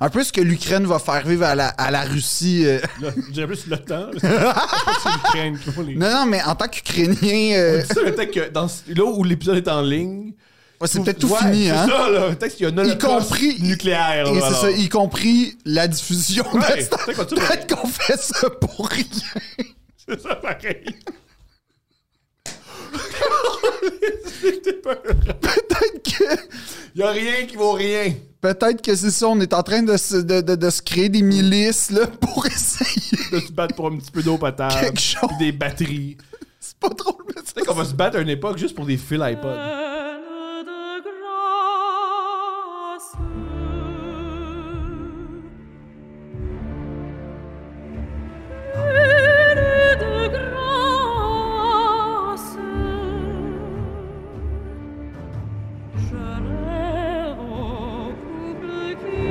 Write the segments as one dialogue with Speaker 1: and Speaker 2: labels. Speaker 1: Un peu ce que l'Ukraine va faire vivre à la, à la Russie. euh.
Speaker 2: J'ai plus le temps. C'est l'Ukraine qui font les-
Speaker 1: Non, non, mais en tant qu'Ukrainien, euh,
Speaker 3: C'est ça, le texte que dans, là où l'épisode est en ligne.
Speaker 1: ouais, c'est peut-être tout
Speaker 3: Ouais,
Speaker 1: fini, hein?
Speaker 3: C'est ça, là. Le texte, il y a un
Speaker 1: Y
Speaker 3: holocauste
Speaker 1: compris.
Speaker 3: nucléaire.
Speaker 1: Et
Speaker 3: là,
Speaker 1: c'est
Speaker 3: alors.
Speaker 1: ça, y compris la diffusion
Speaker 3: Ouais,
Speaker 1: de ça.
Speaker 3: c'est ça qu'on dit,
Speaker 1: Peut-être qu'on fait ça pour rien.
Speaker 3: C'est ça, pareil.
Speaker 1: Peut-être que,
Speaker 3: Il y a rien qui vaut rien.
Speaker 1: peut-être que c'est ça, on est en train de se, de, de- de se créer des milices là, pour essayer
Speaker 3: De se battre pour un petit peu d'eau potable.
Speaker 1: quelque chose.
Speaker 3: puis des batteries.
Speaker 1: C'est pas drôle, mais
Speaker 3: Tu sais qu'on va se battre à une époque juste pour des fils iPod.
Speaker 4: Pleine de grâce. Pleine de grâce. Je rêve au couple qui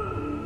Speaker 4: demeure.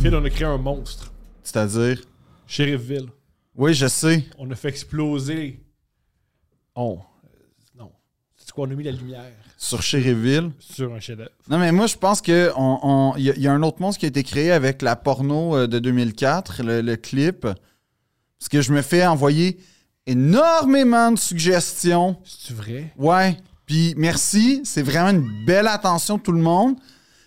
Speaker 2: Phil, on a créé un monstre.
Speaker 1: C'est-à-dire?
Speaker 2: Sheriffville.
Speaker 1: Oui, je sais. Oh,
Speaker 2: On a fait exploser. On. euh, Non. C'est quoi? On a mis la lumière
Speaker 1: Sur Chéréville.
Speaker 2: sur un chef-d'œuvre.
Speaker 1: Non, mais moi, je pense que on, on- y, a- y a un autre monstre qui a été créé avec la porno euh, de 2004, le, le clip. Parce que je me fais envoyer énormément de suggestions.
Speaker 2: C'est-tu vrai?
Speaker 1: Ouais. Puis merci, c'est vraiment une belle attention de tout le monde.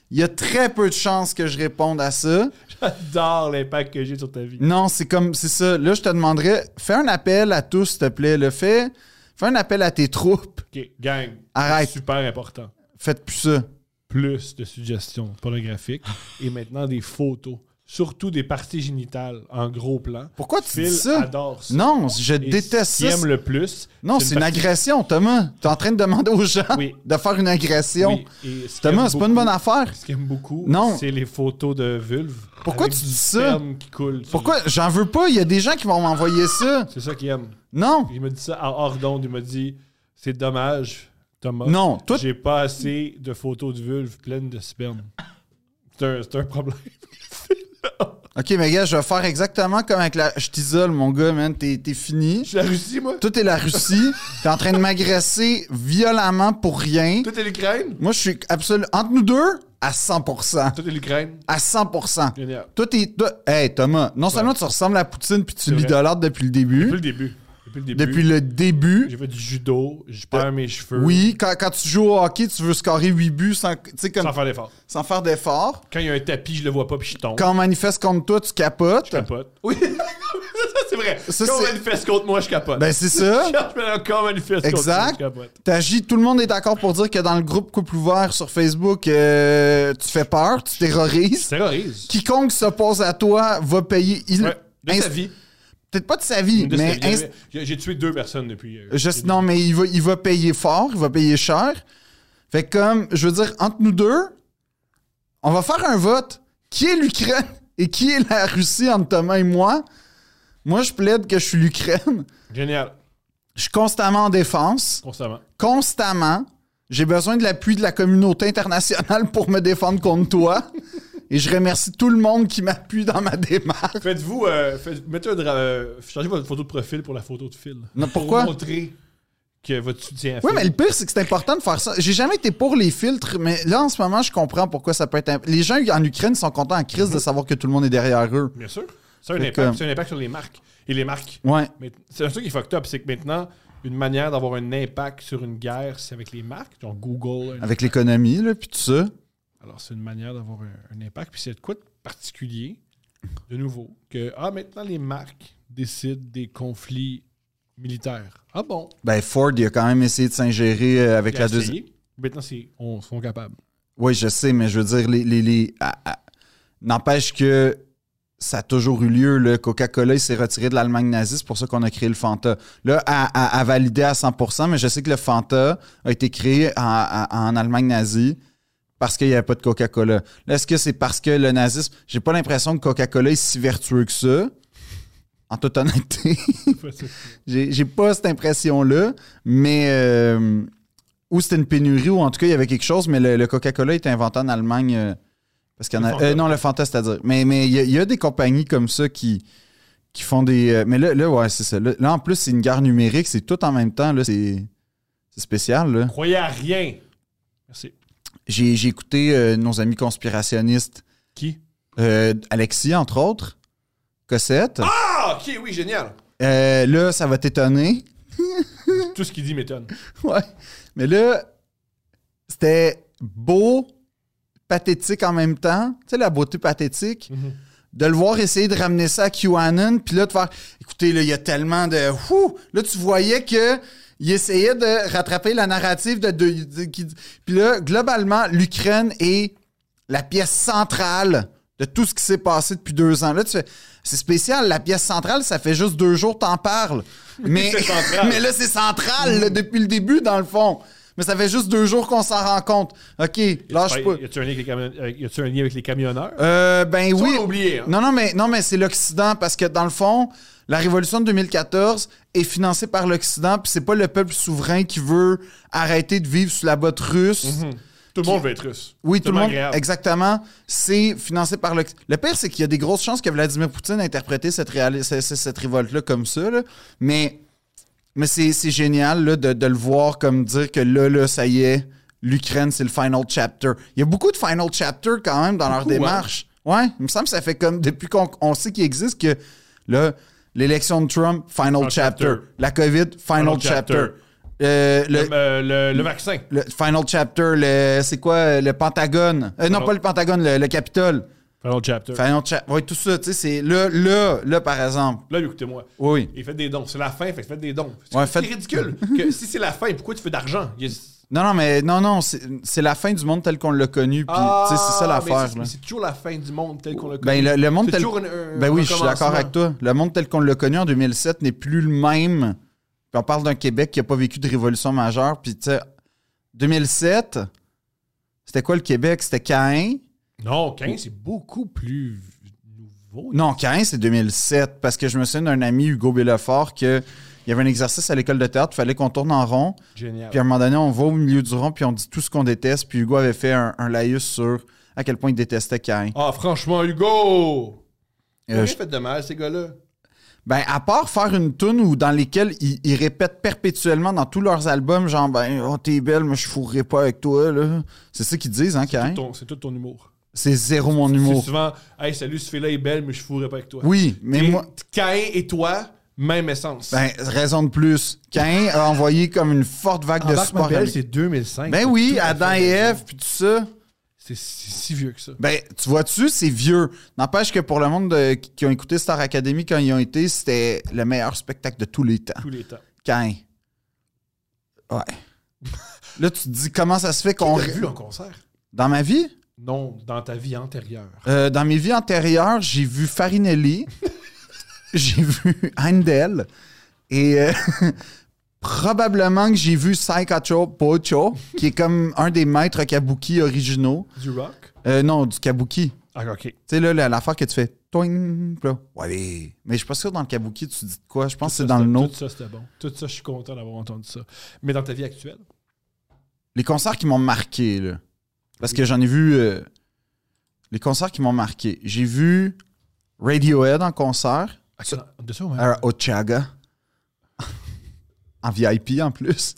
Speaker 1: Il y a très peu de chances que je réponde à ça.
Speaker 2: J'adore l'impact que j'ai sur ta vie.
Speaker 1: Non, c'est comme c'est ça. Là, je te demanderais, fais un appel à tous, s'il te plaît. Le fais, fais un appel à tes troupes.
Speaker 2: Ok, gang.
Speaker 1: Arrête.
Speaker 2: Super important.
Speaker 1: Faites plus ça.
Speaker 2: Plus de suggestions pornographiques et maintenant des photos. Surtout des parties génitales en gros plan.
Speaker 1: Pourquoi tu
Speaker 2: Phil
Speaker 1: dis ça?
Speaker 2: adore ça.
Speaker 1: Non, je
Speaker 2: Et
Speaker 1: déteste
Speaker 2: ce qu'il
Speaker 1: ça.
Speaker 2: aime le plus.
Speaker 1: Non, c'est une
Speaker 2: partie-
Speaker 1: agression, Thomas. T'es en train de demander aux gens
Speaker 2: Oui.
Speaker 1: de faire une agression.
Speaker 2: Oui, et ce qu'il
Speaker 1: Thomas,
Speaker 2: aime
Speaker 1: c'est pas une
Speaker 2: beaucoup-
Speaker 1: bonne affaire.
Speaker 2: Ce qu'il aime beaucoup,
Speaker 1: Non.
Speaker 2: c'est les photos de vulve.
Speaker 1: Pourquoi
Speaker 2: avec
Speaker 1: tu
Speaker 2: du
Speaker 1: dis ça?
Speaker 2: sperme qui coule. sur-
Speaker 1: Pourquoi? J'en veux pas. Il y a des gens qui vont m'envoyer ça.
Speaker 2: C'est ça qu'il aime.
Speaker 1: Non.
Speaker 2: Il me dit ça à Ordonde. Il m'a dit C'est dommage, Thomas.
Speaker 1: Non, toi-
Speaker 2: J'ai pas assez de photos de vulve pleines de sperme. C'est un, c'est un problème.
Speaker 1: Ok, mais gars, je vais faire exactement comme avec la. Je t'isole, mon gars, man. T'es t'es
Speaker 3: Je
Speaker 1: fini.
Speaker 3: suis la Russie, moi.
Speaker 1: Tout est la Russie. T'es en train de m'agresser violemment pour rien.
Speaker 3: Tout est l'Ukraine.
Speaker 1: Moi, je suis absolument. Entre nous deux, à 100%.
Speaker 3: Tout est l'Ukraine.
Speaker 1: À 100%.
Speaker 2: Génial.
Speaker 1: Toi, t'es. toi- Hey, Thomas, non seulement tu ressembles à Poutine puis tu
Speaker 2: vrai.
Speaker 1: l'idolâtres depuis le début.
Speaker 2: Depuis le début. Depuis le début.
Speaker 1: Depuis le début.
Speaker 2: J'ai fait du judo. Je perds mes cheveux.
Speaker 1: Oui, quand, quand tu joues au hockey, tu veux scorer 8 buts sans, tu sais, comme,
Speaker 2: Sans faire d'effort.
Speaker 1: sans faire d'effort.
Speaker 2: Quand il y a un tapis, je le vois pas puis je tombe.
Speaker 1: Quand on manifeste contre toi, tu capotes.
Speaker 2: Je capote.
Speaker 3: Oui. ça, c'est vrai.
Speaker 1: Ça,
Speaker 3: Quand on
Speaker 1: c'est-
Speaker 3: manifeste contre moi, je capote.
Speaker 1: Ben, c'est ça.
Speaker 2: Je me encore manifeste contre
Speaker 1: Exact.
Speaker 2: ça, je capote.
Speaker 1: T'agis, tout le monde est d'accord pour dire que dans le groupe Couple ouvert sur Facebook, euh, tu fais peur, tu
Speaker 2: Je
Speaker 1: terrorises.
Speaker 2: terrorise.
Speaker 1: Quiconque s'oppose à toi va payer. Il...
Speaker 2: Ouais. De
Speaker 1: ins-
Speaker 2: sa vie.
Speaker 1: Peut-être pas de sa vie,
Speaker 2: De sa
Speaker 1: mais.
Speaker 2: vie.
Speaker 1: ins-
Speaker 2: J'avais- J'ai j'ai tué deux personnes depuis. euh,
Speaker 1: Je-
Speaker 2: depuis-
Speaker 1: non, mais il va, il va payer fort, il va payer cher. Fait que comme, je veux dire, entre nous deux, on va faire un vote. Qui est l'Ukraine et qui est la Russie entre Thomas et moi? Moi, je plaide que je suis l'Ukraine.
Speaker 2: Génial.
Speaker 1: Je suis constamment en défense.
Speaker 2: Constamment.
Speaker 1: Constamment. J'ai besoin de l'appui de la communauté internationale pour me défendre contre toi. Et je remercie tout le monde qui m'appuie dans ma démarche.
Speaker 2: Faites-vous. euh, faites- mettez un dra- euh, changez votre photo de profil pour la photo de fil.
Speaker 1: Non, pourquoi?
Speaker 2: Pour montrer que votre soutien à
Speaker 1: Oui,
Speaker 2: Phil.
Speaker 1: mais le pire, c'est que c'est important de faire ça. J'ai jamais été pour les filtres, mais là, en ce moment, je comprends pourquoi ça peut être. imp- Les gens en Ukraine sont contents en crise de savoir que tout le monde est derrière eux.
Speaker 2: Bien sûr. Ça a un
Speaker 1: Fait
Speaker 2: impact.
Speaker 1: que-
Speaker 2: C'est un impact sur les marques. Et les marques.
Speaker 1: Ouais.
Speaker 2: Mais c'est un truc qui est fucked up, c'est que maintenant, une manière d'avoir un impact sur une guerre, c'est avec les marques. Genre Google. un-
Speaker 1: Avec l'économie, là, puis tout ça.
Speaker 2: Alors, c'est une manière d'avoir un, un impact. Puis c'est de quoi de particulier, de nouveau, que ah, maintenant les marques décident des conflits militaires. Ah bon?
Speaker 1: Ben, Ford, il a quand même essayé de s'ingérer euh, avec
Speaker 2: Il a
Speaker 1: la
Speaker 2: essayé,
Speaker 1: deuxième.
Speaker 2: Maintenant, c'est, on sont capables.
Speaker 1: Oui, je sais, mais je veux dire, les. les, les- ah, ah. N'empêche que ça a toujours eu lieu. Le Coca-Cola, il s'est retiré de l'Allemagne nazie. C'est pour ça qu'on a créé le Fanta. Là, à, à- à valider à 100 mais je sais que le Fanta a été créé en, en- en Allemagne nazie parce qu'il n'y avait pas de Coca-Cola. Là, est-ce que c'est parce que le nazisme. J'ai pas l'impression que Coca-Cola est si vertueux que ça. En toute honnêteté. J'ai j'ai pas cette impression-là, mais euh, ou c'était une pénurie, ou en tout cas, il y avait quelque chose, mais le, le Coca-Cola était inventé en Allemagne. euh, parce qu'il y en
Speaker 2: Le
Speaker 1: a.
Speaker 2: Fanta.
Speaker 1: euh, non, le Fanta, c'est-à-dire. Mais mais il y, a- il y a des compagnies comme ça qui, qui font des. euh, mais là, là ouais, c'est ça. Là, là, en plus, c'est une guerre numérique, c'est tout en même temps. là, C'est c'est spécial. là.
Speaker 2: Croyez à rien. Merci.
Speaker 1: J'ai j'ai écouté euh, nos amis conspirationnistes,
Speaker 2: Qui
Speaker 1: euh, Alexis, entre autres, Cossette.
Speaker 3: Ah, ok, oui, génial.
Speaker 1: Euh, là, ça va t'étonner.
Speaker 2: Tout ce qu'il dit m'étonne.
Speaker 1: Ouais. Mais là, c'était beau, pathétique en même temps. Tu sais, la beauté pathétique.
Speaker 3: Mhm.
Speaker 1: De le voir essayer de ramener ça à QAnon, puis là, de faire écoutez, là, il y a tellement de. Ouh! Là, tu voyais que. Il essayait de rattraper la narrative de. de- de- qui- puis là, globalement, l'Ukraine est la pièce centrale de tout ce qui s'est passé depuis deux ans. Là, tu fais, c'est spécial, la pièce centrale, ça fait juste deux jours que t'en parles. Mais,
Speaker 3: C'est central.
Speaker 1: mais là, c'est central, là, depuis le début, dans le fond. Mais ça fait juste deux jours qu'on s'en rend compte. OK, lâche pas.
Speaker 2: Ben, Y a-tu un, lien avec les camion- euh, y a-tu un lien avec les camionneurs
Speaker 1: Euh, ben
Speaker 3: Oui.
Speaker 1: oui.
Speaker 3: On l'a oublié. hein.
Speaker 1: Non, non, mais, non, mais c'est l'Occident parce que dans le fond, la révolution de 2014 est financée par l'Occident, puis c'est pas le peuple souverain qui veut arrêter de vivre sous la botte russe.
Speaker 2: Tout le monde veut être russe.
Speaker 1: Oui, tout le monde.
Speaker 2: agréable.
Speaker 1: Exactement. C'est financé par le. Le pire, c'est qu'il y a des grosses chances que Vladimir Poutine ait interprété cette, réali- ce- ce- cette révolte-là comme ça. là. Mais, mais c'est c'est génial là, de, de le voir comme dire que là, là ça y est, l'Ukraine, c'est le final chapter. Il y a beaucoup de final chapter quand même dans leur
Speaker 3: Beaucoup, hein.
Speaker 1: démarche. Ouais, il me semble que ça fait comme depuis qu'on on sait qu'il existe que là, l'élection de Trump, final
Speaker 2: Final
Speaker 1: chapter.
Speaker 2: chapter.
Speaker 1: La COVID, final,
Speaker 2: Final
Speaker 1: chapter.
Speaker 2: chapter.
Speaker 1: Euh, le,
Speaker 2: Comme, euh, le, le vaccin.
Speaker 1: le final chapter, le, c'est quoi euh, le Pentagone Euh, Non,
Speaker 2: Pardon.
Speaker 1: pas le Pentagone, le, le Capitole.
Speaker 2: Final chapter.
Speaker 1: Final chapter. Oui, tout ça, tu sais, c'est là, là, là, par exemple.
Speaker 2: Là, écoutez-moi.
Speaker 1: Oui.
Speaker 2: Il fait des dons. C'est la fin, fait que faites des dons.
Speaker 1: Ouais,
Speaker 3: C'est
Speaker 1: faites-
Speaker 3: ridicule. que si c'est la fin, pourquoi tu fais d'argent? Il y a-
Speaker 1: Non, non, mais non, non, c'est c'est la fin du monde tel qu'on l'a connu. Puis, tu sais, c'est ça
Speaker 3: Ah, mais
Speaker 1: l'affaire.
Speaker 3: c'est-
Speaker 1: là.
Speaker 3: mais C'est toujours la fin du monde tel qu'on le
Speaker 1: Ben,
Speaker 3: connaît.
Speaker 1: le, le monde
Speaker 3: C'est
Speaker 1: tel.
Speaker 3: toujours une- un-
Speaker 1: Ben oui, je suis d'accord
Speaker 3: recommencement.
Speaker 1: avec toi. Le monde tel qu'on l'a connu en 2007 n'est plus le même. Puis on parle d'un Québec qui n'a pas vécu de révolution majeure. Puis, tu sais, 2007, c'était quoi le Québec C'était Caïn.
Speaker 2: Non, 15, c'est beaucoup plus nouveau.
Speaker 1: Non, Caen, c'est 2007. Parce que je me souviens d'un ami, Hugo Bellefort, que il y avait un exercice à l'école de théâtre, il fallait qu'on tourne en rond.
Speaker 2: Génial.
Speaker 1: Puis à un moment donné, on va au milieu du rond, puis on dit tout ce qu'on déteste. Puis Hugo avait fait un, un laïus sur à quel point il détestait Caen.
Speaker 3: Ah, franchement, Hugo!
Speaker 1: Euh,
Speaker 3: Rien
Speaker 1: je-
Speaker 3: fait de mal, ces gars-là.
Speaker 1: ben, à part faire une tune où dans lesquelles ils, ils répètent perpétuellement dans tous leurs albums, genre, ben, oh, t'es belle, mais je fourrerai pas avec toi, là. C'est ça qu'ils disent, hein,
Speaker 2: C'est tout
Speaker 1: Caen?
Speaker 2: ton- C'est tout ton humour.
Speaker 1: C'est zéro mon
Speaker 2: C'est
Speaker 1: humour.
Speaker 2: souvent, hey, salut, ce fille-là est belle, mais je fourrais pas avec toi.
Speaker 1: Oui, mais
Speaker 2: Et
Speaker 1: moi.
Speaker 2: Caïn et toi, même essence.
Speaker 1: Ben, raison de plus. Cain a envoyé comme une forte vague de
Speaker 2: Embarque ma
Speaker 1: support. à
Speaker 2: belle,
Speaker 1: lui.
Speaker 2: c'est 2005.
Speaker 1: Ben
Speaker 2: C'est
Speaker 1: oui,
Speaker 2: tout à
Speaker 1: Adam
Speaker 2: fait
Speaker 1: et
Speaker 2: raison.
Speaker 1: Ève, puis tout ça.
Speaker 2: C'est c'est si vieux que ça.
Speaker 1: Ben, tu vois-tu, c'est vieux. N'empêche que pour le monde de- qui ont écouté Star Academy quand ils ont été, c'était le meilleur spectacle de tous les temps.
Speaker 2: Tous les temps.
Speaker 1: Quand? Ouais. Là, tu te dis comment ça se fait qu'on.
Speaker 2: On l'a vu en concert.
Speaker 1: Dans ma vie?
Speaker 2: Non, dans ta vie antérieure.
Speaker 1: Euh, dans mes vies antérieures, j'ai vu Farinelli, j'ai vu Heindel, et euh, probablement que j'ai vu Saikacho Pocho, qui est comme un des maîtres kabuki originaux.
Speaker 2: Du rock.
Speaker 1: Euh, non, du kabuki.
Speaker 2: Ah, ok.
Speaker 1: Tu sais, là, la- l'affaire que tu fais, toing, pis là, ouais, mais- mais je suis pas sûr dans le kabuki, tu dis de quoi. Je pense que c'est dans le
Speaker 2: Tout
Speaker 1: nôtre.
Speaker 2: ça, c'était bon. Tout ça, je suis content d'avoir entendu ça. Mais dans ta vie actuelle,
Speaker 1: Les concerts qui m'ont marqué, là. Parce que j'en ai vu. euh, les concerts qui m'ont marqué. J'ai vu Radiohead en concert
Speaker 2: à quel- de ça, ouais.
Speaker 1: à Ochaga. en VIP en plus.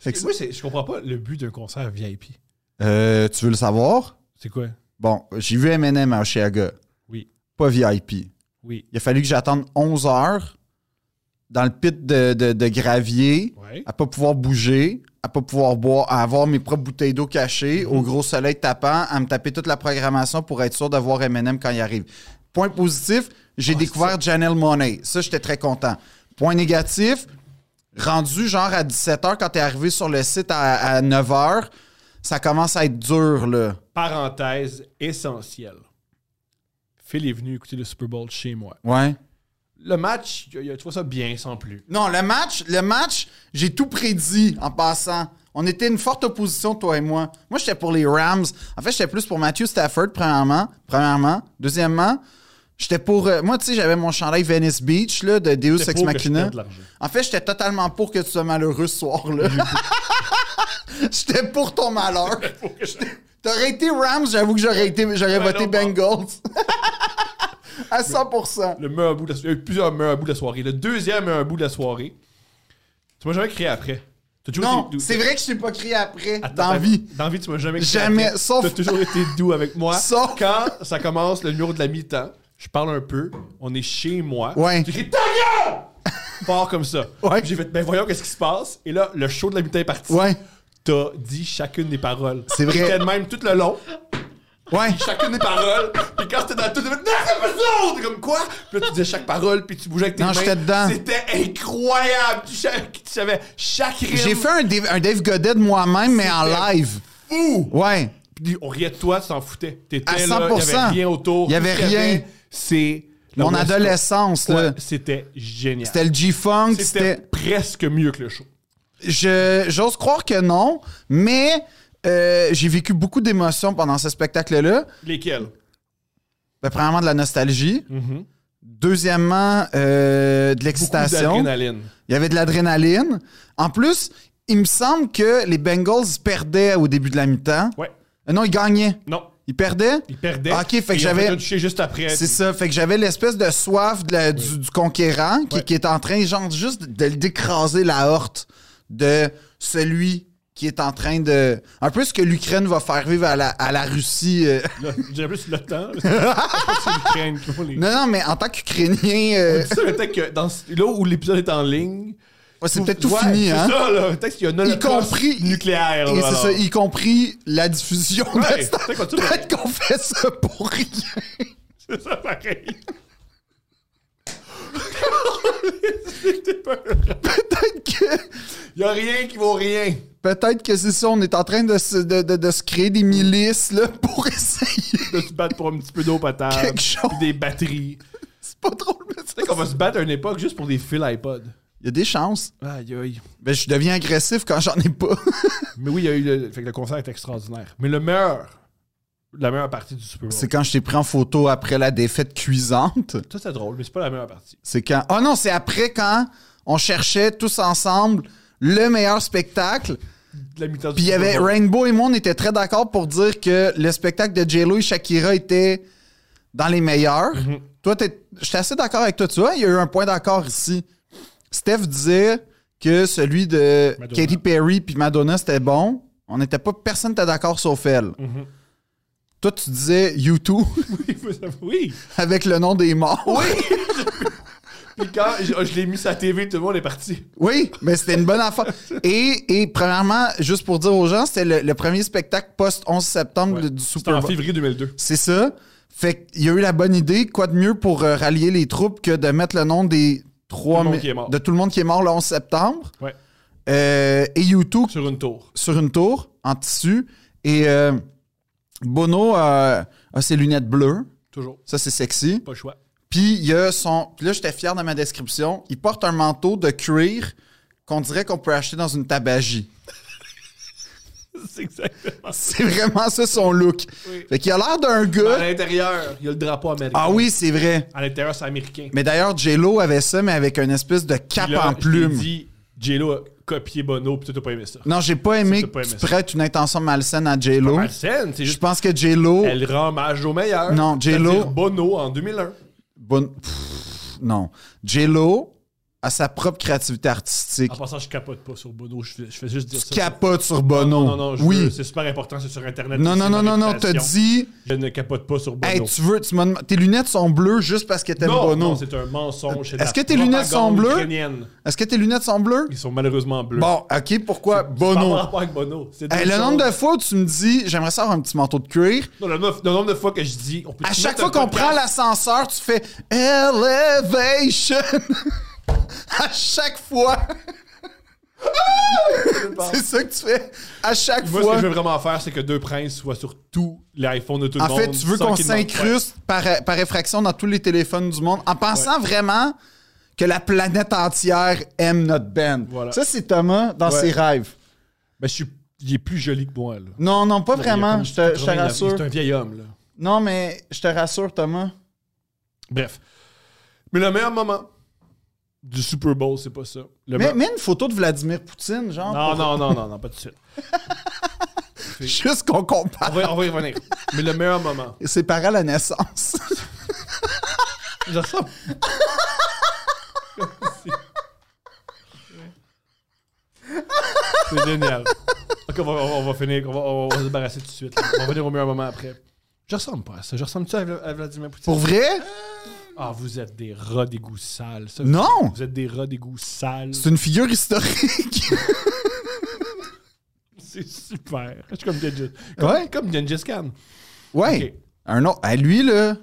Speaker 1: Fait que
Speaker 2: Moi, c'est- je comprends pas le but d'un concert VIP.
Speaker 1: c'est- Euh, tu veux le savoir?
Speaker 2: C'est quoi?
Speaker 1: Bon, j'ai vu Eminem à Ochaga.
Speaker 2: Oui.
Speaker 1: Pas VIP.
Speaker 2: Oui.
Speaker 1: Il a fallu que j'attende 11 heures dans le pit de, de- de gravier.
Speaker 2: Ouais.
Speaker 1: à pas pouvoir bouger, à pas pouvoir boire, à avoir mes propres bouteilles d'eau cachées, au gros soleil tapant, à me taper toute la programmation pour être sûr d'avoir M&M quand il arrive. Point positif, j'ai découvert Janelle Monet. Ça, j'étais très content. Point négatif, rendu genre à 17h quand t'es arrivé sur le site à, 9h, ça commence à être dur, là.
Speaker 2: Parenthèse essentielle. Phil est venu écouter le Super Bowl chez moi.
Speaker 1: Ouais.
Speaker 2: Le match, il a- il a trouvé ça bien sans plus.
Speaker 1: Non, le match, le match, j'ai tout prédit en passant. On était une forte opposition, toi et moi. Moi, j'étais pour les Rams. En fait, j'étais plus pour Matthew Stafford, premièrement. premièrement. Deuxièmement, j'étais pour. euh, moi, tu sais, j'avais mon chandail Venice Beach, là, de Deus
Speaker 2: C'était
Speaker 1: Ex
Speaker 2: pour que je
Speaker 1: Machina.
Speaker 2: perde l'argent.
Speaker 1: En fait, j'étais totalement pour que tu sois malheureux ce soir-là. j'étais pour ton malheur. T'aurais été Rams, j'avoue que j'aurais été, j'aurais voté
Speaker 2: non, non.
Speaker 1: Bengals. à 100%.
Speaker 2: Le meilleur bout de la soirée. Il y a eu plusieurs meilleurs bouts de la soirée. Le deuxième meilleur bout de la soirée. Tu m'as jamais crié après. T'as toujours
Speaker 1: Non,
Speaker 2: été doux.
Speaker 1: c'est vrai que je t'ai pas crié après,
Speaker 2: Attends,
Speaker 1: dans
Speaker 2: t'as-
Speaker 1: la vie.
Speaker 2: Dans la vie, tu m'as jamais crié
Speaker 1: Jamais,
Speaker 2: après.
Speaker 1: sauf-
Speaker 2: T'as toujours été doux avec moi.
Speaker 1: Sauf-
Speaker 2: Quand ça commence le numéro de la mi-temps, je parle un peu. On est chez moi.
Speaker 1: Ouais.
Speaker 2: Tu cries Ta gueule! Part comme ça.
Speaker 1: Ouais.
Speaker 2: Puis J'ai fait Ben voyons qu'est-ce qui se passe. Et là, le show de la mi-temps est parti.
Speaker 1: Ouais,
Speaker 2: T'as dit chacune des paroles.
Speaker 1: C'est vrai.
Speaker 2: J'étais de même tout le long.
Speaker 1: ouais.
Speaker 2: chacune des paroles. Puis quand t'étais dans tout, t'étais Non, c'est pas ça! T'es comme quoi? Puis là, tu disais chaque parole, puis tu bougeais avec tes
Speaker 1: Non,
Speaker 2: mains.
Speaker 1: j'étais dedans.
Speaker 2: C'était incroyable. Tu, cha- tu savais chaque rime.
Speaker 1: J'ai fait un Dave, un Dave Godet de moi-même, mais en
Speaker 2: C'était-
Speaker 1: live.
Speaker 2: Ouh!
Speaker 1: Ouais.
Speaker 2: Puis on riait de toi, tu t'en foutais. T'étais
Speaker 1: À
Speaker 2: là, il y
Speaker 1: 100%.
Speaker 2: avait rien autour.
Speaker 1: Il y avait
Speaker 2: Tout ce qu'il
Speaker 1: rien.
Speaker 2: C'est. la
Speaker 1: Mon
Speaker 2: West Coast.
Speaker 1: adolescence,
Speaker 2: Ouais,
Speaker 1: là.
Speaker 2: C'était génial.
Speaker 1: C'était le G-Funk,
Speaker 2: C'était
Speaker 1: c'était...
Speaker 2: presque mieux que le show.
Speaker 1: Je- J'ose croire que non, mais euh, j'ai vécu beaucoup d'émotions pendant ce spectacle-là.
Speaker 2: Lesquels?
Speaker 1: Ben, premièrement, de la nostalgie. Deuxièmement, euh, de l'excitation.
Speaker 2: D'adrénaline.
Speaker 1: Il y avait de l'adrénaline. En plus, il me semble que les Bengals perdaient au début de la mi-temps.
Speaker 2: Ouais.
Speaker 1: Euh, non, ils gagnaient.
Speaker 2: Non.
Speaker 1: Ils perdaient.
Speaker 2: Il perdait.
Speaker 1: Ah, ok, fait que
Speaker 2: Et ils ont
Speaker 1: j'avais-
Speaker 2: fait un toucher juste après.
Speaker 1: C'est ça. Fait que j'avais l'espèce de soif de la- du, du conquérant qui, qui est en train, genre, juste de- d'écraser la horte de celui qui est en train de. Un peu ce que l'Ukraine va faire vivre à la, à la Russie. euh.
Speaker 2: Là, J'ai plus le temps. parce que- parce que c'est l'Ukraine qui font les-
Speaker 1: Non, non, mais en tant qu'Ukrainien, euh,
Speaker 2: C'est ça le texte que dans ce- là où l'épisode est en ligne.
Speaker 1: ouais, c'est peut-être tout
Speaker 2: Ouais,
Speaker 1: fini, hein?
Speaker 2: C'est ça, là. Le texte, il y a un
Speaker 1: Y
Speaker 2: holocauste
Speaker 1: compris.
Speaker 2: nucléaire.
Speaker 1: Et
Speaker 2: là,
Speaker 1: c'est ça,
Speaker 2: alors.
Speaker 1: y compris la diffusion
Speaker 2: Ouais,
Speaker 1: de cette-
Speaker 2: c'est quoi, tu-
Speaker 1: Peut-être qu'on fait ça pour rien.
Speaker 2: C'est ça, pareil.
Speaker 1: Peut-être que.
Speaker 2: Il y a rien qui vaut rien.
Speaker 1: Peut-être que c'est ça, on est en train de se, de, de- de se créer des milices là, pour essayer
Speaker 2: De se battre pour un petit peu d'eau potable.
Speaker 1: quelque chose.
Speaker 2: puis des batteries. Tu
Speaker 1: C'est pas drôle, mais
Speaker 2: sais qu'on va se battre à une époque juste pour des fils iPod.
Speaker 1: Il y a des chances.
Speaker 2: Aïe, aïe.
Speaker 1: Ben, je deviens agressif quand j'en ai pas.
Speaker 2: Mais oui, il y a eu le... Fait que le concert est extraordinaire. Mais le meilleur, la meilleure partie du Super Bowl.
Speaker 1: c'est quand je t'ai pris en photo après la défaite cuisante.
Speaker 2: Ça, c'est drôle, mais c'est pas la meilleure partie.
Speaker 1: C'est quand. Ah non, c'est après quand on cherchait tous ensemble le meilleur spectacle.
Speaker 2: La mi-temps du
Speaker 1: Puis il y
Speaker 2: Super
Speaker 1: avait
Speaker 2: Bowl.
Speaker 1: Rainbow et moi, on était très d'accord pour dire que le spectacle de J-Lo et Shakira était dans les meilleurs.
Speaker 2: Mhm.
Speaker 1: Toi, t'es- j'étais assez d'accord avec toi. Tu vois, il y a eu un point d'accord ici. Steph disait que celui de
Speaker 2: Madonna.
Speaker 1: Katy Perry puis Madonna, c'était bon. On n'était pas... Personne n'était d'accord sauf elle.
Speaker 2: Mhm.
Speaker 1: Toi, tu disais U2
Speaker 2: Oui, faut savoir- oui.
Speaker 1: avec le nom des morts. Oui!
Speaker 2: Puis quand je, je l'ai mis sur la TV, tout le monde est parti.
Speaker 1: Oui, mais c'était une bonne affaire. Et, et premièrement, juste pour dire aux gens, c'était le, le premier spectacle post-11 septembre
Speaker 2: Ouais.
Speaker 1: de- du
Speaker 2: C'était
Speaker 1: Super
Speaker 2: en
Speaker 1: Bowl.
Speaker 2: février 2002.
Speaker 1: C'est ça. Fait qu'il y a eu la bonne idée. Quoi de mieux pour euh, rallier les troupes que de mettre le nom des trois
Speaker 2: Tout le monde
Speaker 1: mi-
Speaker 2: qui est mort.
Speaker 1: de tout le monde qui est mort le 11 septembre.
Speaker 2: Ouais.
Speaker 1: Euh, et YouTube
Speaker 2: Sur une tour.
Speaker 1: sur une tour en tissu. Et euh, Bono euh, a ses lunettes bleues.
Speaker 2: Toujours.
Speaker 1: Ça, c'est sexy.
Speaker 2: Pas le choix.
Speaker 1: Puis il y a son. Puis là, j'étais fier de ma description. Il porte un manteau de cuir qu'on dirait qu'on peut acheter dans une tabagie.
Speaker 2: C'est exactement ça.
Speaker 1: C'est vraiment ça son look.
Speaker 2: Oui. Ben,
Speaker 1: Fait qu'il a l'air d'un
Speaker 2: À
Speaker 1: gars.
Speaker 2: l'intérieur, il y a le drapeau américain.
Speaker 1: Ah oui, c'est vrai.
Speaker 2: À l'intérieur, c'est américain.
Speaker 1: Mais d'ailleurs, J-Lo avait ça, mais avec une espèce de cap
Speaker 2: Puis là,
Speaker 1: en plume.
Speaker 2: Je t'ai dit, J-Lo a copié Bono, puis toi, t'as pas aimé ça.
Speaker 1: Non, j'ai pas aimé
Speaker 2: Ça, t'as
Speaker 1: que
Speaker 2: pas
Speaker 1: tu
Speaker 2: aimé ça.
Speaker 1: prêtes une intention malsaine à J-Lo.
Speaker 2: La scène, c'est
Speaker 1: Je
Speaker 2: juste.
Speaker 1: pense que J-Lo.
Speaker 2: Elle rend hommage au meilleur.
Speaker 1: Non, J-Lo-
Speaker 2: C'est-à-dire Bono en 2001.
Speaker 1: Bonne- Pff, non. J-Lo a sa propre créativité artistique.
Speaker 2: En passant, je capote pas sur Bono. Je fais, je fais juste dire
Speaker 1: tu
Speaker 2: Ah, ça.
Speaker 1: capotes sur Bono.
Speaker 2: Non, non, non, je
Speaker 1: oui.
Speaker 2: veux- c'est super important, c'est sur Internet.
Speaker 1: non,
Speaker 2: c'est
Speaker 1: non,
Speaker 2: ma
Speaker 1: non, non, non. T'as
Speaker 2: réputation.
Speaker 1: dit.
Speaker 2: Je ne capote pas sur Bono.
Speaker 1: Hey, tu veux. Tu m'as demandé- tes lunettes sont bleues juste parce que t'aimes
Speaker 2: non,
Speaker 1: Bono.
Speaker 2: non, c'est un mensonge. c'est de
Speaker 1: Est-ce
Speaker 2: la
Speaker 1: que tes lunettes sont
Speaker 2: propagande
Speaker 1: bleues?
Speaker 2: ukrainienne.
Speaker 1: Est-ce que tes lunettes sont bleues?
Speaker 2: Ils sont malheureusement bleus.
Speaker 1: Bon, ok, pourquoi
Speaker 2: Pas en
Speaker 1: Bono?
Speaker 2: rapport avec Bono. C'est
Speaker 1: Hey,
Speaker 2: deux
Speaker 1: le nombre
Speaker 2: choses.
Speaker 1: de fois où tu me dis j'aimerais ça avoir un petit manteau de cuir,
Speaker 2: Non, le, nombre- le nombre de fois que je dis. on peut
Speaker 1: À
Speaker 2: se
Speaker 1: chaque
Speaker 2: mettre
Speaker 1: fois
Speaker 2: un
Speaker 1: qu'on
Speaker 2: podcast-
Speaker 1: prend l'ascenseur, tu fais Elevation. à chaque fois. C'est ça que tu fais à chaque
Speaker 2: Moi, ce
Speaker 1: fois.
Speaker 2: que je veux vraiment faire, c'est que deux princes soient sur tout l'iPhone de tout le
Speaker 1: En
Speaker 2: monde.
Speaker 1: fait, tu veux
Speaker 2: sans
Speaker 1: qu'on
Speaker 2: qu'il demande-
Speaker 1: s'incruste par, par effraction dans tous les téléphones du monde en pensant vraiment que la planète entière aime notre band.
Speaker 2: Voilà.
Speaker 1: Ça, c'est Thomas dans
Speaker 2: Ouais.
Speaker 1: ses rêves.
Speaker 2: Ben, je suis... Il est plus joli que moi, là.
Speaker 1: Non, non, pas
Speaker 2: Il a
Speaker 1: vraiment,
Speaker 2: comme
Speaker 1: je te, je te
Speaker 2: 89
Speaker 1: rassure.
Speaker 2: C'est un vieil homme, là.
Speaker 1: Non, mais je te rassure, Thomas.
Speaker 2: Bref. Mais le meilleur moment du Super Bowl, c'est pas ça. Le
Speaker 1: Mais,
Speaker 2: me-
Speaker 1: mets une photo de Vladimir Poutine, genre.
Speaker 2: Non,
Speaker 1: pour-
Speaker 2: non, non, non, non, pas tout de suite.
Speaker 1: Juste qu'on
Speaker 2: On
Speaker 1: compare.
Speaker 2: va, on va y revenir. Mais le meilleur moment.
Speaker 1: Ses parents à la naissance.
Speaker 2: Je ressemble. C'est génial. Ok, on va, on va finir. On va, on va se débarrasser tout de suite. là. On va venir au meilleur moment après. Je ressemble pas à ça. Je ressemble-tu à, Vla- à Vladimir Poutine?
Speaker 1: Pour vrai?
Speaker 2: Ah, vous êtes des rats d'égout sales. ça.
Speaker 1: Non!
Speaker 2: Vous êtes des rats d'égout sales.
Speaker 1: C'est une figure historique.
Speaker 2: C'est super. Je suis comme Gengis, comme,
Speaker 1: Ouais.
Speaker 2: comme Gengis Khan.
Speaker 1: Ouais.
Speaker 2: Ok.
Speaker 1: Un autre. À lui, là.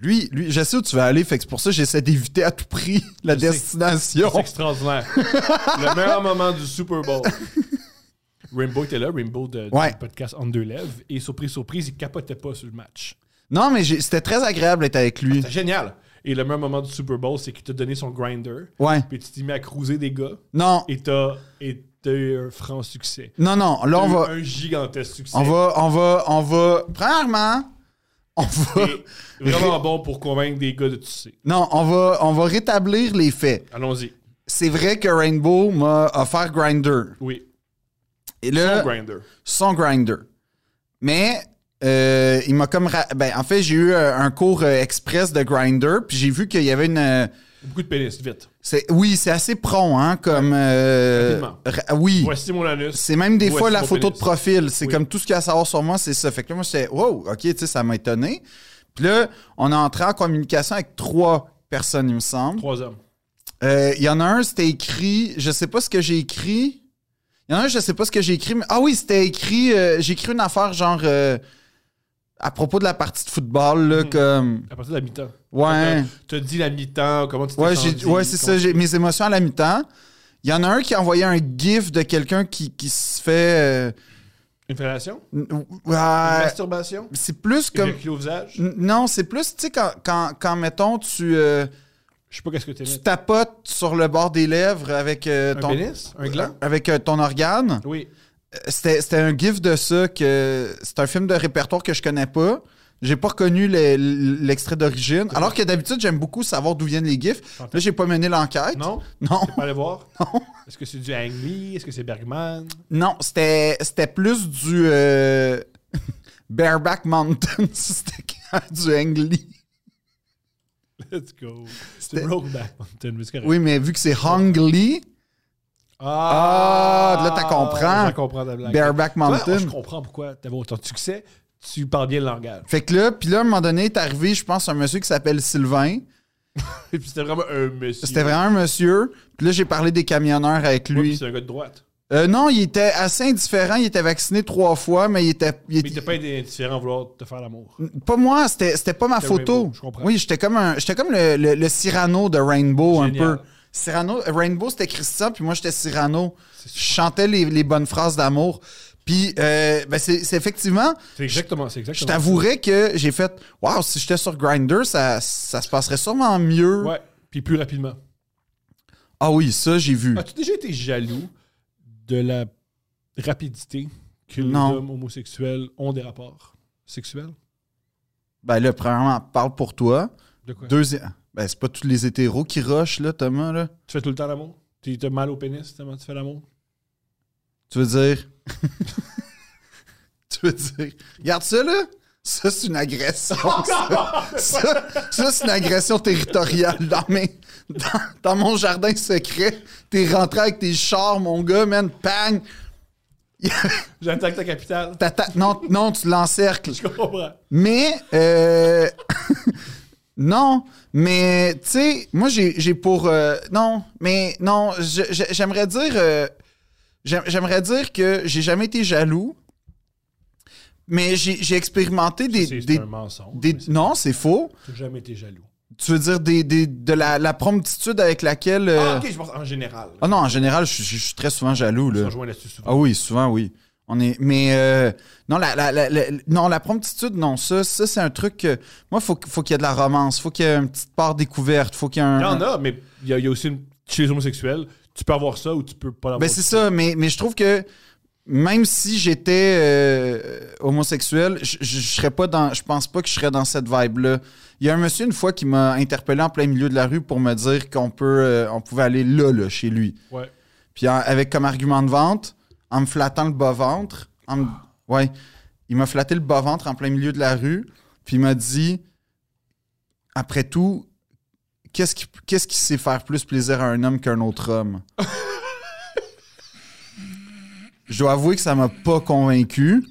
Speaker 1: Lui, lui, je sais où tu vas aller, fait que c'est pour ça que j'essaie d'éviter à tout prix la
Speaker 2: sais.
Speaker 1: destination.
Speaker 2: C'est extraordinaire. le meilleur moment du Super Bowl. Rainbow était là, Rainbow de, du
Speaker 1: Ouais.
Speaker 2: podcast En deux lèvres. Et surprise, surprise, il capotait pas sur le match.
Speaker 1: Non, mais j'ai- c'était très agréable d'être avec lui.
Speaker 2: C'est génial. Et le meilleur moment du Super Bowl, c'est qu'il t'a donné son grinder.
Speaker 1: Ouais.
Speaker 2: Puis tu t'es mis à cruiser des gars.
Speaker 1: Non,
Speaker 2: Et t'as et t'as eu un franc succès.
Speaker 1: non, non. Là, on
Speaker 2: T'as eu
Speaker 1: va,
Speaker 2: Un gigantesque succès.
Speaker 1: on va, on va, on va. Premièrement, on va.
Speaker 2: Et vraiment bon pour convaincre des gars de tisser.
Speaker 1: Non, on va, on va rétablir les faits.
Speaker 2: Allons-y.
Speaker 1: C'est vrai que Rainbow m'a offert Grinder.
Speaker 2: Oui.
Speaker 1: Et là,
Speaker 2: Son grinder.
Speaker 1: son grinder. Mais euh, il m'a comme. ra- Ben, en fait, j'ai eu euh, un cours euh, express de grinder, puis j'ai vu qu'il y avait une. euh,
Speaker 2: Beaucoup de pénis, vite.
Speaker 1: c'est- oui, c'est assez prompt, hein, comme. euh,
Speaker 2: Rapidement.
Speaker 1: ra- oui.
Speaker 2: Voici mon anus.
Speaker 1: C'est même des
Speaker 2: Voici
Speaker 1: fois la
Speaker 2: mon
Speaker 1: photo
Speaker 2: pénis.
Speaker 1: de profil. C'est
Speaker 2: Oui.
Speaker 1: comme tout ce qu'il y a à savoir sur moi, c'est ça. Fait que là, moi, j'étais, wow, OK, tu sais, ça m'a étonné. Puis là, on est entré en communication avec trois personnes, il me semble.
Speaker 2: Trois hommes.
Speaker 1: Euh, Il y en a un, c'était écrit, je sais pas ce que j'ai écrit. Il y en a un, je sais pas ce que j'ai écrit, mais ah oui, c'était écrit, euh, j'ai écrit une affaire genre euh, à propos de la partie de football,
Speaker 2: Hmm.
Speaker 1: là, comme.
Speaker 2: À partir de la mi-temps.
Speaker 1: Ouais.
Speaker 2: Tu as dit la mi-temps, comment tu euh, t'es
Speaker 1: Ouais,
Speaker 2: senti,
Speaker 1: j'ai- ouais, c'est ça,
Speaker 2: comment-
Speaker 1: j'ai mes émotions à la mi-temps. Il y en a un qui a envoyé un gif de quelqu'un qui, qui se fait. euh,
Speaker 2: Une fellation?
Speaker 1: n-
Speaker 2: Une
Speaker 1: ouais,
Speaker 2: masturbation?
Speaker 1: c'est plus
Speaker 2: Comme...
Speaker 1: comme.
Speaker 2: au visage?
Speaker 1: N- Non, c'est plus, tu sais, quand, quand, quand, mettons, tu, euh,
Speaker 2: Je sais pas qu'est-ce que t'es
Speaker 1: tu
Speaker 2: là.
Speaker 1: tapotes sur le bord des lèvres avec euh,
Speaker 2: Un
Speaker 1: ton.
Speaker 2: pénis? Un gland?
Speaker 1: Avec euh, ton organe.
Speaker 2: Oui.
Speaker 1: Euh, C'était c'était un gif de ça que. C'est un film de répertoire que je connais pas. J'ai pas reconnu les- l'extrait d'origine. Alors que d'habitude, j'aime beaucoup savoir d'où viennent les gifs. Là, j'ai pas mené l'enquête.
Speaker 2: Non?
Speaker 1: Non,
Speaker 2: T'es pas allé voir?
Speaker 1: Non.
Speaker 2: Est-ce que c'est du Ang Lee? Est-ce que c'est Bergman?
Speaker 1: non, c'était c'était plus du euh, Bareback Mountain. C'était du Angli.
Speaker 2: Let's go. C'est
Speaker 1: C'était-
Speaker 2: Brokeback Mountain, mais c'est correct.
Speaker 1: Oui, mais vu que c'est Hong Lee, Ah, là, t'as comprends.
Speaker 2: Je comprends ta blague.
Speaker 1: Bareback
Speaker 2: Toi,
Speaker 1: Mountain.
Speaker 2: Je comprends pourquoi t'avais autant de succès. Tu parles bien le langage.
Speaker 1: Fait que là, puis là, à un moment donné, est arrivé, je pense, un monsieur qui s'appelle Sylvain.
Speaker 2: Et puis c'était vraiment un monsieur.
Speaker 1: C'était vraiment un monsieur. Puis là, j'ai parlé des camionneurs avec
Speaker 2: Ouais, puis
Speaker 1: lui.
Speaker 2: c'est un gars de droite.
Speaker 1: Euh, non, il était assez indifférent. Il était vacciné trois fois, mais il était. il
Speaker 2: Mais
Speaker 1: était-
Speaker 2: t'es pas indifférent à vouloir te faire l'amour.
Speaker 1: Pas moi, c'était c'était pas ma
Speaker 2: C'était
Speaker 1: photo.
Speaker 2: Rainbow, je comprends.
Speaker 1: Oui, j'étais comme, un- j'étais comme le, le- le Cyrano de Rainbow un
Speaker 2: Génial.
Speaker 1: peu. Cyrano, Rainbow, c'était Christian, puis moi, j'étais Cyrano.
Speaker 2: C'est
Speaker 1: Je chantais les, les bonnes phrases d'amour. Puis, euh, ben, c'est c'est effectivement,
Speaker 2: C'est exactement, c'est
Speaker 1: je
Speaker 2: exactement.
Speaker 1: t'avouerais que j'ai fait Waouh, si j'étais sur Grindr, ça, ça se passerait sûrement mieux.
Speaker 2: Ouais, puis plus rapidement.
Speaker 1: Ah oui, ça, j'ai vu.
Speaker 2: As-tu déjà été jaloux de la rapidité que
Speaker 1: Non.
Speaker 2: les hommes homosexuels ont des rapports sexuels?
Speaker 1: Ben là, premièrement, parle pour toi.
Speaker 2: De quoi?
Speaker 1: Deuxième. Ben, c'est pas tous les hétéros qui rushent, là, Thomas, là.
Speaker 2: Tu fais tout le temps l'amour? Tu as mal au pénis tellement tu fais l'amour?
Speaker 1: Tu veux dire. tu veux dire. Regarde ça, là. Ça, c'est une agression. Ça, Ça- ça, c'est une agression territoriale. Dans, mes- dans, dans mon jardin secret, t'es rentré avec tes chars, mon gars, man. Pang!
Speaker 2: J'attaque ta capitale.
Speaker 1: T'attaques- Non, non, tu l'encercles.
Speaker 2: Je comprends.
Speaker 1: Mais, euh, non, mais, tu sais, moi, j'ai j'ai pour. euh, non, mais, non, je- je- j'aimerais dire. euh, j'aim- j'aimerais dire que j'ai jamais été jaloux, mais j'ai j'ai expérimenté des.
Speaker 2: C'est
Speaker 1: des-
Speaker 2: un mensonge.
Speaker 1: des-
Speaker 2: mais c'est-
Speaker 1: non, c'est faux.
Speaker 2: T'as jamais été jaloux.
Speaker 1: Tu veux dire des, des- de la, la promptitude avec laquelle. euh,
Speaker 2: Ah, ok, je pense en général.
Speaker 1: Ah non, en général, je, je- je suis très souvent jaloux.
Speaker 2: On se
Speaker 1: Là.
Speaker 2: rejoint là-dessus souvent.
Speaker 1: Ah oui, souvent, oui. On est, mais euh, non, la, la- la- la- non, la promptitude, non. Ça, ça c'est un truc. que- moi, faut, que- faut qu'il y ait de la romance. faut qu'il y ait une petite part découverte. faut qu'il y ait un.
Speaker 2: Il y en a, mais il y, a- il y a aussi une... chez les homosexuels, tu peux avoir ça ou tu peux pas l'avoir.
Speaker 1: Ben, c'est ça, mais, mais je trouve que même si j'étais euh, homosexuel, je, je, je serais pas dans. Je pense pas que je serais dans cette vibe-là. Il y a un monsieur une fois qui m'a interpellé en plein milieu de la rue pour me dire qu'on peut euh, on pouvait aller là, là, chez lui.
Speaker 2: Ouais.
Speaker 1: Puis en- avec comme argument de vente, en me flattant le bas-ventre, en me- ouais, il m'a flatté le bas-ventre en plein milieu de la rue, puis il m'a dit après tout, qu'est-ce qui, qu'est-ce qui sait faire plus plaisir à un homme qu'un autre homme Je dois avouer que ça m'a pas convaincu.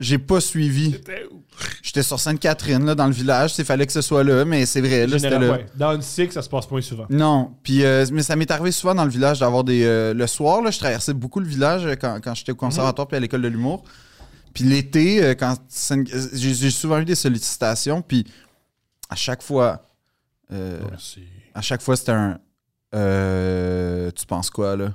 Speaker 1: J'ai pas suivi. J'étais sur Sainte-Catherine, là, dans le village. Il fallait que ce soit là, mais c'est vrai, là, c'était
Speaker 2: Général-
Speaker 1: là.
Speaker 2: ouais. Dans une six, ça se passe moins souvent.
Speaker 1: Non, puis euh, mais ça m'est arrivé souvent dans le village d'avoir des euh, le soir là, je traversais beaucoup le village euh, quand, quand j'étais au conservatoire puis à l'école de l'humour. Puis l'été euh, quand ça- j'ai j'ai souvent eu des sollicitations puis à chaque fois euh,
Speaker 5: Merci.
Speaker 1: à chaque fois c'était un euh, tu penses quoi là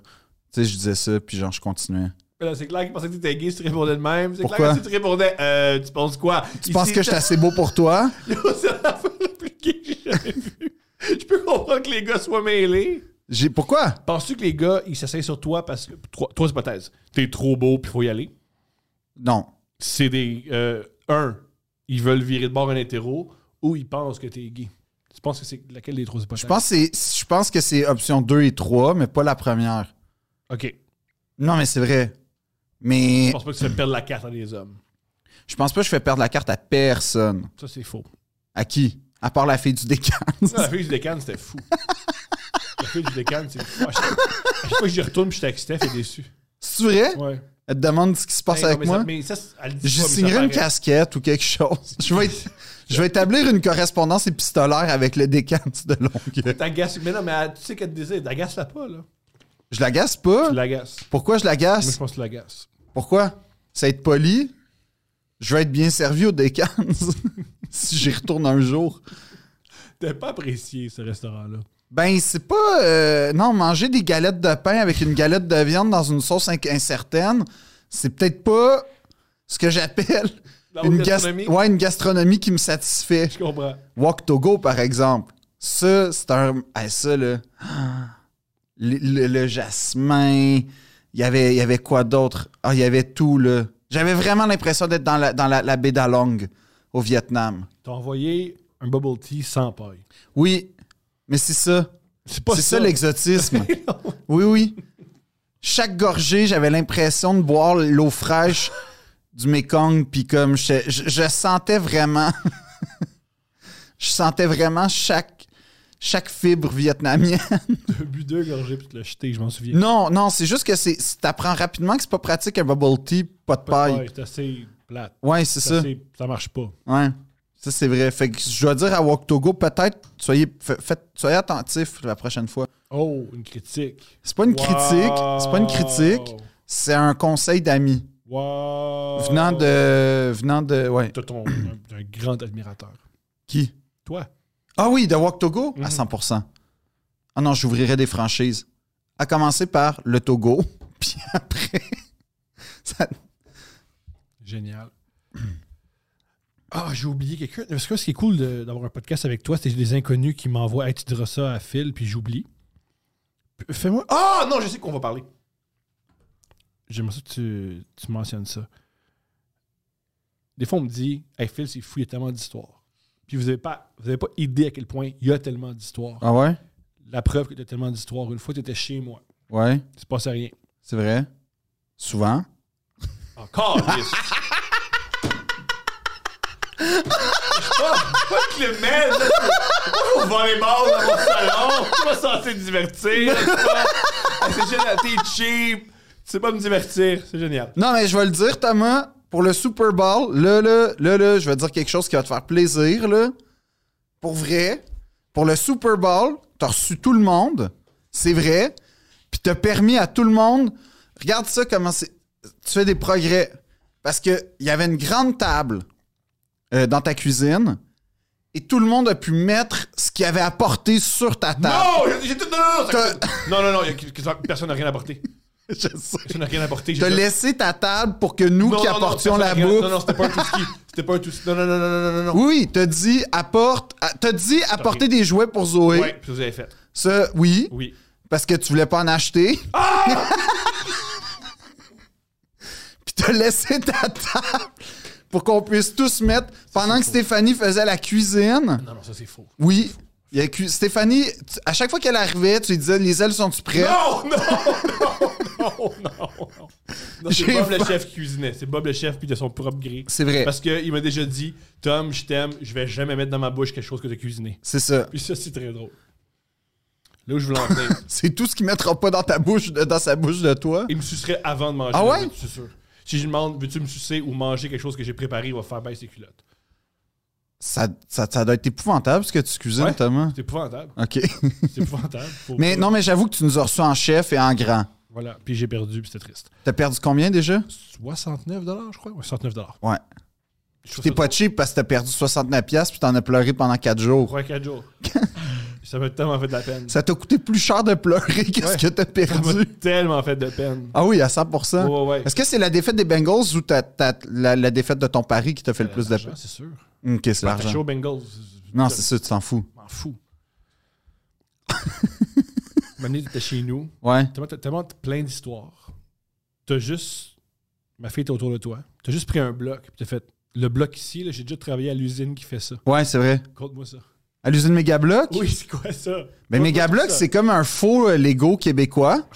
Speaker 1: Tu sais je disais ça puis genre je continuais.
Speaker 2: Mais là, C'est clair qu'ils pensaient que tu étais gay si tu répondais de même. C'est
Speaker 1: Pourquoi?
Speaker 2: clair que si tu répondais, euh, tu penses quoi?
Speaker 1: Tu penses que je suis assez beau pour toi
Speaker 2: C'est la fois la plus gay que j'ai jamais vue. Je peux comprendre que les gars soient mêlés.
Speaker 1: J'ai pourquoi
Speaker 2: Penses-tu que les gars, ils s'essayent sur toi parce que. Trois, trois hypothèses. T'es trop beau, puis faut y aller.
Speaker 1: Non.
Speaker 2: C'est des. euh, un, ils veulent virer de bord un hétéro, ou ils pensent que t'es gay. Tu penses que c'est laquelle des trois hypothèses?
Speaker 1: Je pense que c'est- je pense que c'est option 2 et 3 mais pas la première.
Speaker 2: Ok.
Speaker 1: Non mais c'est vrai. Mais
Speaker 2: Je pense pas que tu fais perdre la carte à des hommes.
Speaker 1: Je pense pas que je fais perdre la carte à personne.
Speaker 2: Ça, c'est faux.
Speaker 1: À qui? À part la fille du décan.
Speaker 2: Non, la fille du décan, c'était fou. la fille du décan, c'est fou. À chaque, à chaque fois que j'y retourne, puis je suis avec Steph, elle est déçue.
Speaker 1: C'est vrai?
Speaker 2: Ouais.
Speaker 1: Elle te demande ce qui se passe avec
Speaker 2: mais
Speaker 1: moi?
Speaker 2: Ça, mais ça, elle le dit
Speaker 1: je
Speaker 2: pas, mais ça
Speaker 1: signerai une
Speaker 2: paraît.
Speaker 1: casquette ou quelque chose. Je vais, je vais établir une correspondance épistolaire avec le décan de Longueuil.
Speaker 2: T'agaces. Mais non, mais elle- tu sais qu'elle te désire. T'agaces-la pas, là.
Speaker 1: Je l'agace pas?
Speaker 2: Tu l'agaces.
Speaker 1: Pourquoi je
Speaker 2: Moi, je
Speaker 1: l'agace?
Speaker 2: pense que tu l'agaces.
Speaker 1: Pourquoi? C'est être poli. Je vais être bien servi au décan si j'y retourne un jour.
Speaker 2: T'as pas apprécié ce restaurant-là.
Speaker 1: Ben, c'est pas. euh, non, manger des galettes de pain avec une galette de viande dans une sauce inc- incertaine, c'est peut-être pas ce que j'appelle
Speaker 2: La haute
Speaker 1: une, gas-
Speaker 2: gastronomie.
Speaker 1: ouais, une gastronomie qui me satisfait.
Speaker 2: Je comprends.
Speaker 1: Walk to go, par exemple. Ça, c'est un. ah, ça, là. Ah. Le, le- le jasmin. Il y avait, il y avait quoi d'autre? Ah, il y avait tout, là. J'avais vraiment l'impression d'être dans la, dans la, la baie d'Along, au Vietnam.
Speaker 2: T'as envoyé un bubble tea sans paille.
Speaker 1: Oui, mais c'est ça.
Speaker 2: C'est pas
Speaker 1: C'est ça l'exotisme. oui, oui. Chaque gorgée, j'avais l'impression de boire l'eau fraîche du Mekong, puis comme je, je- je sentais vraiment, je sentais vraiment chaque chaque fibre vietnamienne.
Speaker 2: T'as bu deux gorgées puis tu l'as jeté, je m'en souviens.
Speaker 1: Non, non, c'est juste que c'est, c'est- t'apprends rapidement que c'est pas pratique un bubble tea, pas de
Speaker 2: Pas
Speaker 1: paille.
Speaker 2: de paille, C'est assez plate.
Speaker 1: Ouais, c'est
Speaker 2: C'est
Speaker 1: ça.
Speaker 2: assez- Ça marche pas.
Speaker 1: Ouais. Ça, c'est vrai. Fait que je dois dire à Woktogo, peut-être, soyez, fa- faites- soyez attentifs la prochaine fois.
Speaker 2: Oh, une critique.
Speaker 1: C'est pas une critique, c'est pas une critique, c'est un conseil d'amis.
Speaker 2: Wow.
Speaker 1: Venant de. Venant de. Ouais.
Speaker 2: T'as ton. un- un grand admirateur.
Speaker 1: Qui
Speaker 2: Toi.
Speaker 1: Ah oui, de Walk Togo
Speaker 2: Mhm.
Speaker 1: À 100 Ah non, j'ouvrirais des franchises. À commencer par le Togo, puis après. ça-
Speaker 2: Génial. Ah, j'ai oublié quelqu'un. Parce que ce qui est cool de- d'avoir un podcast avec toi, c'est des inconnus qui m'envoient Hey, tu diras ça à Phil, puis j'oublie. P- Fais-moi. Ah, non, je sais qu'on va parler. J'aimerais ça que tu, tu mentionnes ça. Des fois, on me dit Hey, Phil, c'est fou, il y a tellement d'histoires. Puis vous n'avez pas, vous avez pas idée à quel point il y a tellement d'histoires.
Speaker 1: Ah ouais
Speaker 2: La preuve que tu as tellement d'histoires. Une fois, tu étais chez moi.
Speaker 1: Ouais,
Speaker 2: Il se passait rien.
Speaker 1: c'est vrai. Souvent.
Speaker 2: Encore, yes. Pas le mec, là, c'est- au volleyball dans mon salon, t'es pas censé me divertir. là, c'est pas- Ah, C'est génial, t'es cheap, tu sais pas me divertir, c'est génial.
Speaker 1: Non, mais je vais le dire, Thomas, pour le Super Bowl, là, là, là, là, je vais dire quelque chose qui va te faire plaisir, là. Pour vrai, pour le Super Bowl, t'as reçu tout le monde, c'est vrai, puis t'as permis à tout le monde, regarde ça comment c'est, tu fais des progrès. Parce que il y avait une grande table euh, dans ta cuisine, et tout le monde a pu mettre ce qu'il avait apporté sur ta table.
Speaker 2: Non, j'ai- j'ai tout. Non, non, non, ça-
Speaker 1: Ah. T'as-
Speaker 2: non, non, non, y a- que- que- personne n'a rien apporté.
Speaker 1: Je sais.
Speaker 2: Personne n'a rien apporté. j'ai
Speaker 1: T'as
Speaker 2: tout-
Speaker 1: laissé ta table pour que nous
Speaker 2: Non,
Speaker 1: qui
Speaker 2: non, non,
Speaker 1: apportions
Speaker 2: personne n'a
Speaker 1: la
Speaker 2: rien-
Speaker 1: bouffe.
Speaker 2: Non, non, c'était pas un tout-ski. C'était pas un tout Non, non, non, non, non, non, non.
Speaker 1: Oui, t'as dit apporte, ah, t'as dit apporter des jouets pour Zoé.
Speaker 2: Ouais, puis vous avez fait.
Speaker 1: Ça, oui,
Speaker 2: Oui.
Speaker 1: parce que tu voulais pas en acheter.
Speaker 2: Ah!
Speaker 1: Puis t'as laissé ta table pour qu'on puisse tous mettre pendant que Stéphanie faisait la cuisine.
Speaker 2: Non, non, ça c'est faux.
Speaker 1: Oui. il y a cu- Stéphanie, tu- à chaque fois qu'elle arrivait, tu lui disais les ailes sont-tu prêtes?
Speaker 2: Non, non, non, non, non, non. Non, c'est
Speaker 1: J'ai
Speaker 2: Bob le
Speaker 1: pas-
Speaker 2: chef qui cuisinait. C'est Bob le chef, puis de son propre gré.
Speaker 1: C'est vrai.
Speaker 2: Parce qu'il m'a déjà dit Tom, je t'aime, je vais jamais mettre dans ma bouche quelque chose que t'as cuisiné.
Speaker 1: C'est ça.
Speaker 2: Puis ça, c'est très drôle. Là où je voulais en venir.
Speaker 1: C'est tout ce qu'il mettra pas dans ta bouche, de- dans sa bouche de toi.
Speaker 2: Il me sucerait avant de manger.
Speaker 1: Ah
Speaker 2: la
Speaker 1: ouais?
Speaker 2: viande, C'est sûr. Si je lui demande, veux-tu me sucer ou manger quelque chose que j'ai préparé, il va faire baisser ses culottes.
Speaker 1: Ça, ça, ça doit être épouvantable ce que tu cuisines,
Speaker 2: Ouais.
Speaker 1: Thomas.
Speaker 2: C'est épouvantable.
Speaker 1: OK.
Speaker 2: C'est épouvantable. Faut-
Speaker 1: Mais non, mais j'avoue que tu nous as reçus en chef et en grand.
Speaker 2: Voilà. Puis j'ai perdu, puis c'était triste.
Speaker 1: T'as perdu combien déjà?
Speaker 2: 69 je crois. Ouais, 69
Speaker 1: Ouais.
Speaker 2: Je trouve
Speaker 1: T'es
Speaker 2: ça
Speaker 1: pas cheap parce que t'as perdu 69$ piastres puis t'en as pleuré pendant 4 jours.
Speaker 2: Trois, quatre jours. ça m'a tellement fait de la peine.
Speaker 1: Ça t'a coûté plus cher de pleurer que ce
Speaker 2: Ouais.
Speaker 1: que t'as
Speaker 2: Ça m'a
Speaker 1: perdu.
Speaker 2: tellement fait de peine.
Speaker 1: Ah oui, à 100%.
Speaker 2: Ouais, ouais, ouais.
Speaker 1: Est-ce que c'est la défaite des Bengals ou ta- ta- la, la défaite de ton pari qui t'a fait le plus de
Speaker 2: L'argent,
Speaker 1: peine?
Speaker 2: C'est sûr.
Speaker 1: Ok, c'est
Speaker 2: T'as Euh, Bah, chaud
Speaker 1: l'argent.
Speaker 2: aux Bengals.
Speaker 1: Non, c'est ça, tu t'en fous.
Speaker 2: Je m'en fous. Mané, t'étais chez nous.
Speaker 1: Ouais.
Speaker 2: Tellement, t'as- tellement plein d'histoires. T'as juste. Ma fille était autour de toi. T'as juste pris un bloc. Puis t'as fait. Le bloc ici, là, j'ai déjà travaillé à l'usine qui fait ça.
Speaker 1: Ouais, c'est vrai.
Speaker 2: Compte-moi ça.
Speaker 1: À l'usine Megablock?
Speaker 2: Oui, c'est quoi ça?
Speaker 1: Mais Megablock, c'est comme un faux euh, Lego québécois.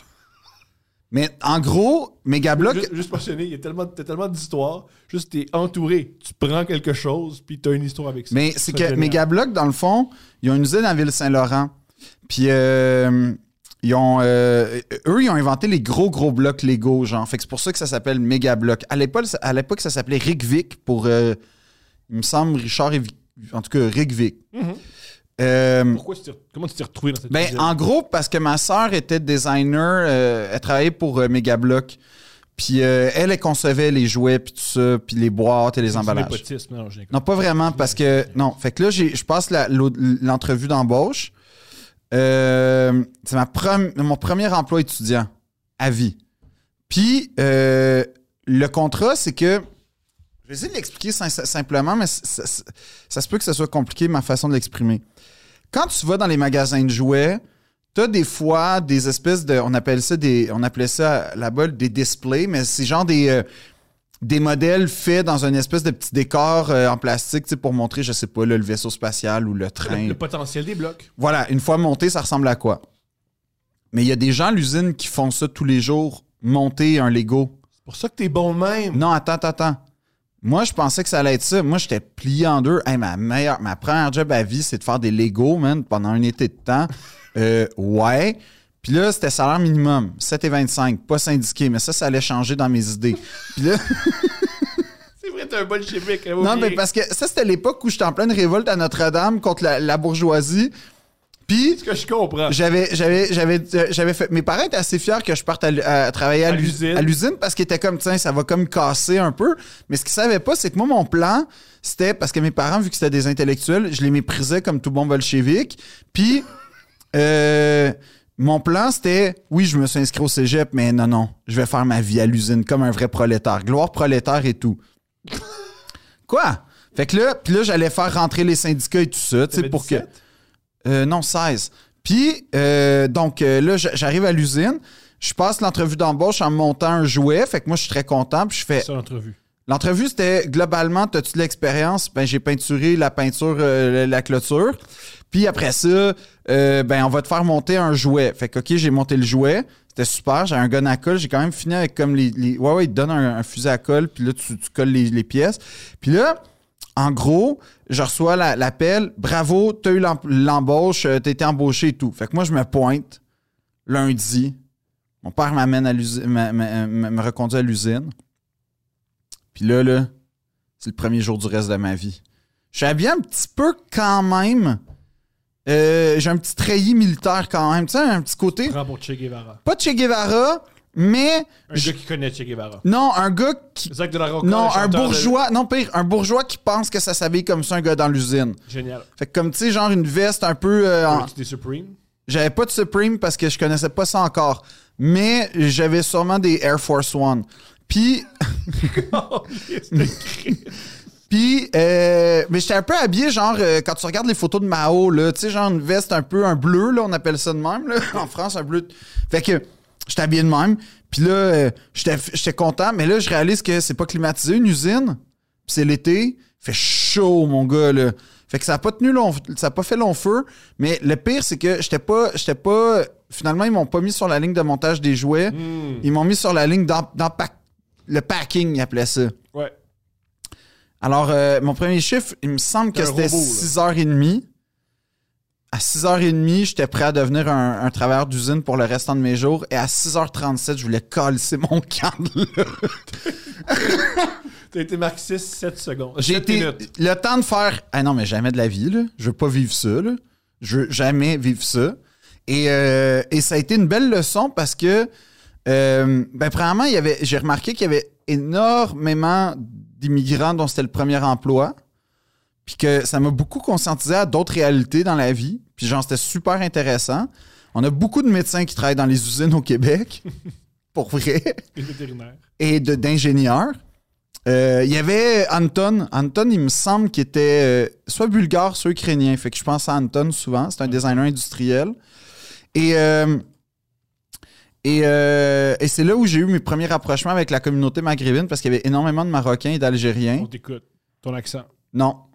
Speaker 1: Mais en gros, Megablock,
Speaker 2: Juste, juste mentionner, il y a tellement, t'as tellement d'histoires. Juste, t'es entouré. Tu prends quelque chose, puis t'as une histoire avec ça.
Speaker 1: Mais c'est
Speaker 2: Ça,
Speaker 1: que
Speaker 2: génial.
Speaker 1: Megablock, dans le fond, ils ont une usine à Ville-Saint-Laurent. Puis euh, ils ont. euh, eux, ils ont inventé les gros, gros blocs Lego, genre. Fait que c'est pour ça que ça s'appelle Megablock. À l'époque, ça- à l'époque, ça s'appelait Rick Vic pour. euh, il me semble Richard et Vic- En tout cas, Rick Vic.
Speaker 2: Mhm.
Speaker 1: Euh,
Speaker 2: Pourquoi tu t'es, comment tu t'es retrouvé dans cette
Speaker 1: ben,
Speaker 2: usine?
Speaker 1: en gros, parce que ma sœur était designer, euh, elle travaillait pour euh, Megablock. Puis euh, elle, elle concevait les jouets, puis tout ça, puis les boîtes et les
Speaker 2: C'est
Speaker 1: emballages.
Speaker 2: népotisme, non, je
Speaker 1: Non, pas vraiment, parce que. Non, fait que là, j'ai- je passe la- l'au- l'entrevue d'embauche. Euh, c'est ma prom- mon premier emploi étudiant à vie. Puis, euh, le contrat, c'est que. Je vais essayer de l'expliquer sin- simplement, mais c- ça, ça- ça se peut que ce soit compliqué, ma façon de l'exprimer. Quand tu vas dans les magasins de jouets, t'as des fois des espèces de. On appelle ça des. On appelait ça là-bas des displays, mais c'est genre des. euh, des modèles faits dans une espèce de petit décor euh, en plastique, tu sais, pour montrer, je sais pas, là, le vaisseau spatial ou le train.
Speaker 2: Le, le potentiel des blocs.
Speaker 1: Voilà, une fois monté, ça ressemble à quoi? Mais il y a des gens à l'usine qui font ça tous les jours, monter un Lego.
Speaker 2: C'est pour ça que t'es bon de même.
Speaker 1: Non, attends, attends, attends. Moi, je pensais que ça allait être ça. Moi, j'étais plié en deux. Hey, ma meilleure, ma première job à vie, c'est de faire des Lego, man, pendant un été de temps. Euh, ouais. Puis là, c'était salaire minimum, 7,25, pas syndiqué, mais ça, ça allait changer dans mes idées. Puis là,
Speaker 2: C'est vrai, t'es un bolchevique. hein,
Speaker 1: non,
Speaker 2: oublié.
Speaker 1: mais parce que ça, c'était l'époque où j'étais en pleine révolte à Notre-Dame contre la, la bourgeoisie. Puis,
Speaker 2: Ce que je comprends.
Speaker 1: j'avais, j'avais, j'avais, euh, j'avais fait. Mes parents étaient assez fiers que je parte à, l- à travailler à,
Speaker 2: À
Speaker 1: l'us-
Speaker 2: l'usine.
Speaker 1: à l'usine parce qu'ils étaient comme, tiens, ça va comme casser un peu. Mais ce qu'ils savaient pas, c'est que moi, mon plan, c'était parce que mes parents, vu que c'était des intellectuels, je les méprisais comme tout bon bolchevique. Puis, euh, mon plan, c'était, oui, je me suis inscrit au cégep, mais non, non, je vais faire ma vie à l'usine comme un vrai prolétaire. Gloire prolétaire et tout. Quoi? Fait que là, puis là, j'allais faire rentrer les syndicats et tout ça, tu sais,
Speaker 2: T'avais
Speaker 1: pour que.
Speaker 2: 17?
Speaker 1: Euh, non, 16. Puis, euh, donc euh, là, j- j'arrive à l'usine, je passe l'entrevue d'embauche en montant un jouet. Fait que moi, je suis très content. Puis je fais.
Speaker 2: C'est ça l'entrevue.
Speaker 1: L'entrevue, c'était globalement, t'as-tu de l'expérience? Ben, j'ai peinturé la peinture, euh, la- la clôture. Puis après ça, euh, ben, on va te faire monter un jouet. Fait que, OK, j'ai monté le jouet. C'était super. J'ai un gun à colle. J'ai quand même fini avec comme les. les- Ouais, ouais, ils te donnent un, un fusil à colle. Puis là, tu, tu colles les, les pièces. Puis là, en gros, je reçois la- l'appel. Bravo, t'as eu l'em- l'embauche, euh, t'as été embauché et tout. Fait que moi, je me pointe lundi. Mon père m'amène à l'usine, m'a- m'a- m'a- me reconduit à l'usine. Puis là, là, c'est le premier jour du reste de ma vie. Je suis habillé un petit peu quand même. Euh, j'ai un petit treillis militaire quand même. Tu sais, un petit côté.
Speaker 2: Prends pour Che Guevara.
Speaker 1: Pas de Che Guevara, Mais
Speaker 2: Un
Speaker 1: je-
Speaker 2: gars qui connaît Che Guevara.
Speaker 1: non, un gars qui
Speaker 2: Zach de la Rocca,
Speaker 1: non,
Speaker 2: le
Speaker 1: un
Speaker 2: chanteur de-
Speaker 1: bourgeois, non pire, un bourgeois qui pense que ça s'habille comme ça un gars dans l'usine.
Speaker 2: Génial.
Speaker 1: Fait que comme tu sais genre une veste un peu euh, en-
Speaker 2: Des Supreme.
Speaker 1: J'avais pas de Supreme parce que je connaissais pas ça encore. Mais j'avais sûrement des Air Force One. Puis,
Speaker 2: Oh, yes, t'as écrit.
Speaker 1: puis euh, mais j'étais un peu habillé, genre, euh, quand tu regardes les photos de Mao, là, tu sais, genre une veste un peu, un bleu, là, on appelle ça de même, là, en France, un bleu. Fait que j'étais habillé de même. Puis là, euh, j'étais j'étais content, mais là, je réalise que c'est pas climatisé, une usine. Puis c'est l'été. Fait chaud, mon gars, là. Fait que ça a pas tenu long, ça a pas fait long feu. Mais le pire, c'est que j'étais pas, j'étais pas. Finalement, ils m'ont pas mis sur la ligne de montage des jouets. Ils m'ont mis sur la ligne dans, dans pack- le packing, ils appelaient ça.
Speaker 2: Ouais.
Speaker 1: Alors, euh, mon premier chiffre, il me semble que
Speaker 2: T'es
Speaker 1: c'était
Speaker 2: un robot, là.
Speaker 1: 6h30. À 6h30, j'étais prêt à devenir un, un travailleur d'usine pour le restant de mes jours. Et à 6h37, je voulais colisser mon cadre. là.
Speaker 2: T'as été marxiste 7 secondes.
Speaker 1: J'ai
Speaker 2: Sept
Speaker 1: été
Speaker 2: minutes.
Speaker 1: le temps de faire. Ah non, mais jamais de la vie, là. Je veux pas vivre ça, là. Je veux jamais vivre ça. Et, euh, et ça a été une belle leçon parce que, euh, ben, premièrement, il y avait, j'ai remarqué qu'il y avait énormément d'immigrants dont c'était le premier emploi. Puis que ça m'a beaucoup conscientisé à d'autres réalités dans la vie. Puis genre, c'était super intéressant. On a beaucoup de médecins qui travaillent dans les usines au Québec. pour vrai
Speaker 2: Une vétérinaire.
Speaker 1: et de- d'ingénieurs. Euh, Il y avait Anton. Anton, il me semble qu'il était euh, soit bulgare, soit ukrainien. Fait que je pense à Anton souvent. C'est un designer industriel. Et, euh, et, euh, et c'est là où j'ai eu mes premiers rapprochements avec la communauté maghrébine parce qu'il y avait énormément de Marocains et
Speaker 2: On
Speaker 1: d'Algériens.
Speaker 2: t'écoute. Ton accent.
Speaker 1: Non.
Speaker 2: Hein?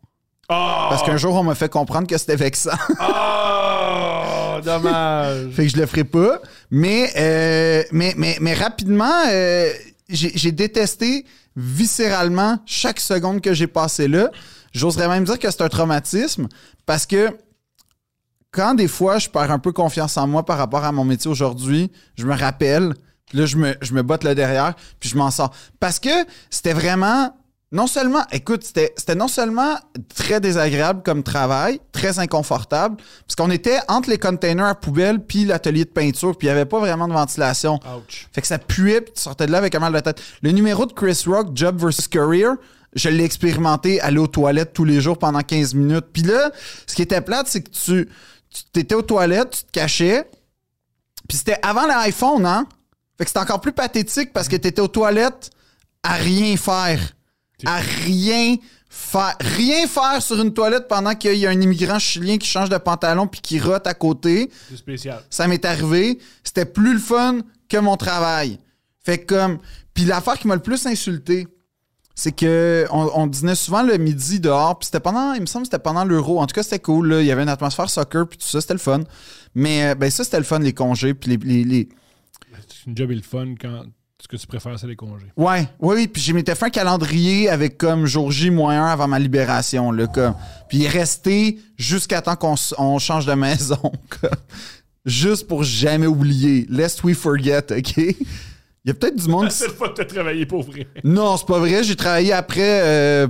Speaker 2: Oh!
Speaker 1: Parce qu'un jour, on m'a fait comprendre que c'était vexant.
Speaker 2: Oh! Dommage.
Speaker 1: Fait que je le ferai pas. Mais, euh, mais, mais, mais rapidement, euh, j'ai j'ai détesté viscéralement chaque seconde que j'ai passée là. J'oserais même dire que c'est un traumatisme parce que quand des fois je perds un peu confiance en moi par rapport à mon métier aujourd'hui, je me rappelle, puis là je me, je me botte le derrière, puis je m'en sors. Parce que c'était vraiment, non seulement, écoute, c'était c'était non seulement très désagréable comme travail, très inconfortable, parce qu'on était entre les containers à poubelle puis l'atelier de peinture, puis il n'y avait pas vraiment de ventilation.
Speaker 2: Ouch.
Speaker 1: Fait que ça puait, puis tu sortais de là avec un mal de tête. Le numéro de Chris Rock, Job versus Career, je l'ai expérimenté, aller aux toilettes tous les jours pendant 15 minutes. Puis là, ce qui était plate, c'est que tu, tu étais aux toilettes, tu te cachais, puis c'était avant l'iPhone, hein? Fait que c'était encore plus pathétique parce que t'étais aux toilettes à rien faire. À rien faire. Rien faire sur une toilette pendant qu'il y a un immigrant chilien qui change de pantalon puis qui rote à côté
Speaker 2: C'est spécial.
Speaker 1: ça m'est arrivé. C'était plus le fun que mon travail. Fait que comme. Puis l'affaire qui m'a le plus insulté, c'est que on, on dînait souvent le midi dehors. Puis c'était pendant, il me semble, que c'était pendant l'euro. En tout cas, c'était cool. là. Il y avait une atmosphère soccer, puis tout ça, c'était le fun. Mais euh, ben ça, c'était le fun, les congés, puis les- les- les,
Speaker 2: C'est une job et le fun quand ce que tu préfères, c'est les congés.
Speaker 1: Ouais, oui, oui. Puis j'ai m'étais fait un calendrier avec comme jour J moins un avant ma libération. Là, comme. Puis il est resté jusqu'à temps qu'on s- on change de maison. comme. Juste pour jamais oublier. Lest we forget, OK? Il y a peut-être du monde qui
Speaker 2: C'est le fun de travailler pour vrai.
Speaker 1: non, c'est pas vrai. J'ai travaillé après. euh,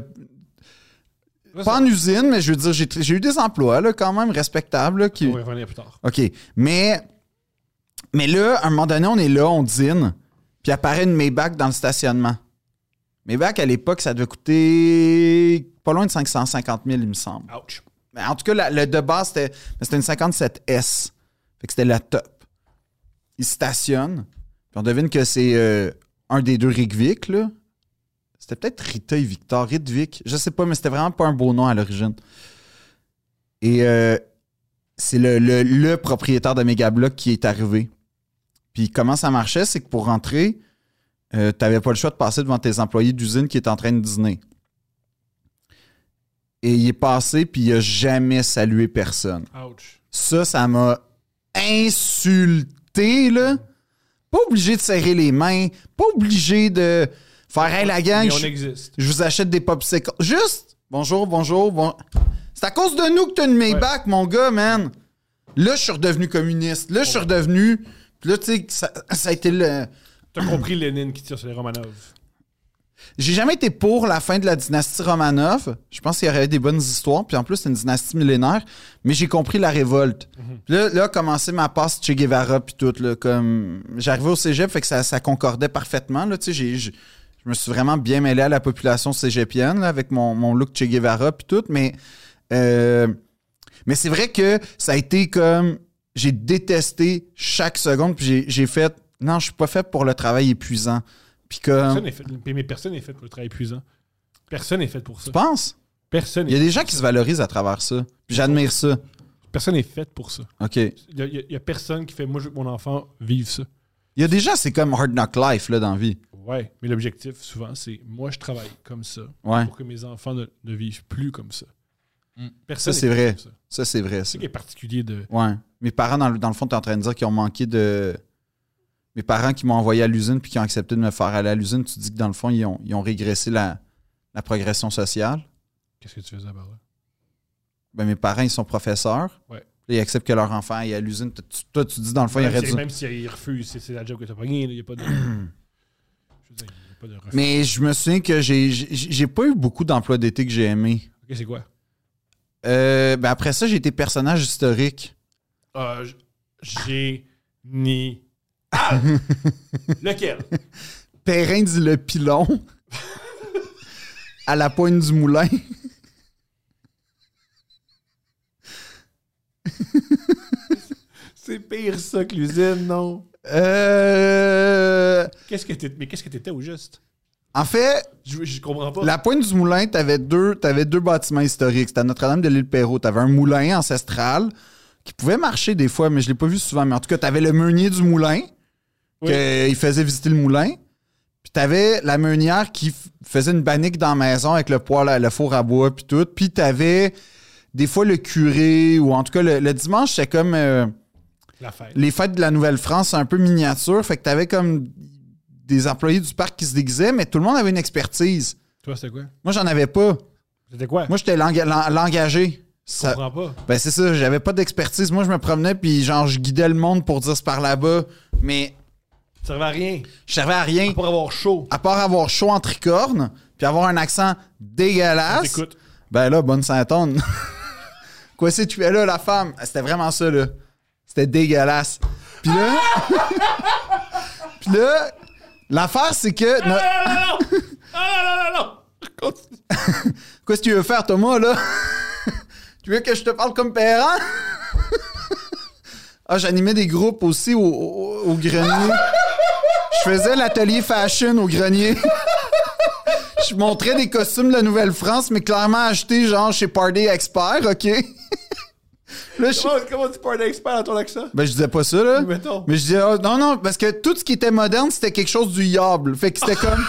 Speaker 1: pas en usine, mais je veux dire, j'ai tr- j'ai eu des emplois là, quand même respectables. là, qui...
Speaker 2: On va y revenir plus tard.
Speaker 1: OK. Mais, mais là, à un moment donné, on est là, on dîne, puis apparaît une Maybach dans le stationnement. Maybach, à l'époque, ça devait coûter pas loin de 550 000, il me semble.
Speaker 2: Ouch.
Speaker 1: Mais en tout cas, la- le de base, c'était mais c'était une 57S. Fait que c'était la top. Il stationne. Puis on devine que c'est euh, un des deux Rigvik, là. C'était peut-être Rita et Victor, Ridvik. Je sais pas, mais c'était vraiment pas un beau nom à l'origine. Et euh, c'est le, le- le propriétaire de Megablock qui est arrivé. Puis comment ça marchait, c'est que pour rentrer, euh, t'avais pas le choix de passer devant tes employés d'usine qui étaient en train de dîner. Et il est passé, puis il a jamais salué personne.
Speaker 2: Ouch.
Speaker 1: Ça, ça m'a insulté, là. Pas obligé de serrer les mains, pas obligé de faire hey, la gang.
Speaker 2: Mais on
Speaker 1: je-
Speaker 2: existe.
Speaker 1: je vous achète des popsicles. Juste, bonjour, bonjour, bon. C'est à cause de nous que t'as une Maybach, mon gars, man. Là, je suis redevenu communiste. Là, je suis redevenu. Puis là, tu sais, ça, ça a été le. Euh.
Speaker 2: T'as compris Lénine qui tire sur les Romanov.
Speaker 1: J'ai jamais été pour la fin de la dynastie Romanov. Je pense qu'il y aurait eu des bonnes histoires. Puis en plus, c'est une dynastie millénaire. Mais j'ai compris la révolte. Puis là, là, a commencé ma passe Che Guevara puis tout. Là, comme... J'arrivais au cégep, fait que ça, ça concordait parfaitement. Là, tu sais, j'ai, j- je me suis vraiment bien mêlé à la population cégepienne là, avec mon, mon look Che Guevara puis tout. Mais, euh, mais c'est vrai que ça a été comme... J'ai détesté chaque seconde. Puis j'ai, j'ai fait... Non, je suis pas fait pour le travail épuisant. Puis comme...
Speaker 2: Personne n'est fait, mais personne n'est fait pour le travail épuisant. Personne n'est fait pour ça.
Speaker 1: Tu penses
Speaker 2: Personne
Speaker 1: Il y a
Speaker 2: n'est
Speaker 1: des gens qui se valorisent à travers ça. Puis j'admire ça.
Speaker 2: personne n'est fait pour ça.
Speaker 1: OK. Il
Speaker 2: Il y a- il y a, il y a personne qui fait Moi, je veux que mon enfant vive ça.
Speaker 1: y a des gens, c'est comme Hard Knock Life, là, dans la vie.
Speaker 2: Ouais, mais l'objectif, souvent, c'est Moi, je travaille comme ça
Speaker 1: Ouais.
Speaker 2: pour que mes enfants ne, ne vivent plus comme ça.
Speaker 3: Mm.
Speaker 2: Personne
Speaker 1: Ça, c'est
Speaker 2: n'est fait
Speaker 1: vrai.
Speaker 2: pour ça.
Speaker 1: Ça, c'est vrai,
Speaker 2: C'est
Speaker 1: ça.
Speaker 2: ça qui est particulier de.
Speaker 1: Ouais. Mes parents, dans le, dans le fond, t'es en train de dire qu'ils ont manqué de. Mes parents qui m'ont envoyé à l'usine puis qui ont accepté de me faire aller à l'usine, tu dis que dans le fond, ils ont, ils ont régressé la, la progression sociale.
Speaker 2: Qu'est-ce que tu faisais là
Speaker 1: Ben, mes parents, ils sont professeurs.
Speaker 2: Ouais.
Speaker 1: Là, ils acceptent que leur enfant aille à l'usine. Toi, tu- Toi, tu dis dans le fond, il aurait
Speaker 2: Même
Speaker 1: dû.
Speaker 2: si- même s'il refuse, c'est- c'est la job que t'as pogné. là, Il n'y a pas de. je veux dire, il y a pas de refus.
Speaker 1: Mais je me souviens que j'ai- j'ai j'ai pas eu beaucoup d'emplois d'été que j'ai aimé.
Speaker 2: Ok, c'est quoi
Speaker 1: Euh, ben après ça, j'ai été personnage historique.
Speaker 2: Euh, J'ai. Ni. Lequel
Speaker 1: Perrin dit le pilon à la pointe du moulin.
Speaker 2: C'est pire ça que l'usine, non?
Speaker 1: Euh,
Speaker 2: Qu'est-ce que t'étais- mais qu'est-ce que t'étais au juste?
Speaker 1: en fait,
Speaker 2: Je, je comprends pas.
Speaker 1: la pointe du moulin, t'avais deux, t'avais deux bâtiments historiques. C'était à Notre-Dame de l'île Perrault. T'avais un moulin ancestral qui pouvait marcher des fois, mais je l'ai pas vu souvent. Mais en tout cas, t'avais le meunier du moulin,
Speaker 2: Oui.
Speaker 1: que- il faisait visiter le moulin. Puis t'avais la meunière qui f- faisait une bannique dans la maison avec le poêle, à- le four à bois, puis tout. Puis t'avais des fois le curé, ou en tout cas, le, le dimanche, c'est comme... euh,
Speaker 2: La fête.
Speaker 1: les fêtes de la Nouvelle-France un peu miniature. Fait que t'avais comme des employés du parc qui se déguisaient, mais tout le monde avait une expertise.
Speaker 2: Toi, c'était quoi?
Speaker 1: Moi, j'en avais pas.
Speaker 2: C'était quoi?
Speaker 1: Moi, j'étais l'enga- l'en- l'engagé.
Speaker 2: je
Speaker 1: Ça,
Speaker 2: comprends pas.
Speaker 1: ben, c'est ça, j'avais pas d'expertise. Moi, je me promenais, puis genre, je guidais le monde pour dire c'est par là-bas, mais
Speaker 2: Ça servait à rien.
Speaker 1: je servais à rien.
Speaker 2: Ah, Pour avoir chaud.
Speaker 1: À part avoir chaud en tricorne, puis avoir un accent dégueulasse.
Speaker 2: Écoute,
Speaker 1: Ben là, bonne Saint-Anne. Quoi, c'est tu es là, la femme? Ah, C'était vraiment ça, là. C'était dégueulasse. Puis là. Puis là, l'affaire, c'est que. no-
Speaker 2: Ah non, non, non! Ah non, non, non, non! Continue.
Speaker 1: Qu'est-ce que tu veux faire, Thomas, là? tu veux que je te parle comme parent? ah, j'animais des groupes aussi au, au- au grenier. Je faisais l'atelier fashion au grenier. Je montrais des costumes de la Nouvelle-France, mais clairement achetés, genre, chez Party Expert, OK? là, je...
Speaker 2: Comment, comment tu parles d'expert dans ton accent?
Speaker 1: Ben, je disais pas ça, là.
Speaker 2: Mettons.
Speaker 1: Mais je disais, ah, non, non, parce que tout ce qui était moderne, c'était quelque chose du yable. Fait que c'était comme,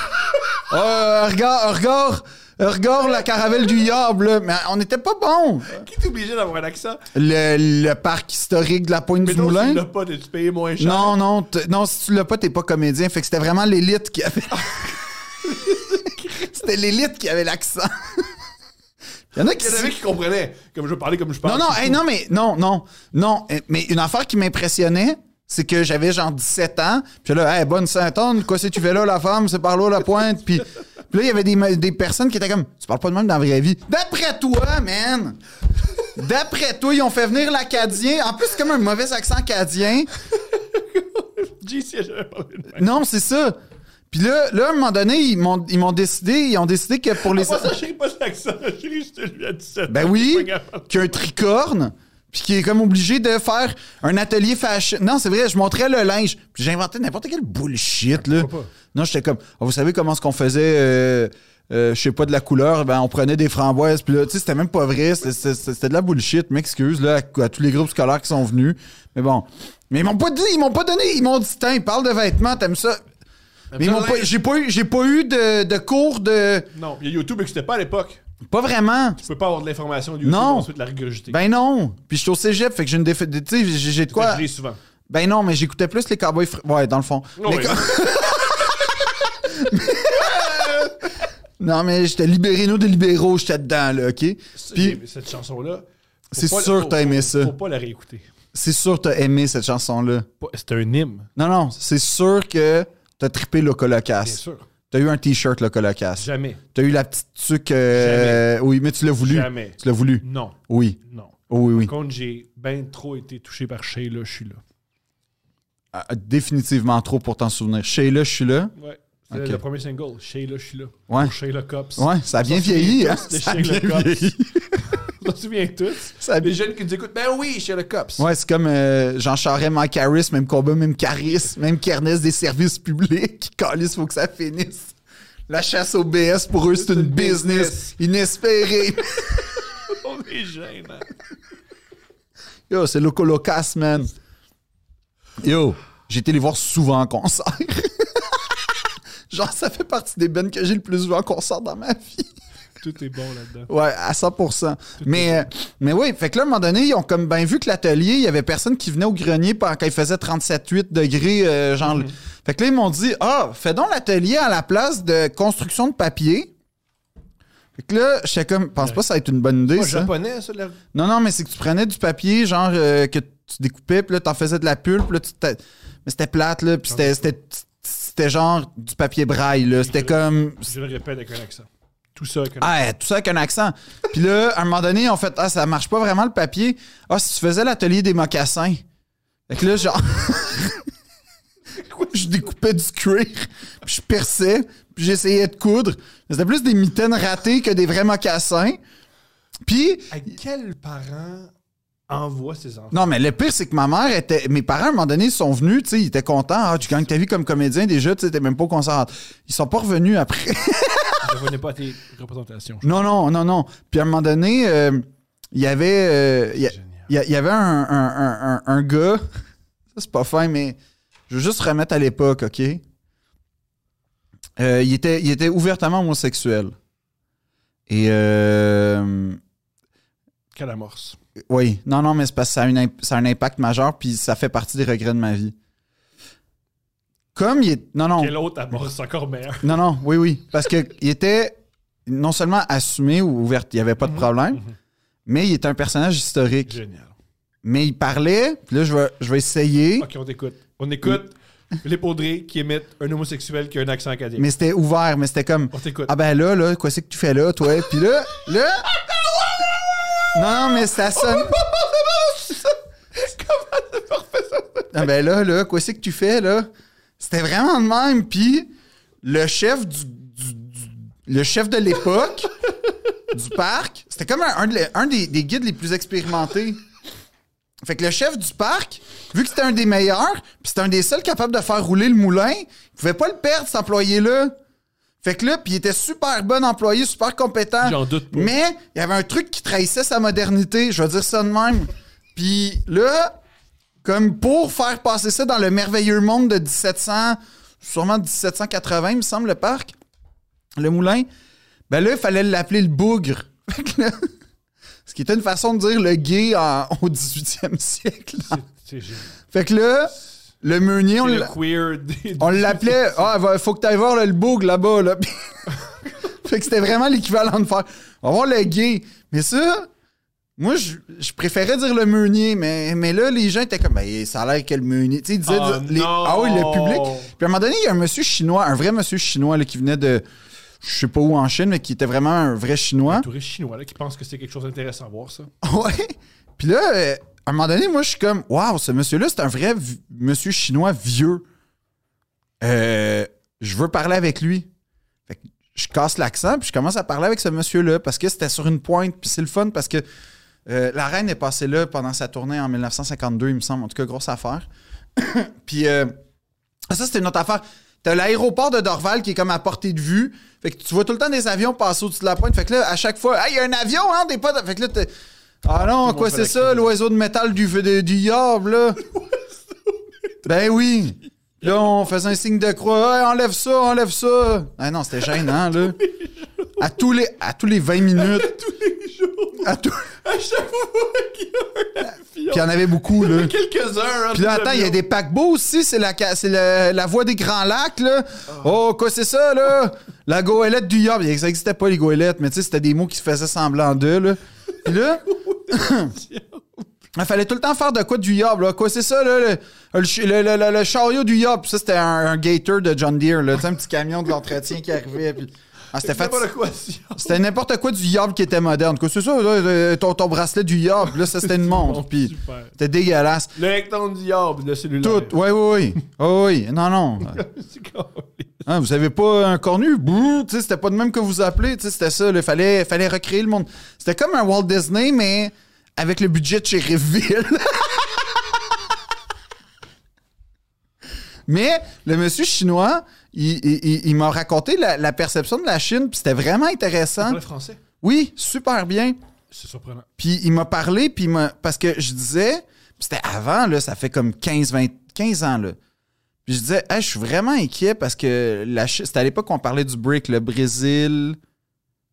Speaker 1: euh, regarde, regarde, regarde la caravelle du yable, là. Mais on n'était pas bon.
Speaker 2: Qui t'obligeait d'avoir un accent?
Speaker 1: Le, le parc historique de la Pointe du
Speaker 2: Mettons, si
Speaker 1: Moulin.
Speaker 2: tu l'as pas, tu payes moins cher.
Speaker 1: non, non, t- non, si tu l'as pas, t'es pas comédien. Fait que c'était vraiment l'élite qui avait. c'était l'élite qui avait l'accent. Il y en a qui.
Speaker 2: Il y en avait qui comprenaient. Comme je parlais comme je
Speaker 1: Non,
Speaker 2: parle.
Speaker 1: non, hey, non, mais non, non, non. eh, Mais une affaire qui m'impressionnait, c'est que j'avais genre 17 ans. Puis là, hey, bonne Saint-Anne, quoi, si tu fais là, la femme, c'est par là, la pointe. Puis, puis là, il y avait des, ma- des personnes qui étaient comme, tu parles pas de même dans la vraie vie. D'après toi, man! D'après toi, ils ont fait venir l'Acadien. En plus, c'est comme un mauvais accent acadien.
Speaker 2: JC, j'avais parlé de même.
Speaker 1: Non, c'est ça. Puis là, là, à un moment donné, ils m'ont ils m'ont décidé, ils ont décidé que pour les.
Speaker 2: Moi, ça, j'ai pas l'accent. J'ai celui à 17.
Speaker 1: Ben
Speaker 2: Je suis
Speaker 1: oui,
Speaker 2: pas capable.
Speaker 1: qui a un tricorne, puis qui est comme obligé de faire un atelier fashion. Non, c'est vrai, je montrais le linge, puis j'inventais n'importe quel bullshit, là.
Speaker 2: Pourquoi pas?
Speaker 1: Non, j'étais comme, Ah, vous savez comment ce qu'on faisait, euh, euh, je sais pas, de la couleur, ben on prenait des framboises, puis là, tu sais, c'était même pas vrai, c'était- c'était c'était de la bullshit, m'excuse, là, à, à tous les groupes scolaires qui sont venus. Mais bon, mais ils m'ont pas dit, ils m'ont pas donné, ils m'ont dit, tiens, parle de vêtements, t'aimes ça. Mais ils m'ont pas- j'ai pas eu, j'ai pas eu de, de cours de,
Speaker 2: Non, il y a YouTube, mais c'était pas à l'époque.
Speaker 1: pas vraiment.
Speaker 2: Tu peux pas avoir de l'information du YouTube
Speaker 1: Non.
Speaker 2: ensuite la régurgiter.
Speaker 1: Ben non! Puis je suis au cégep, fait que j'ai une défaite. Tu sais, j'ai- j'ai de quoi.
Speaker 2: Je l'ai souvent.
Speaker 1: Ben non, mais j'écoutais plus les Cowboys Fr- Ouais, dans le fond.
Speaker 2: Non,
Speaker 1: Les
Speaker 2: mais-
Speaker 1: co- non, mais j'étais libérino de libéraux, j'étais dedans, là, OK? Puis
Speaker 2: Puis, cette chanson-là. faut
Speaker 1: c'est
Speaker 2: pas la-
Speaker 1: sûr que t'as
Speaker 2: faut-
Speaker 1: aimé
Speaker 2: faut-
Speaker 1: ça.
Speaker 2: Faut pas la réécouter.
Speaker 1: c'est sûr que t'as aimé cette chanson-là.
Speaker 2: Pas- C'est un hymne,
Speaker 1: Non, non, c'est sûr que t'as trippé
Speaker 2: bien
Speaker 1: Locolocasse.
Speaker 2: sûr.
Speaker 1: T'as eu un t-shirt, le colocasse.
Speaker 2: Jamais.
Speaker 1: T'as eu la petite tuque. euh, oui, mais tu l'as voulu.
Speaker 2: Jamais.
Speaker 1: Tu l'as voulu.
Speaker 2: Non.
Speaker 1: Oui.
Speaker 2: Non.
Speaker 1: Oui, oui.
Speaker 2: Par contre, j'ai ben trop été touché par Shea, là, je suis là.
Speaker 1: Ah, définitivement trop pour t'en souvenir. Chez là, je suis là.
Speaker 2: Ouais. C'est
Speaker 1: Ok.
Speaker 2: le premier single, Shea, là, je suis là.
Speaker 1: Ouais.
Speaker 2: Pour Shea, le Cops.
Speaker 1: Ouais, ça a bien vieilli, hein?
Speaker 2: de
Speaker 1: Ça a
Speaker 2: Shea, le
Speaker 1: bien
Speaker 2: Cops.
Speaker 1: vieilli.
Speaker 2: On se souvient tous.
Speaker 1: Ça a
Speaker 2: Les jeunes qui nous écoutent, ben oui, Shea, le Cops.
Speaker 1: Ah, Ouais, c'est comme euh, Jean Charest, Mike Harris, même combat, même charisme, même kernes des services publics. Calice, faut que ça finisse. La chasse au BS, pour eux, c'est une business inespérée.
Speaker 2: On est jeunes. hein.
Speaker 1: Yo, c'est le colocas, man. Yo, j'ai été les voir souvent en concert. Genre, ça fait partie des bands que j'ai le plus vu en concert dans ma vie.
Speaker 2: Tout est bon là-dedans.
Speaker 1: Ouais, à 100%. Mais, euh, mais oui, fait que là, à un moment donné, ils ont comme bien vu que l'atelier, il y avait personne qui venait au grenier pendant qu'il faisait 37,8 degrés. euh, genre, Fait que là, ils m'ont dit Ah, fais donc l'atelier à la place de construction de papier. Fait que là, j'étais comme, pense pas que ça va être une bonne idée.
Speaker 2: Moi,
Speaker 1: ça.
Speaker 2: japonais, ça, la...
Speaker 1: Non, non, mais c'est que tu prenais du papier, genre, euh, que tu découpais, puis là, t'en faisais de la pulpe, là, tu t'a- Mais c'était plate, là, puis c'était- c'était... C'était genre du papier braille, là. C'était
Speaker 2: Je-
Speaker 1: comme...
Speaker 2: je le répète avec un accent. Tout ça avec un accent.
Speaker 1: Ah, tout ça avec un accent. Puis là, à un moment donné, on fait « Ah, ça marche pas vraiment, le papier. Ah, si tu faisais l'atelier des mocassins. » Fait que là, genre... je découpais du cuir, puis je perçais, puis j'essayais de coudre. Mais C'était plus des mitaines ratées que des vrais mocassins. Puis...
Speaker 2: À Ah, quel parent envoie ses enfants?
Speaker 1: Non, mais le pire, c'est que ma mère était. Mes parents, à un moment donné, sont venus, tu sais, ils étaient contents. Ah, tu gagnes ta vie comme comédien déjà, tu sais, t'es même pas au concert. Ils sont pas revenus après.
Speaker 2: Je ne venais pas à tes représentations.
Speaker 1: non, non, non, non. Puis à un moment donné, euh, il y avait. euh, il y a-
Speaker 2: Génial.
Speaker 1: il y, a- il y avait un, un- un- un- un gars. Ça, c'est pas fin, mais je veux juste remettre à l'époque, OK? Euh, il, était, il était ouvertement homosexuel. Et. euh,
Speaker 2: Quelle amorce.
Speaker 1: Oui, non, non, mais c'est parce que ça a, une imp- ça a un impact majeur, puis ça fait partie des regrets de ma vie. Comme il est. Non, non.
Speaker 2: Quelle autre amorce encore meilleure.
Speaker 1: Non, non, oui, oui. Parce qu'il était non seulement assumé ou ouvert, il n'y avait pas de problème, mais il était un personnage historique.
Speaker 2: Génial.
Speaker 1: Mais il parlait, puis là, je vais, je vais essayer,
Speaker 2: Ok, on t'écoute. On écoute les Audrey qui émettent un homosexuel qui a un accent acadien.
Speaker 1: mais c'était ouvert, mais c'était comme.
Speaker 2: On t'écoute.
Speaker 1: Ah ben là, là, quoi c'est que tu fais là, toi? Puis là, là. Non, mais ça sonne. Ah ben là, là, quoi c'est que tu fais là? C'était vraiment de même. Puis le chef du, du- du- le chef de l'époque du parc, c'était comme un, un de les- un des, des guides les plus expérimentés. Fait que le chef du parc, vu que c'était un des meilleurs, puis c'était un des seuls capable de faire rouler le moulin, il pouvait pas le perdre, cet employé-là. Fait que là, puis il était super bon employé, super compétent.
Speaker 2: J'en doute pas.
Speaker 1: Mais il y avait un truc qui trahissait sa modernité, je vais dire ça de même. Puis là, comme pour faire passer ça dans le merveilleux monde de 1700, sûrement 1780, il me semble, le parc, le moulin, ben là, il fallait l'appeler le bougre. Fait que là, ce qui était une façon de dire le gay en- au 18e siècle.
Speaker 2: C'est- C'est génial.
Speaker 1: Fait que là, le meunier, on
Speaker 2: C'est
Speaker 1: l'a-
Speaker 2: le queer des-
Speaker 1: on l'appelait Ah, va- faut que t'ailles voir là, le boug là-bas. Là. Puis- fait que c'était vraiment l'équivalent de faire On va voir le gay. Mais ça, moi, je, je préférais dire le meunier, mais, mais là, les gens étaient comme Ben, ça a l'air que le meunier. Tu sais, ils disaient
Speaker 2: Ah,
Speaker 1: les-
Speaker 2: non!
Speaker 1: Ah oui, le public. Puis à un moment donné, il y a un monsieur chinois, un vrai monsieur chinois là, qui venait de je sais pas où en Chine, mais qui était vraiment un vrai chinois.
Speaker 2: Un touriste chinois là, qui pense que c'est quelque chose d'intéressant à voir, ça.
Speaker 1: Ouais. Puis là, euh, à un moment donné, moi, je suis comme, waouh, ce monsieur-là, c'est un vrai vi- monsieur chinois vieux. Euh, je veux parler avec lui. Fait que je casse l'accent, puis je commence à parler avec ce monsieur-là parce que c'était sur une pointe, puis c'est le fun parce que euh, la reine est passée là pendant sa tournée en 1952, il me semble. En tout cas, grosse affaire. puis euh, ça, c'était une autre affaire. T'as l'aéroport de Dorval qui est comme à portée de vue. Fait que tu vois tout le temps des avions passer au-dessus de la pointe. Fait que là, à chaque fois, hey, il y a un avion, hein, des potes. Fait que là, t'es- Ah non,
Speaker 2: monde
Speaker 1: quoi
Speaker 2: fait
Speaker 1: c'est
Speaker 2: la
Speaker 1: ça,
Speaker 2: crise.
Speaker 1: l'oiseau de métal du, de- du diable, là? ben oui. Là, on faisait un signe de croix. Hey, enlève ça, enlève ça. Ah non, c'était gênant, là. À tous les, à tous les 20 minutes. À tous-
Speaker 2: À chaque fois qu'il y a un avion.
Speaker 1: Puis il y en avait beaucoup, là.
Speaker 3: hein,
Speaker 2: quelques-uns.
Speaker 1: Puis là, attends, il y a des paquebots aussi, c'est la, ca- c'est le- la voie des Grands Lacs, là.
Speaker 3: Ah.
Speaker 1: Oh, quoi, c'est ça, là? La goélette du Yob. Ça n'existait pas, les goélettes, mais tu sais, c'était des mots qui se faisaient semblant d'eux, là. Puis là, Il fallait tout le temps faire de quoi du yob, là. Quoi, c'est ça, là, le, le ch- le- le- le- le chariot du yob. Ça, c'était un, un gator de John Deere, là. Tu sais, un petit camion de l'entretien qui arrivait. Puis... Ah, c'était fait.
Speaker 3: N'importe quoi, si-
Speaker 1: C'était n'importe quoi du yob qui était moderne. Quoi, c'est ça, là, le- ton, ton bracelet du yob, là, ça, c'était une montre. Puis
Speaker 3: Oh, Super.
Speaker 1: c'était dégueulasse.
Speaker 3: Le rectangle du diable, le cellulaire.
Speaker 1: Tout, oui, oui, oui. Oh, oui, non, non.
Speaker 3: C'est cool.
Speaker 1: Hein, vous avez pas un cornu? Bouh! Tu sais, C'était pas de même que vous appelez. Tu sais, C'était ça. Il fallait, fallait recréer le monde. C'était comme un Walt Disney, mais avec le budget de Sheriffville. mais le monsieur chinois, il, il- il- il m'a raconté la, la perception de la Chine. puis C'était vraiment intéressant.
Speaker 3: Parle français.
Speaker 1: Oui, super bien.
Speaker 3: C'est surprenant.
Speaker 1: Puis il m'a parlé, puis il m'a- parce que je disais, puis c'était avant, là, ça fait comme 15, 20, 15 ans, là. Puis je disais, Hey, je suis vraiment inquiet parce que la Chine, c'était à l'époque qu'on parlait du BRIC, le Brésil,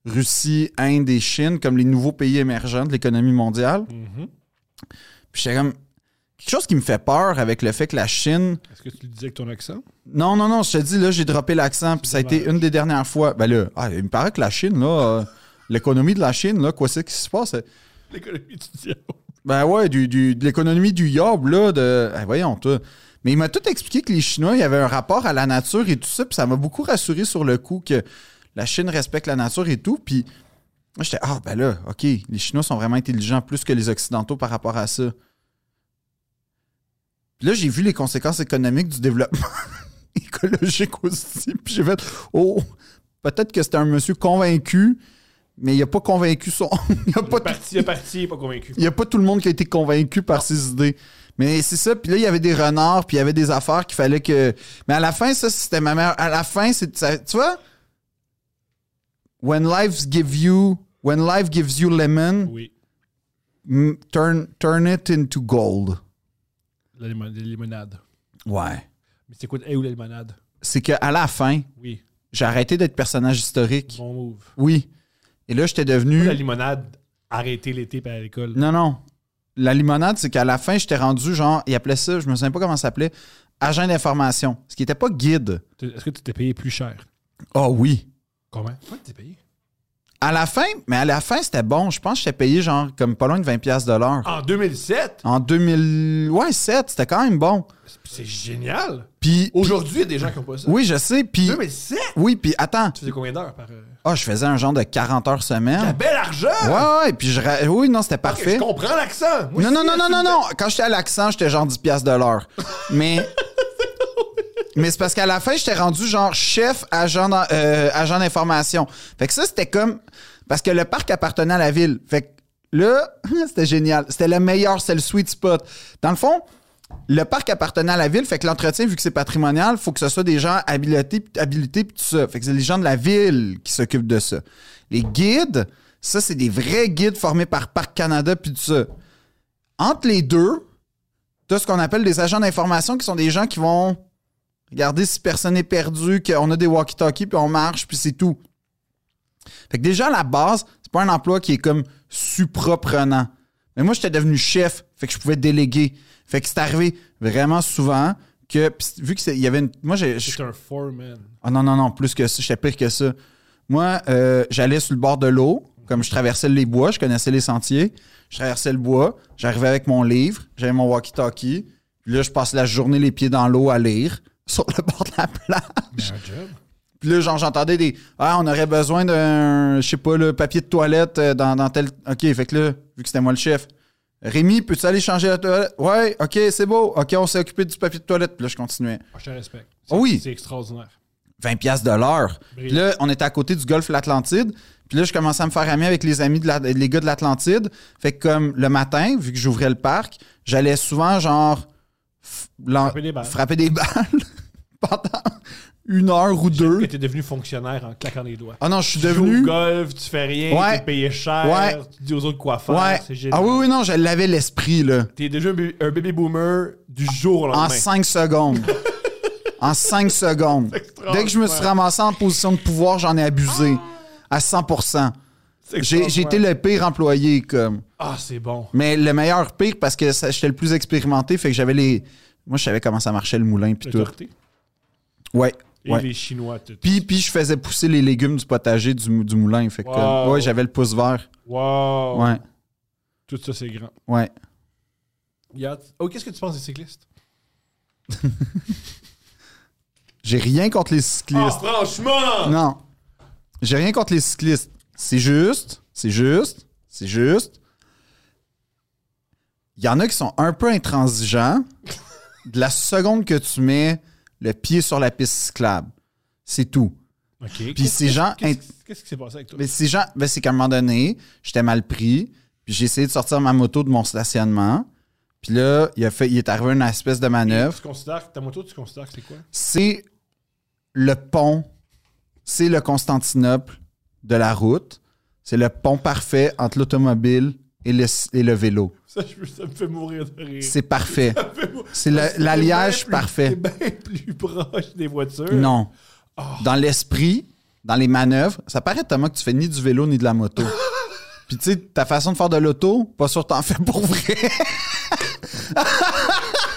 Speaker 1: Russie, Inde et Chine, comme les nouveaux pays émergents de l'économie mondiale.
Speaker 2: Mm.
Speaker 3: Mm-hmm.
Speaker 1: Puis j'étais comme, quelque chose qui me fait peur avec le fait que la Chine.
Speaker 3: Est-ce que tu le disais avec ton accent?
Speaker 1: Non, non, non, je te dis, là, j'ai droppé l'accent, puis ça a été
Speaker 3: dommage.
Speaker 1: une des dernières fois. Ben là, ah, il me paraît que la Chine, là, euh, l'économie de la Chine, là, quoi c'est qui se passe?
Speaker 3: L'économie du diable.
Speaker 1: Ben ouais, du, du- de l'économie du yob, là, de. eh, voyons, toi. Mais il m'a tout expliqué que les Chinois, il y avait un rapport à la nature et tout ça, puis ça m'a beaucoup rassuré sur le coup que la Chine respecte la nature et tout, puis moi, j'étais, ah, ben là, OK, les Chinois sont vraiment intelligents plus que les Occidentaux par rapport à ça. Puis là, j'ai vu les conséquences économiques du développement écologique aussi, puis j'ai fait, oh, peut-être que c'était un monsieur convaincu, mais il a pas convaincu son... il a pas tout
Speaker 3: Parti, le parti, pas convaincu.
Speaker 1: il n'y a pas tout le monde qui a été convaincu par ces idées. Mais c'est ça. Puis là, il y avait des renards, puis il y avait des affaires qu'il fallait que. Mais à la fin, ça, c'était ma mère. À la fin, c'est. ça- Tu vois? When life gives you. When life gives you lemon,
Speaker 3: Oui.
Speaker 1: m- turn, turn it into gold.
Speaker 3: La limo- la limonade.
Speaker 1: Ouais.
Speaker 3: Mais c'est quoi de- hey, où la limonade?
Speaker 1: C'est qu'à la fin,
Speaker 3: Oui.
Speaker 1: j'ai arrêté d'être personnage historique.
Speaker 3: Bon move.
Speaker 1: Oui. Et là, j'étais devenu.
Speaker 3: La limonade, arrêter l'été puis aller à l'école.
Speaker 1: Non, non. La limonade, c'est qu'à la fin, j'étais rendu genre. Il appelait ça, je me souviens pas comment ça s'appelait, agent d'information. Ce qui n'était pas guide.
Speaker 3: T'es- Est-ce que tu t'es payé plus cher?
Speaker 1: Ah oui.
Speaker 3: Comment? Comment tu t'es payé?
Speaker 1: À la fin, mais à la fin, c'était bon. Je pense que j'étais payé genre comme pas loin de 20$ piastres de l'heure.
Speaker 3: En 2007?
Speaker 1: En 2000. Ouais, 7, c'était quand même bon.
Speaker 3: C'est génial!
Speaker 1: Puis.
Speaker 3: Aujourd'hui, il y a des gens qui ont pas ça.
Speaker 1: Oui, je sais. Puis.
Speaker 3: 2007?
Speaker 1: Oui, puis attends.
Speaker 3: Tu faisais combien d'heures par... euh,
Speaker 1: Ah, je faisais un genre de 40 heures
Speaker 3: Un
Speaker 1: semaine.
Speaker 3: bel Ah, argent!
Speaker 1: Ouais, ouais, puis je. ra- Oui, non, c'était
Speaker 3: Ok,
Speaker 1: parfait.
Speaker 3: Je comprends l'accent! Moi
Speaker 1: Non,
Speaker 3: aussi,
Speaker 1: non,
Speaker 3: là,
Speaker 1: non, non,
Speaker 3: tu
Speaker 1: non,
Speaker 3: me
Speaker 1: non. Quand j'étais à l'accent, j'étais genre 10$ piastres de l'heure. Mais. Mais c'est parce qu'à la fin, j'étais rendu genre chef agent, d'en- euh, agent d'information. Fait que ça, c'était comme. Parce que le parc appartenait à la ville. Fait que là, c'était génial. C'était le meilleur, c'était le sweet spot. Dans le fond, le parc appartenait à la ville. Fait que l'entretien, vu que c'est patrimonial, faut que ce soit des gens habilités, habilités pis tout ça. Fait que c'est les gens de la ville qui s'occupent de ça. Les guides, ça, c'est des vrais guides formés par Parc Canada puis tout ça entre les deux, tu ce qu'on appelle des agents d'information qui sont des gens qui vont regarder si personne n'est perdu, qu'on a des walkie-talkies, puis on marche, puis c'est tout. Fait que déjà, à la base, c'est pas un emploi qui est comme supraprenant. Mais moi, j'étais devenu chef, fait que je pouvais déléguer. Fait que c'est arrivé vraiment souvent que, puis vu qu'il y avait une. Moi, j'ai.
Speaker 3: dis- T'es un foreman.
Speaker 1: Ah non, non, non, plus que ça, j'étais pire que ça. Moi, euh, j'allais sur le bord de l'eau, comme je traversais les bois, je connaissais les sentiers, je traversais le bois, j'arrivais avec mon livre, j'avais mon walkie-talkie, puis là, je passais la journée les pieds dans l'eau à lire sur le bord de la plage.
Speaker 3: Un job.
Speaker 1: Puis là, genre, j'entendais des Ah, on aurait besoin d'un, je sais pas, le papier de toilette euh, dans, dans tel. OK, fait que là, vu que c'était moi le chef, Rémi, peux-tu aller changer la toilette? Ouais, OK, c'est beau. OK, on s'est occupé du papier de toilette. Puis là, je continuais.
Speaker 3: Ah, Je te respecte.
Speaker 1: Ah oui.
Speaker 3: C'est extraordinaire.
Speaker 1: 20 pièces de l'heure.
Speaker 3: Brillant.
Speaker 1: Puis là, on était à côté du golfe de l'Atlantide. Puis là, je commençais à me faire ami avec les amis de la- les gars de l'Atlantide. Fait que comme le matin, vu que j'ouvrais le parc, j'allais souvent genre f- lan-
Speaker 3: Frapper des balles.
Speaker 1: frapper des balles pendant une heure ou
Speaker 3: Que
Speaker 1: deux.
Speaker 3: t'es devenu fonctionnaire en claquant les doigts.
Speaker 1: Ah non, je suis
Speaker 3: Tu joues
Speaker 1: devenu
Speaker 3: au golf, tu fais rien,
Speaker 1: Ouais.
Speaker 3: t'es payé cher,
Speaker 1: Ouais.
Speaker 3: tu dis aux autres quoi faire,
Speaker 1: ouais.
Speaker 3: hein, c'est génial.
Speaker 1: Ah oui oui non, je l'avais l'esprit là
Speaker 3: T'es déjà un bébé, un baby boomer du jour au lendemain.
Speaker 1: en 5 secondes. en 5 secondes. Dès que je me suis ramassé en position de pouvoir, j'en ai abusé à 100
Speaker 3: C'est
Speaker 1: J'ai j'ai été le pire employé comme
Speaker 3: Ah, c'est bon.
Speaker 1: Mais le meilleur pire, parce que ça- j'étais le plus expérimenté, fait que j'avais les. Moi, je savais comment ça marchait le moulin, puis tout.
Speaker 3: L'autorité.
Speaker 1: Ouais.
Speaker 3: Et
Speaker 1: ouais.
Speaker 3: les Chinois, tout.
Speaker 1: Puis, puis je faisais pousser les légumes du potager du, mou- du moulin, fait que.
Speaker 3: Wow. Ah
Speaker 1: Ouais, j'avais le pouce vert.
Speaker 3: Wow.
Speaker 1: Ouais.
Speaker 3: Tout ça, c'est grand.
Speaker 1: Ouais.
Speaker 2: Il y a- Oh, qu'est-ce que tu penses des cyclistes?
Speaker 1: J'ai rien contre les cyclistes.
Speaker 2: Ah,
Speaker 3: Ah.
Speaker 2: franchement!
Speaker 1: Non. J'ai rien contre les cyclistes. C'est juste, c'est juste, c'est juste. Il y en a qui sont un peu intransigeants. De la seconde que tu mets le pied sur la piste cyclable, c'est tout.
Speaker 2: OK.
Speaker 1: Puis
Speaker 2: Qu'est-ce-
Speaker 1: ces gens,
Speaker 2: Qu'est-ce qu'est-ce qui s'est passé avec toi?
Speaker 1: mais ces gens, ben, c'est qu'à un moment donné, j'étais mal pris, puis j'ai essayé de sortir ma moto de mon stationnement. Puis là, il, a fait, il est arrivé une espèce de manœuvre.
Speaker 2: Tu considères que ta moto, tu considères que c'est quoi?
Speaker 1: c'est le pont, c'est le Constantinople de la route. C'est le pont parfait entre l'automobile et le, et le vélo.
Speaker 2: Ça, je- ça me fait mourir de rire.
Speaker 1: C'est parfait.
Speaker 2: Ça me fait mou-
Speaker 1: C'est le-
Speaker 2: Parce que
Speaker 1: l'alliage
Speaker 2: t'es bien plus-
Speaker 1: parfait.
Speaker 2: T'es bien plus proche des voitures.
Speaker 1: Non. Dans l'esprit, dans les manœuvres, ça paraît, Thomas, que tu fais ni du vélo ni de la moto. Puis tu sais, ta façon de faire de l'auto, pas sûr que t'en fais pour vrai.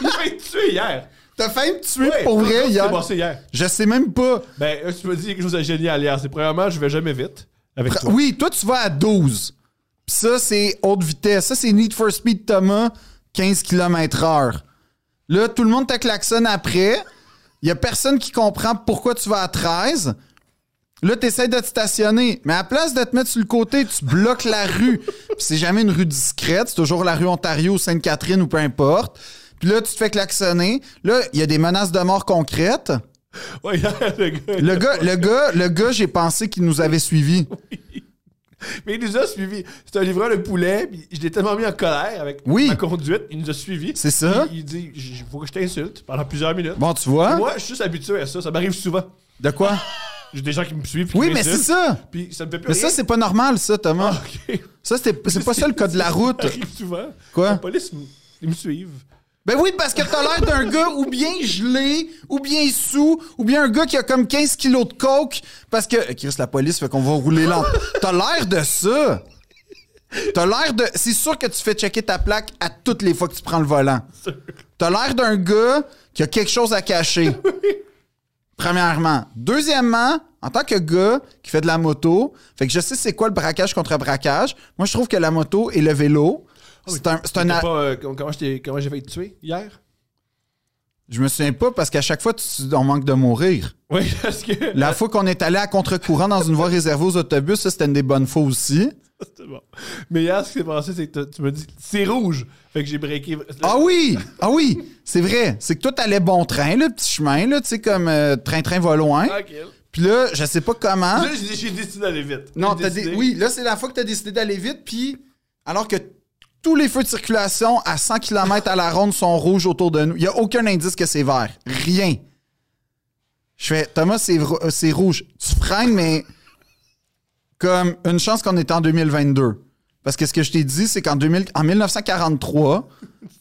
Speaker 2: Il m'a tué hier.
Speaker 1: T'as failli me tuer
Speaker 2: Ouais,
Speaker 1: pour
Speaker 2: qu'est-ce
Speaker 1: vrai
Speaker 2: qui s'est
Speaker 1: hier.
Speaker 2: passé hier.
Speaker 1: Je sais même pas.
Speaker 2: Ben, euh, tu me dis quelque chose de génial hier. C'est premièrement, je vais jamais vite avec
Speaker 1: Pre-
Speaker 2: toi.
Speaker 1: Oui, toi, tu vas à 12. Puis ça, c'est haute vitesse. Ça, c'est Need for Speed Thomas, 15 km/h. Là, tout le monde te klaxonne après. Il y a personne qui comprend pourquoi tu vas à 13. Là, tu essaies de te stationner. Mais à la place de te mettre sur le côté, tu bloques la rue. Puis c'est jamais une rue discrète. C'est toujours la rue Ontario, Sainte-Catherine ou peu importe. Puis là, tu te fais klaxonner. Là, il y a des menaces de mort concrètes.
Speaker 2: Ouais, hier, le gars.
Speaker 1: Le gars, le gars, le gars, j'ai pensé qu'il nous avait suivis.
Speaker 2: Mais il nous a suivis. C'était un livreur de poulet, puis je l'ai tellement mis en colère avec
Speaker 1: Oui.
Speaker 2: ma conduite. Il nous a suivis.
Speaker 1: C'est ça.
Speaker 2: Il, il dit J- Faut que je t'insulte pendant plusieurs minutes.
Speaker 1: Bon, tu vois.
Speaker 2: Moi, je suis juste habitué à ça. Ça m'arrive souvent.
Speaker 1: De quoi?
Speaker 2: J'ai des gens qui me suivent. puis
Speaker 1: Oui,
Speaker 2: qui
Speaker 1: mais c'est
Speaker 2: m'insultent,
Speaker 1: ça.
Speaker 2: Puis ça me fait plus
Speaker 1: Mais ça, c'est pas normal, ça, Thomas.
Speaker 2: Ok.
Speaker 1: Ça, Ah, c'est c'est pas ça le code de la route.
Speaker 2: Ça arrive souvent.
Speaker 1: Quoi?
Speaker 2: La police, m- ils me suivent.
Speaker 1: Ben oui, parce que t'as l'air d'un gars ou bien gelé, ou bien sous, ou bien un gars qui a comme 15 kilos de coke, parce que... Euh, Chris, la police fait qu'on va rouler lent. T'as l'air de ça. T'as l'air de... C'est sûr que tu fais checker ta plaque à toutes les fois que tu prends le volant. T'as l'air d'un gars qui a quelque chose à cacher. Premièrement. Deuxièmement, en tant que gars qui fait de la moto, fait que je sais c'est quoi le braquage contre braquage. Moi, je trouve que la moto et le vélo, c'est un, c'est un
Speaker 2: T'as
Speaker 1: a-
Speaker 2: Ah pas, euh, comment je t'ai- comment j'ai failli te tuer hier?
Speaker 1: Je me souviens pas parce qu'à chaque fois, tu- on manque de mourir.
Speaker 2: Oui, parce que.
Speaker 1: La fois qu'on est allé à contre-courant dans une voie réservée aux autobus, ça, c'était une des bonnes fois aussi.
Speaker 2: C'est bon. Mais hier, ce qui s'est passé, c'est que t'as- tu me dis c'est rouge. Fait que j'ai breaké.
Speaker 1: Ah oui! Ah oui! C'est vrai. C'est que toi, t'allais bon train, le petit chemin, là, tu sais, comme euh, train-train va loin.
Speaker 2: Tranquille.
Speaker 1: Puis là, je sais pas comment.
Speaker 2: Là, j'ai j'ai décidé d'aller vite.
Speaker 1: Hein? Non,
Speaker 2: J'ai
Speaker 1: t'as
Speaker 2: décidé.
Speaker 1: dé- oui, là, c'est la fois que t'as décidé d'aller vite, puis alors que tous les feux de circulation à 100 km à la ronde sont rouges autour de nous, il n'y a aucun indice que c'est vert. Rien. Je fais, Thomas, c'est ro- euh, c'est rouge. Tu freines, mais comme une chance qu'on est en 2022. Parce que ce que je t'ai dit, c'est qu'en 2000 en 1943,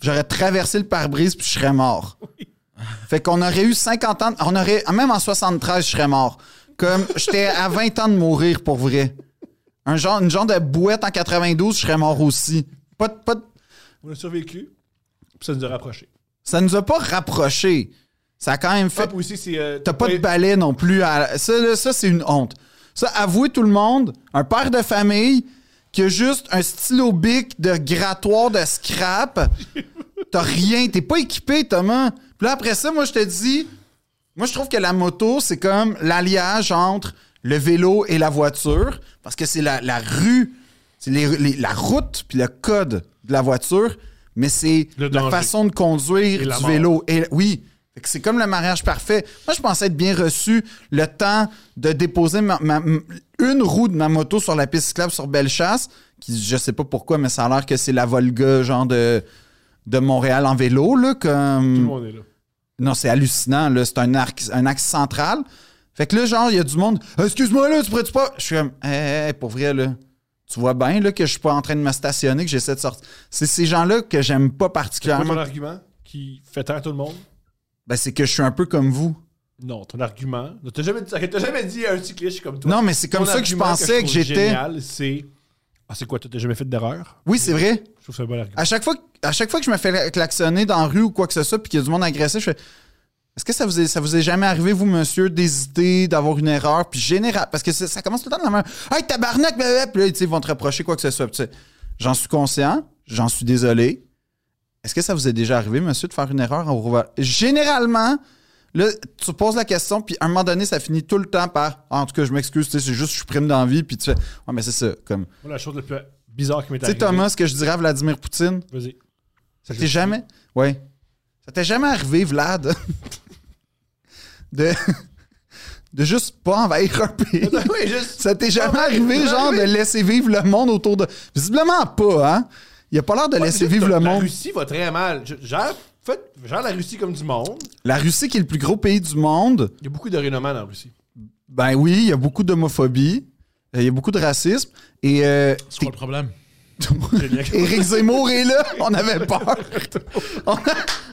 Speaker 1: j'aurais traversé le pare-brise puis je serais mort. Fait qu'on aurait eu 50 ans, on aurait, ah, même en 73, je serais mort. Comme j'étais à 20 ans de mourir pour vrai. Un genre, une genre de bouette en 92, je serais mort aussi. Pas, de- pas, de-
Speaker 2: On a survécu. Puis ça nous a rapprochés.
Speaker 1: ça nous a pas rapprochés. Ça a quand même fait.
Speaker 2: Hop, aussi, c'est. euh,
Speaker 1: T'as pas de
Speaker 2: ouais,
Speaker 1: balai non plus. à- Ça, là, ça c'est une honte. Ça, avouez tout le monde, un père de famille qui a juste un stylo bic de grattoir de scrap, t'as rien, t'es pas équipé, Thomas. Puis là, après ça, moi, je te dis, moi, je trouve que la moto, c'est comme l'alliage entre le vélo et la voiture, parce que c'est la, la rue, c'est les- les- la route, puis le code de la voiture, mais c'est
Speaker 2: Le
Speaker 1: la
Speaker 2: danger.
Speaker 1: façon de conduire
Speaker 2: Et la
Speaker 1: du
Speaker 2: mort.
Speaker 1: vélo. Et, oui, Fait que c'est comme le mariage parfait. Moi, je pensais être bien reçu le temps de déposer ma- ma- m- une roue de ma moto sur la piste cyclable sur Bellechasse, qui, je sais pas pourquoi, mais ça a l'air que c'est la Volga, genre de, de Montréal en vélo, là, comme...
Speaker 2: Tout le monde est là.
Speaker 1: Non, c'est hallucinant, là. C'est un, arc- un axe central. Fait que là, genre, il y a du monde. Excuse-moi, là, tu pourrais-tu pas. Je suis comme, hey, hey, pour vrai, là. Tu vois bien, là, que je suis pas en train de me stationner, que j'essaie de sortir. C'est ces gens-là que j'aime pas
Speaker 2: Quoi ton
Speaker 1: particulièrement.
Speaker 2: argument qui fait taire tout le monde?
Speaker 1: Ben, c'est que je suis un peu comme vous.
Speaker 2: Non, ton argument. T'as jamais, dit- t'as jamais dit à un cycliste comme toi.
Speaker 1: Non, mais c'est comme
Speaker 2: Ton
Speaker 1: ça que je
Speaker 2: argument
Speaker 1: pensais que,
Speaker 2: je trouve
Speaker 1: j'étais.
Speaker 2: génial, c'est. Ah, c'est quoi, toi, t'as jamais fait d'erreur?
Speaker 1: Oui, c'est vrai.
Speaker 2: Je trouve ça un bon argument.
Speaker 1: À chaque, fois, que- à chaque fois que je me fais klaxonner dans la rue ou quoi que ce soit, puis qu'il y a du monde agressé, je fais Est-ce que ça vous est, ça vous est jamais arrivé, vous, monsieur, d'hésiter, d'avoir une erreur, puis général Parce que c'est- ça commence tout le temps de la main. Hey, tabarnak, blablabla. puis là, tu sais, ils vont te reprocher quoi que ce soit. Puis tu sais, J'en suis conscient, j'en suis désolé. Est-ce que ça vous est déjà arrivé, monsieur, de faire une erreur en ouvrant? Généralement, là, tu poses la question, puis à un moment donné, ça finit tout le temps par Ah, En tout cas, je m'excuse, tu sais, c'est juste que je supprime d'envie, puis tu fais Ouais, mais c'est ça. Comme...
Speaker 2: Moi, la chose la plus bizarre qui m'est
Speaker 1: Ah. Tu sais,
Speaker 2: arrivée.
Speaker 1: Thomas, ce que je dirais à Vladimir Poutine,
Speaker 2: Vas-y.
Speaker 1: ça t'est jamais. Ouais. Ça t'est jamais arrivé, Vlad, de. de juste pas envahir un pays.
Speaker 3: Oui, juste.
Speaker 1: Ça t'est jamais arrivé, genre, de laisser vivre le monde autour de. Visiblement pas, hein? Il a pas l'air de laisser vivre le
Speaker 3: La
Speaker 1: monde.
Speaker 3: Russie va très mal. Je- Gère, faites, gère la Russie comme du monde.
Speaker 1: La Russie, qui est le plus gros pays du monde,
Speaker 3: Il y a beaucoup de renommés en Russie.
Speaker 1: ben oui, il y a beaucoup d'homophobie, euh, il y a beaucoup de racisme. Et euh,
Speaker 6: C'est quoi le problème?
Speaker 1: Éric Zemmour est là, on avait peur. On, a-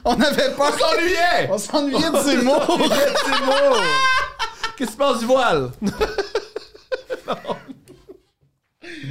Speaker 1: on avait peur.
Speaker 3: S'ennuyait!
Speaker 1: On s'ennuyait de Zemmour.
Speaker 3: Qu'est-ce que tu penses du voile?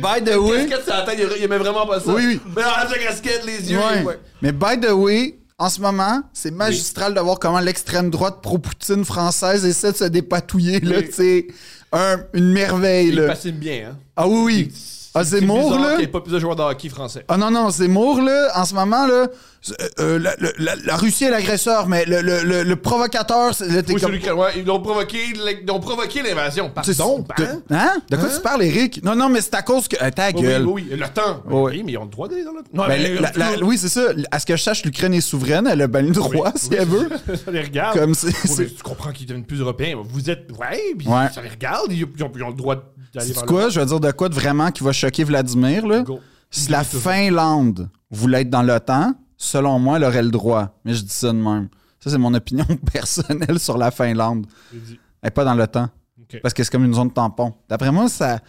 Speaker 1: By the way.
Speaker 3: Casquette sur la tête, il il aimait vraiment pas ça.
Speaker 1: Oui, oui.
Speaker 3: Mais enlève la casquette, les yeux.
Speaker 1: Ouais.
Speaker 3: ouais.
Speaker 1: Mais by the way, en ce moment, c'est magistral de voir comment l'extrême droite pro-Poutine française essaie de se dépatouiller. Là,
Speaker 3: Oui.
Speaker 1: tu sais. Un- une merveille.
Speaker 3: Il
Speaker 1: là.
Speaker 3: fascine bien, hein.
Speaker 1: Ah oui, oui. Ah,
Speaker 3: C'est
Speaker 1: Zemmour,
Speaker 3: bizarre
Speaker 1: là.
Speaker 3: qu'il n'y ait pas plusieurs joueurs de hockey français.
Speaker 1: Ah non, non, Zemmour, là, en ce moment, là, c'est- euh, euh, la, la- la- la Russie est l'agresseur, mais le, le- le- le provocateur, c'est là, t'es
Speaker 3: Oui,
Speaker 1: comme-
Speaker 3: celui qui- ouais, ils l'ont provoqué, ils l'ont provoqué l'invasion.
Speaker 1: Tu sais,
Speaker 3: Pardon,
Speaker 1: de,
Speaker 3: hein?
Speaker 1: hein? De quoi tu parles, Eric? Non, non, mais c'est à cause que. euh, ta
Speaker 3: Oui,
Speaker 1: gueule.
Speaker 3: oui, oui, le temps.
Speaker 1: Oui, oui.
Speaker 3: Oui, mais ils ont le droit d'aller dans le temps. Non,
Speaker 1: Ben,
Speaker 3: mais-
Speaker 1: la- la- oui, c'est ça. À ce que je sache, l'Ukraine est souveraine. Elle a ben le droit, si elle veut.
Speaker 3: ça les regarde.
Speaker 1: Comme c'est-
Speaker 3: Ah, Oui, mais
Speaker 1: c'est.
Speaker 3: tu comprends qu'ils deviennent plus européens. Vous êtes. Ouais, puis
Speaker 1: Ouais.
Speaker 3: ça les regarde. Ils, ils ont, ils ont le droit d'aller
Speaker 1: C'est
Speaker 3: vers
Speaker 1: quoi? Je vais dire de quoi de vraiment qui va choquer Vladimir, là?
Speaker 3: le Go.
Speaker 1: Si la Finlande voulait être dans l'OTAN, selon moi, elle aurait le droit. Mais je dis ça de même. Ça, c'est mon opinion personnelle sur la Finlande.
Speaker 2: J'ai dit.
Speaker 1: Elle n'est pas dans l'OTAN.
Speaker 2: Ok.
Speaker 1: Parce que c'est comme une zone tampon. D'après moi, ça.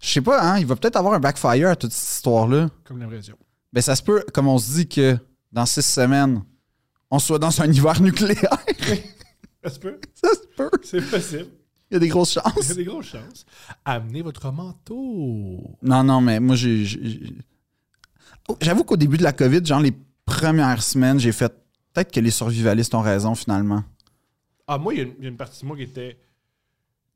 Speaker 1: Je sais pas, hein. Il va peut-être avoir un backfire à toute cette histoire-là.
Speaker 2: Comme l'impression.
Speaker 1: Ben, ça se peut, comme on se dit, que dans six semaines, on soit dans un hiver nucléaire.
Speaker 2: Ça se peut.
Speaker 1: ça se peut.
Speaker 2: C'est possible.
Speaker 1: Il y a des grosses
Speaker 2: Il y a
Speaker 1: chances.
Speaker 2: des grosses chances. Amenez votre manteau.
Speaker 1: Non, non, mais moi, j'ai. j'ai- j'ai- Oh, J'avoue qu'au début de la COVID, genre, les premières semaines, j'ai fait. Peut-être que les survivalistes ont raison, finalement.
Speaker 2: Ah, moi, il y, a une- il y a une partie de moi qui était.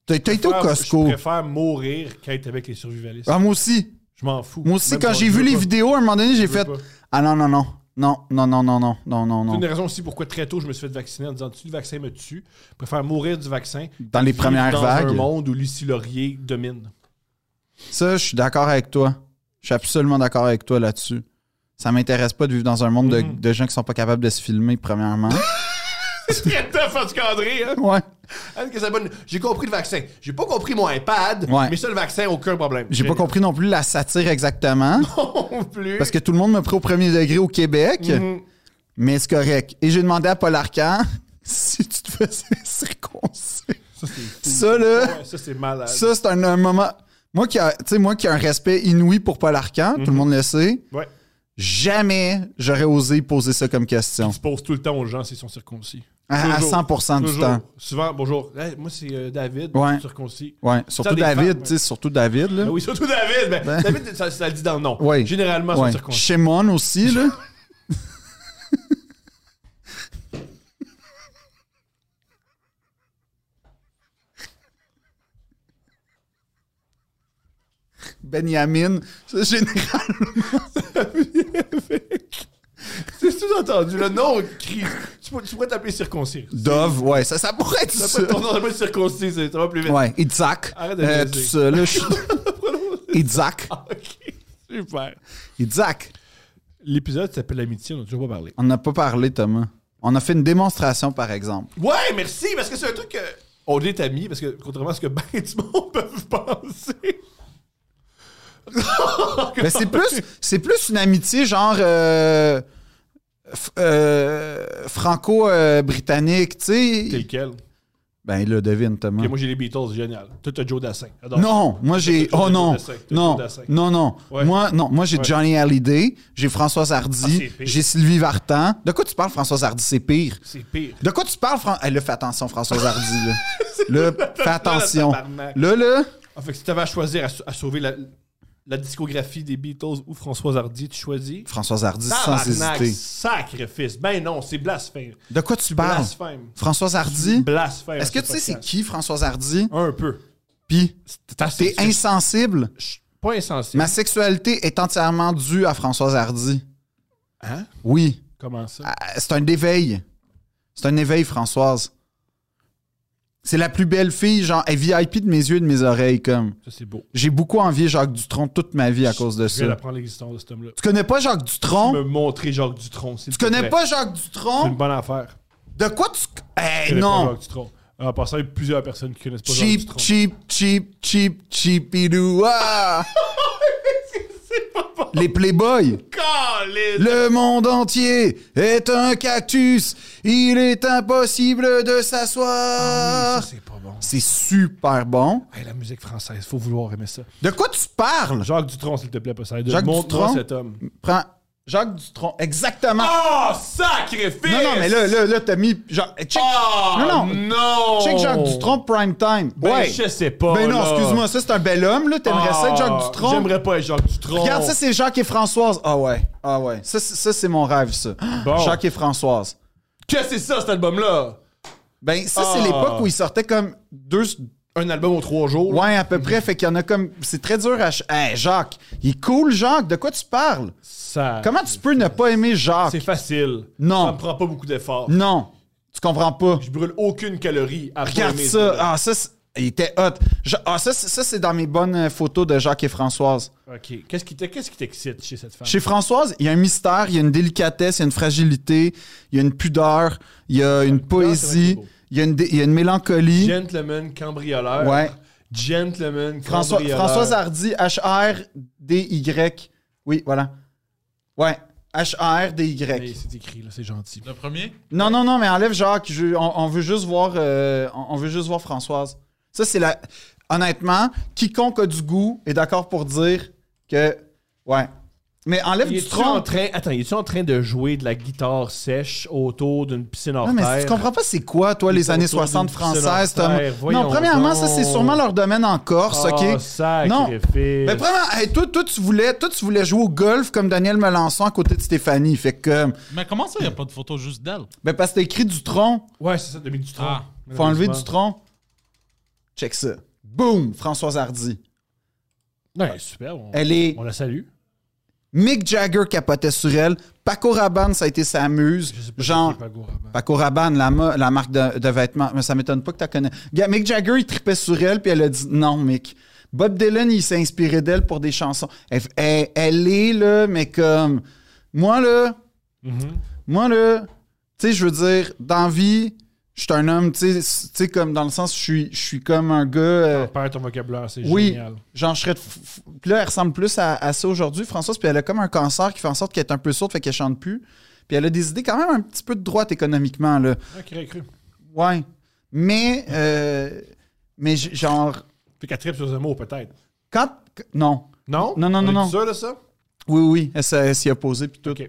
Speaker 1: T'as t'as été au
Speaker 2: Faire-
Speaker 1: Costco.
Speaker 2: Je préfère mourir qu'être avec les survivalistes.
Speaker 1: Ah, moi aussi.
Speaker 2: Je m'en fous.
Speaker 1: Moi aussi,
Speaker 2: Même
Speaker 1: quand
Speaker 2: pas,
Speaker 1: j'ai
Speaker 2: je
Speaker 1: vu
Speaker 2: veux
Speaker 1: les
Speaker 2: pas.
Speaker 1: vidéos, à un moment donné, j'ai
Speaker 2: Je veux
Speaker 1: fait.
Speaker 2: pas.
Speaker 1: Ah, non, non, non. Non, non, non, non, non, non, non,
Speaker 2: C'est une
Speaker 1: non.
Speaker 2: des raisons aussi pourquoi très tôt je me suis fait vacciner en disant tu le vaccin me tue. Je préfère mourir du vaccin.
Speaker 1: Dans les
Speaker 2: vivre
Speaker 1: premières
Speaker 2: dans
Speaker 1: vagues.
Speaker 2: un monde où Lucie Laurier domine.
Speaker 1: Ça, je suis d'accord avec toi. Je suis absolument d'accord avec toi là-dessus. Ça m'intéresse pas de vivre dans un monde de-
Speaker 2: Mhm.
Speaker 1: de, gens qui sont pas capables de se filmer, premièrement.
Speaker 3: C'est très tough à se cadrer, hein.
Speaker 1: ouais.
Speaker 3: Anne Casabonne, J'ai compris le vaccin. J'ai pas compris mon iPad,
Speaker 1: Ouais.
Speaker 3: mais ça, le vaccin, aucun problème.
Speaker 1: J'ai pas compris non plus la satire exactement.
Speaker 3: non plus.
Speaker 1: Parce que tout le monde me pris au premier degré au Québec,
Speaker 3: Mhm.
Speaker 1: mais c'est correct. Et j'ai demandé à Paul Arcan si tu te faisais circoncis.
Speaker 2: Ça, c'est fou.
Speaker 1: Ça, là,
Speaker 2: Ouais, ça, c'est malade.
Speaker 1: ça, c'est un, un moment. Moi qui, a, tu sais, moi qui ai un respect inouï pour Paul Arcan,
Speaker 2: Mhm.
Speaker 1: tout le monde le sait,
Speaker 2: Ouais.
Speaker 1: jamais j'aurais osé poser ça comme question.
Speaker 2: Tu poses tout le temps aux gens s'ils sont circoncis.
Speaker 1: À, à
Speaker 2: Toujours.
Speaker 1: 100% du
Speaker 2: Toujours.
Speaker 1: temps.
Speaker 2: Souvent, bonjour. Hey, moi, c'est euh, David,
Speaker 1: Ouais.
Speaker 2: circoncis.
Speaker 1: Ouais, surtout
Speaker 2: dépend,
Speaker 1: David,
Speaker 2: ouais.
Speaker 1: tu sais, surtout David, là.
Speaker 3: Ah
Speaker 2: Ben oui, surtout David. Ben,
Speaker 1: Ben.
Speaker 2: David, ça, ça le dit dans le nom.
Speaker 1: Ouais.
Speaker 2: Généralement,
Speaker 1: Ouais.
Speaker 2: c'est circoncis.
Speaker 1: Shimon aussi, là. Benjamin, c'est général.
Speaker 3: C'est sous-entendu. Le nom crie. Tu, pourrais- tu pourrais t'appeler circoncis.
Speaker 1: Dove, ouais, ça, ça pourrait être
Speaker 3: Ça
Speaker 1: ça.
Speaker 3: peut- Ton nom s'appelle circoncis, c'est- ça va plus vite.
Speaker 1: Ouais, Isaac.
Speaker 3: Arrête de
Speaker 1: euh,
Speaker 3: niaiser.
Speaker 1: tout ça, là. je- Isaac.
Speaker 3: Ah, Ok. Super.
Speaker 1: Isaac.
Speaker 2: L'épisode s'appelle L'amitié, on n'a toujours pas parlé.
Speaker 1: On n'a pas parlé, Thomas. On a fait une démonstration, par exemple.
Speaker 3: Ouais, merci, parce que c'est un truc que. On est amis, parce que contrairement à ce que ben du monde peuvent penser.
Speaker 1: Mais c'est plus, c'est plus une amitié genre euh, f- euh, franco-britannique, tu sais.
Speaker 2: Tel quel.
Speaker 1: Ben là, devine Thomas.
Speaker 2: Et moi, j'ai les Beatles, génial. Toi, t'as Joe Dassin. Adore.
Speaker 1: non, moi j'ai.
Speaker 2: T'as
Speaker 1: Oh
Speaker 2: Joe
Speaker 1: non,
Speaker 2: Dassin, t'as
Speaker 1: non,
Speaker 2: Joe Dassin.
Speaker 1: non, non.
Speaker 2: Ouais.
Speaker 1: Moi, non, moi j'ai
Speaker 2: Ouais.
Speaker 1: Johnny Hallyday, j'ai Françoise
Speaker 2: Ah,
Speaker 1: Hardy,
Speaker 2: c'est pire.
Speaker 1: j'ai Sylvie Vartan. De quoi tu parles, Françoise Hardy C'est pire.
Speaker 2: C'est pire.
Speaker 1: De quoi tu parles, Françoise Hardy? là, fais attention, Françoise Hardy. Là, Là, fais attention.
Speaker 3: tabarnak.
Speaker 1: Là, là.
Speaker 3: En Ah, fait, si t'avais à choisir à, sau- à sauver la, la discographie des Beatles ou François Hardy, tu choisis.
Speaker 1: Françoise Hardy, sans
Speaker 3: Tabarnak,
Speaker 1: hésiter.
Speaker 3: sacrifice. Ben non, c'est blasphème.
Speaker 1: De quoi tu parles?
Speaker 3: Blasphème.
Speaker 1: Françoise Hardy?
Speaker 3: Blasphème.
Speaker 1: Est-ce que
Speaker 3: à
Speaker 1: tu
Speaker 3: ce
Speaker 1: sais c'est
Speaker 3: podcast.
Speaker 1: qui Françoise Hardy?
Speaker 3: Un peu.
Speaker 1: Puis,
Speaker 3: C'est assez-
Speaker 1: t'es insensible?
Speaker 3: Je suis pas insensible.
Speaker 1: Ma sexualité est entièrement due à Françoise Hardy.
Speaker 3: Hein?
Speaker 1: Oui.
Speaker 2: Comment ça?
Speaker 1: Ah, C'est un éveil. C'est un éveil, Françoise. C'est la plus belle fille, genre, elle VIP de mes yeux et de mes oreilles, comme.
Speaker 2: Ça, c'est beau.
Speaker 1: J'ai beaucoup envié Jacques Dutronc toute ma vie à cause de
Speaker 2: Je vais
Speaker 1: ça.
Speaker 2: apprendre l'existence de cet homme-là.
Speaker 1: Tu connais pas Jacques
Speaker 2: Me
Speaker 1: Dutronc?
Speaker 2: montrer Jacques Dutronc.
Speaker 1: Tu connais pas Jacques Dutronc?
Speaker 2: C'est une bonne affaire.
Speaker 1: De quoi tu.
Speaker 2: Je
Speaker 1: Eh
Speaker 2: connais pas
Speaker 1: non!
Speaker 2: Jacques Dutronc. Euh, En passant, il y a plusieurs personnes qui connaissent pas Jacques
Speaker 1: Cheap,
Speaker 2: Dutronc.
Speaker 1: cheap, cheap, cheap, cheap, idou. Ah! Les Playboys. Le monde entier est un cactus. Il est impossible de
Speaker 2: Ça,
Speaker 1: s'asseoir.
Speaker 2: c'est pas bon.
Speaker 1: C'est super bon.
Speaker 2: Hey, la musique française, faut vouloir aimer ça.
Speaker 1: De quoi tu parles?
Speaker 2: Jacques Dutronc, s'il te plaît, Poseidon.
Speaker 1: Jacques
Speaker 2: Montre-moi
Speaker 1: Dutronc?
Speaker 2: cet homme.
Speaker 1: Prends Jacques Dutronc. Exactement.
Speaker 2: Oh, sacrifice!
Speaker 1: Ah,
Speaker 2: Ah,
Speaker 1: non, non, mais là, là, là, t'as mis. Jacques- eh, check, non, non.
Speaker 2: non!
Speaker 1: check Jacques Dutronc prime time.
Speaker 2: Oh! Ben,
Speaker 1: ouais.
Speaker 2: je sais pas.
Speaker 1: Ben non,
Speaker 2: là.
Speaker 1: excuse-moi, ça c'est un bel homme, là. T'aimerais ça être Jacques
Speaker 2: Ah,
Speaker 1: Dutronc?
Speaker 2: J'aimerais pas être Jacques Dutronc.
Speaker 1: Regarde, ça, c'est Jacques et Françoise. Ah ouais, ah ouais. Ça, c'est- ça, c'est mon rêve, ça.
Speaker 2: Bon.
Speaker 1: Jacques et Françoise.
Speaker 2: Qu'est-ce que c'est ça, cet album-là?
Speaker 1: Ben, ça, c'est
Speaker 2: Ah.
Speaker 1: l'époque où ils sortaient comme deux...
Speaker 2: Un album en trois jours.
Speaker 1: Ouais, à peu près. Fait qu'il y en a comme... C'est très dur à... ch- Hey, Jacques! Il est cool, Jacques! De quoi tu parles?
Speaker 2: Ça.
Speaker 1: Comment tu peux ne pas aimer Jacques?
Speaker 2: C'est facile.
Speaker 1: Non.
Speaker 2: Ça me prend pas beaucoup d'efforts.
Speaker 1: Non. Tu comprends pas.
Speaker 2: Je brûle aucune calorie à
Speaker 1: Regarde
Speaker 2: pas aimer
Speaker 1: ça.
Speaker 2: là.
Speaker 1: Ah, ça, c'est- il était hot. Ja- Ah, ça, c'est- ça, c'est dans mes bonnes euh, photos de Jacques et Françoise.
Speaker 2: OK. Qu'est-ce qui te- qu'est-ce qui t'excite chez cette femme?
Speaker 1: Ah. Chez Françoise, il y a un mystère, il y a une délicatesse, il y a une fragilité, il y a une pudeur, il y a une
Speaker 2: pudeur, c'est vrai que c'est
Speaker 1: poésie,
Speaker 2: beau.
Speaker 1: il y a une, dé- il y a une mélancolie.
Speaker 2: Gentleman cambrioleur.
Speaker 1: Ouais.
Speaker 2: Gentleman
Speaker 1: François,
Speaker 2: cambrioleur.
Speaker 1: Françoise Hardy, H-R-D-Y. Oui, voilà. Ouais.
Speaker 2: Mais
Speaker 1: H-R-D-Y.
Speaker 2: c'est écrit, là, c'est gentil.
Speaker 6: Le premier?
Speaker 1: Non, non, non, mais enlève Jacques. Je- on, on veut juste voir, euh, on, on veut juste voir Françoise. Ça, c'est la. Honnêtement, quiconque a du goût est d'accord pour dire que. Ouais. Mais enlève du
Speaker 2: est en
Speaker 1: tronc.
Speaker 2: train, attends, est en train de jouer de la guitare sèche autour d'une piscine hors
Speaker 1: Non, mais si tu comprends pas c'est quoi, toi, les
Speaker 2: Autour
Speaker 1: années
Speaker 2: d'une
Speaker 1: 60
Speaker 2: piscine hors
Speaker 1: françaises, Tom?
Speaker 2: terre, voyons
Speaker 1: Non, premièrement, ça,
Speaker 2: donc.
Speaker 1: c'est sûrement leur domaine en
Speaker 2: Ah,
Speaker 1: Corse, OK? Non. Mais premièrement, hey, toi, toi, tu voulais, toi, tu voulais jouer au golf comme Daniel Melançon à côté de Stéphanie. Fait que. euh,
Speaker 6: Mais comment ça, il n'y a pas de photo juste d'elle?
Speaker 1: Ben, parce que t'as écrit du tronc.
Speaker 2: Ouais, c'est ça, t'as mis du tronc.
Speaker 6: Ah.
Speaker 1: Faut enlever du
Speaker 2: tronc.
Speaker 1: tronc. Check ça. Boum! Françoise Hardy.
Speaker 2: Ouais, super. On,
Speaker 1: Elle est.
Speaker 2: on la salue.
Speaker 1: Mick Jagger capotait sur elle. Paco Rabanne, ça a été sa muse.
Speaker 2: Je sais pas
Speaker 1: Genre.
Speaker 2: si c'est Paco Rabanne.
Speaker 1: Paco Rabanne, la, ma- la marque de, de vêtements. Mais ça m'étonne pas que tu connais. Gars, Mick Jagger, il tripait sur elle, puis elle a dit non, Mick. Bob Dylan, il s'est inspiré d'elle pour des chansons. Elle, elle- elle est là, mais comme. Moi, là. Moi, là. Tu sais, je veux dire, dans la vie, je suis un homme, tu sais, tu sais, comme dans le sens, je suis- je suis comme un gars. euh,
Speaker 2: Perds ton vocabulaire, c'est
Speaker 1: oui,
Speaker 2: génial.
Speaker 1: genre, je serais. de f- f- Puis là, elle ressemble plus à, à ça aujourd'hui, Françoise. Puis elle a comme un cancer qui fait en sorte qu'elle est un peu sourde, fait qu'elle chante plus. Puis elle a des idées quand même un petit peu de droite économiquement, là.
Speaker 2: Ah, cru, cru.
Speaker 1: Ouais. Mais, euh, mais j- genre,
Speaker 2: Fait qu'elle tripe sur un mot, peut-être.
Speaker 1: quand. Non.
Speaker 2: Non?
Speaker 1: Non, non, non,
Speaker 2: On est
Speaker 1: non.
Speaker 2: sûr de ça?
Speaker 1: Oui, oui, elle s'est- elle s'y est posée, puis tout.
Speaker 2: Ok.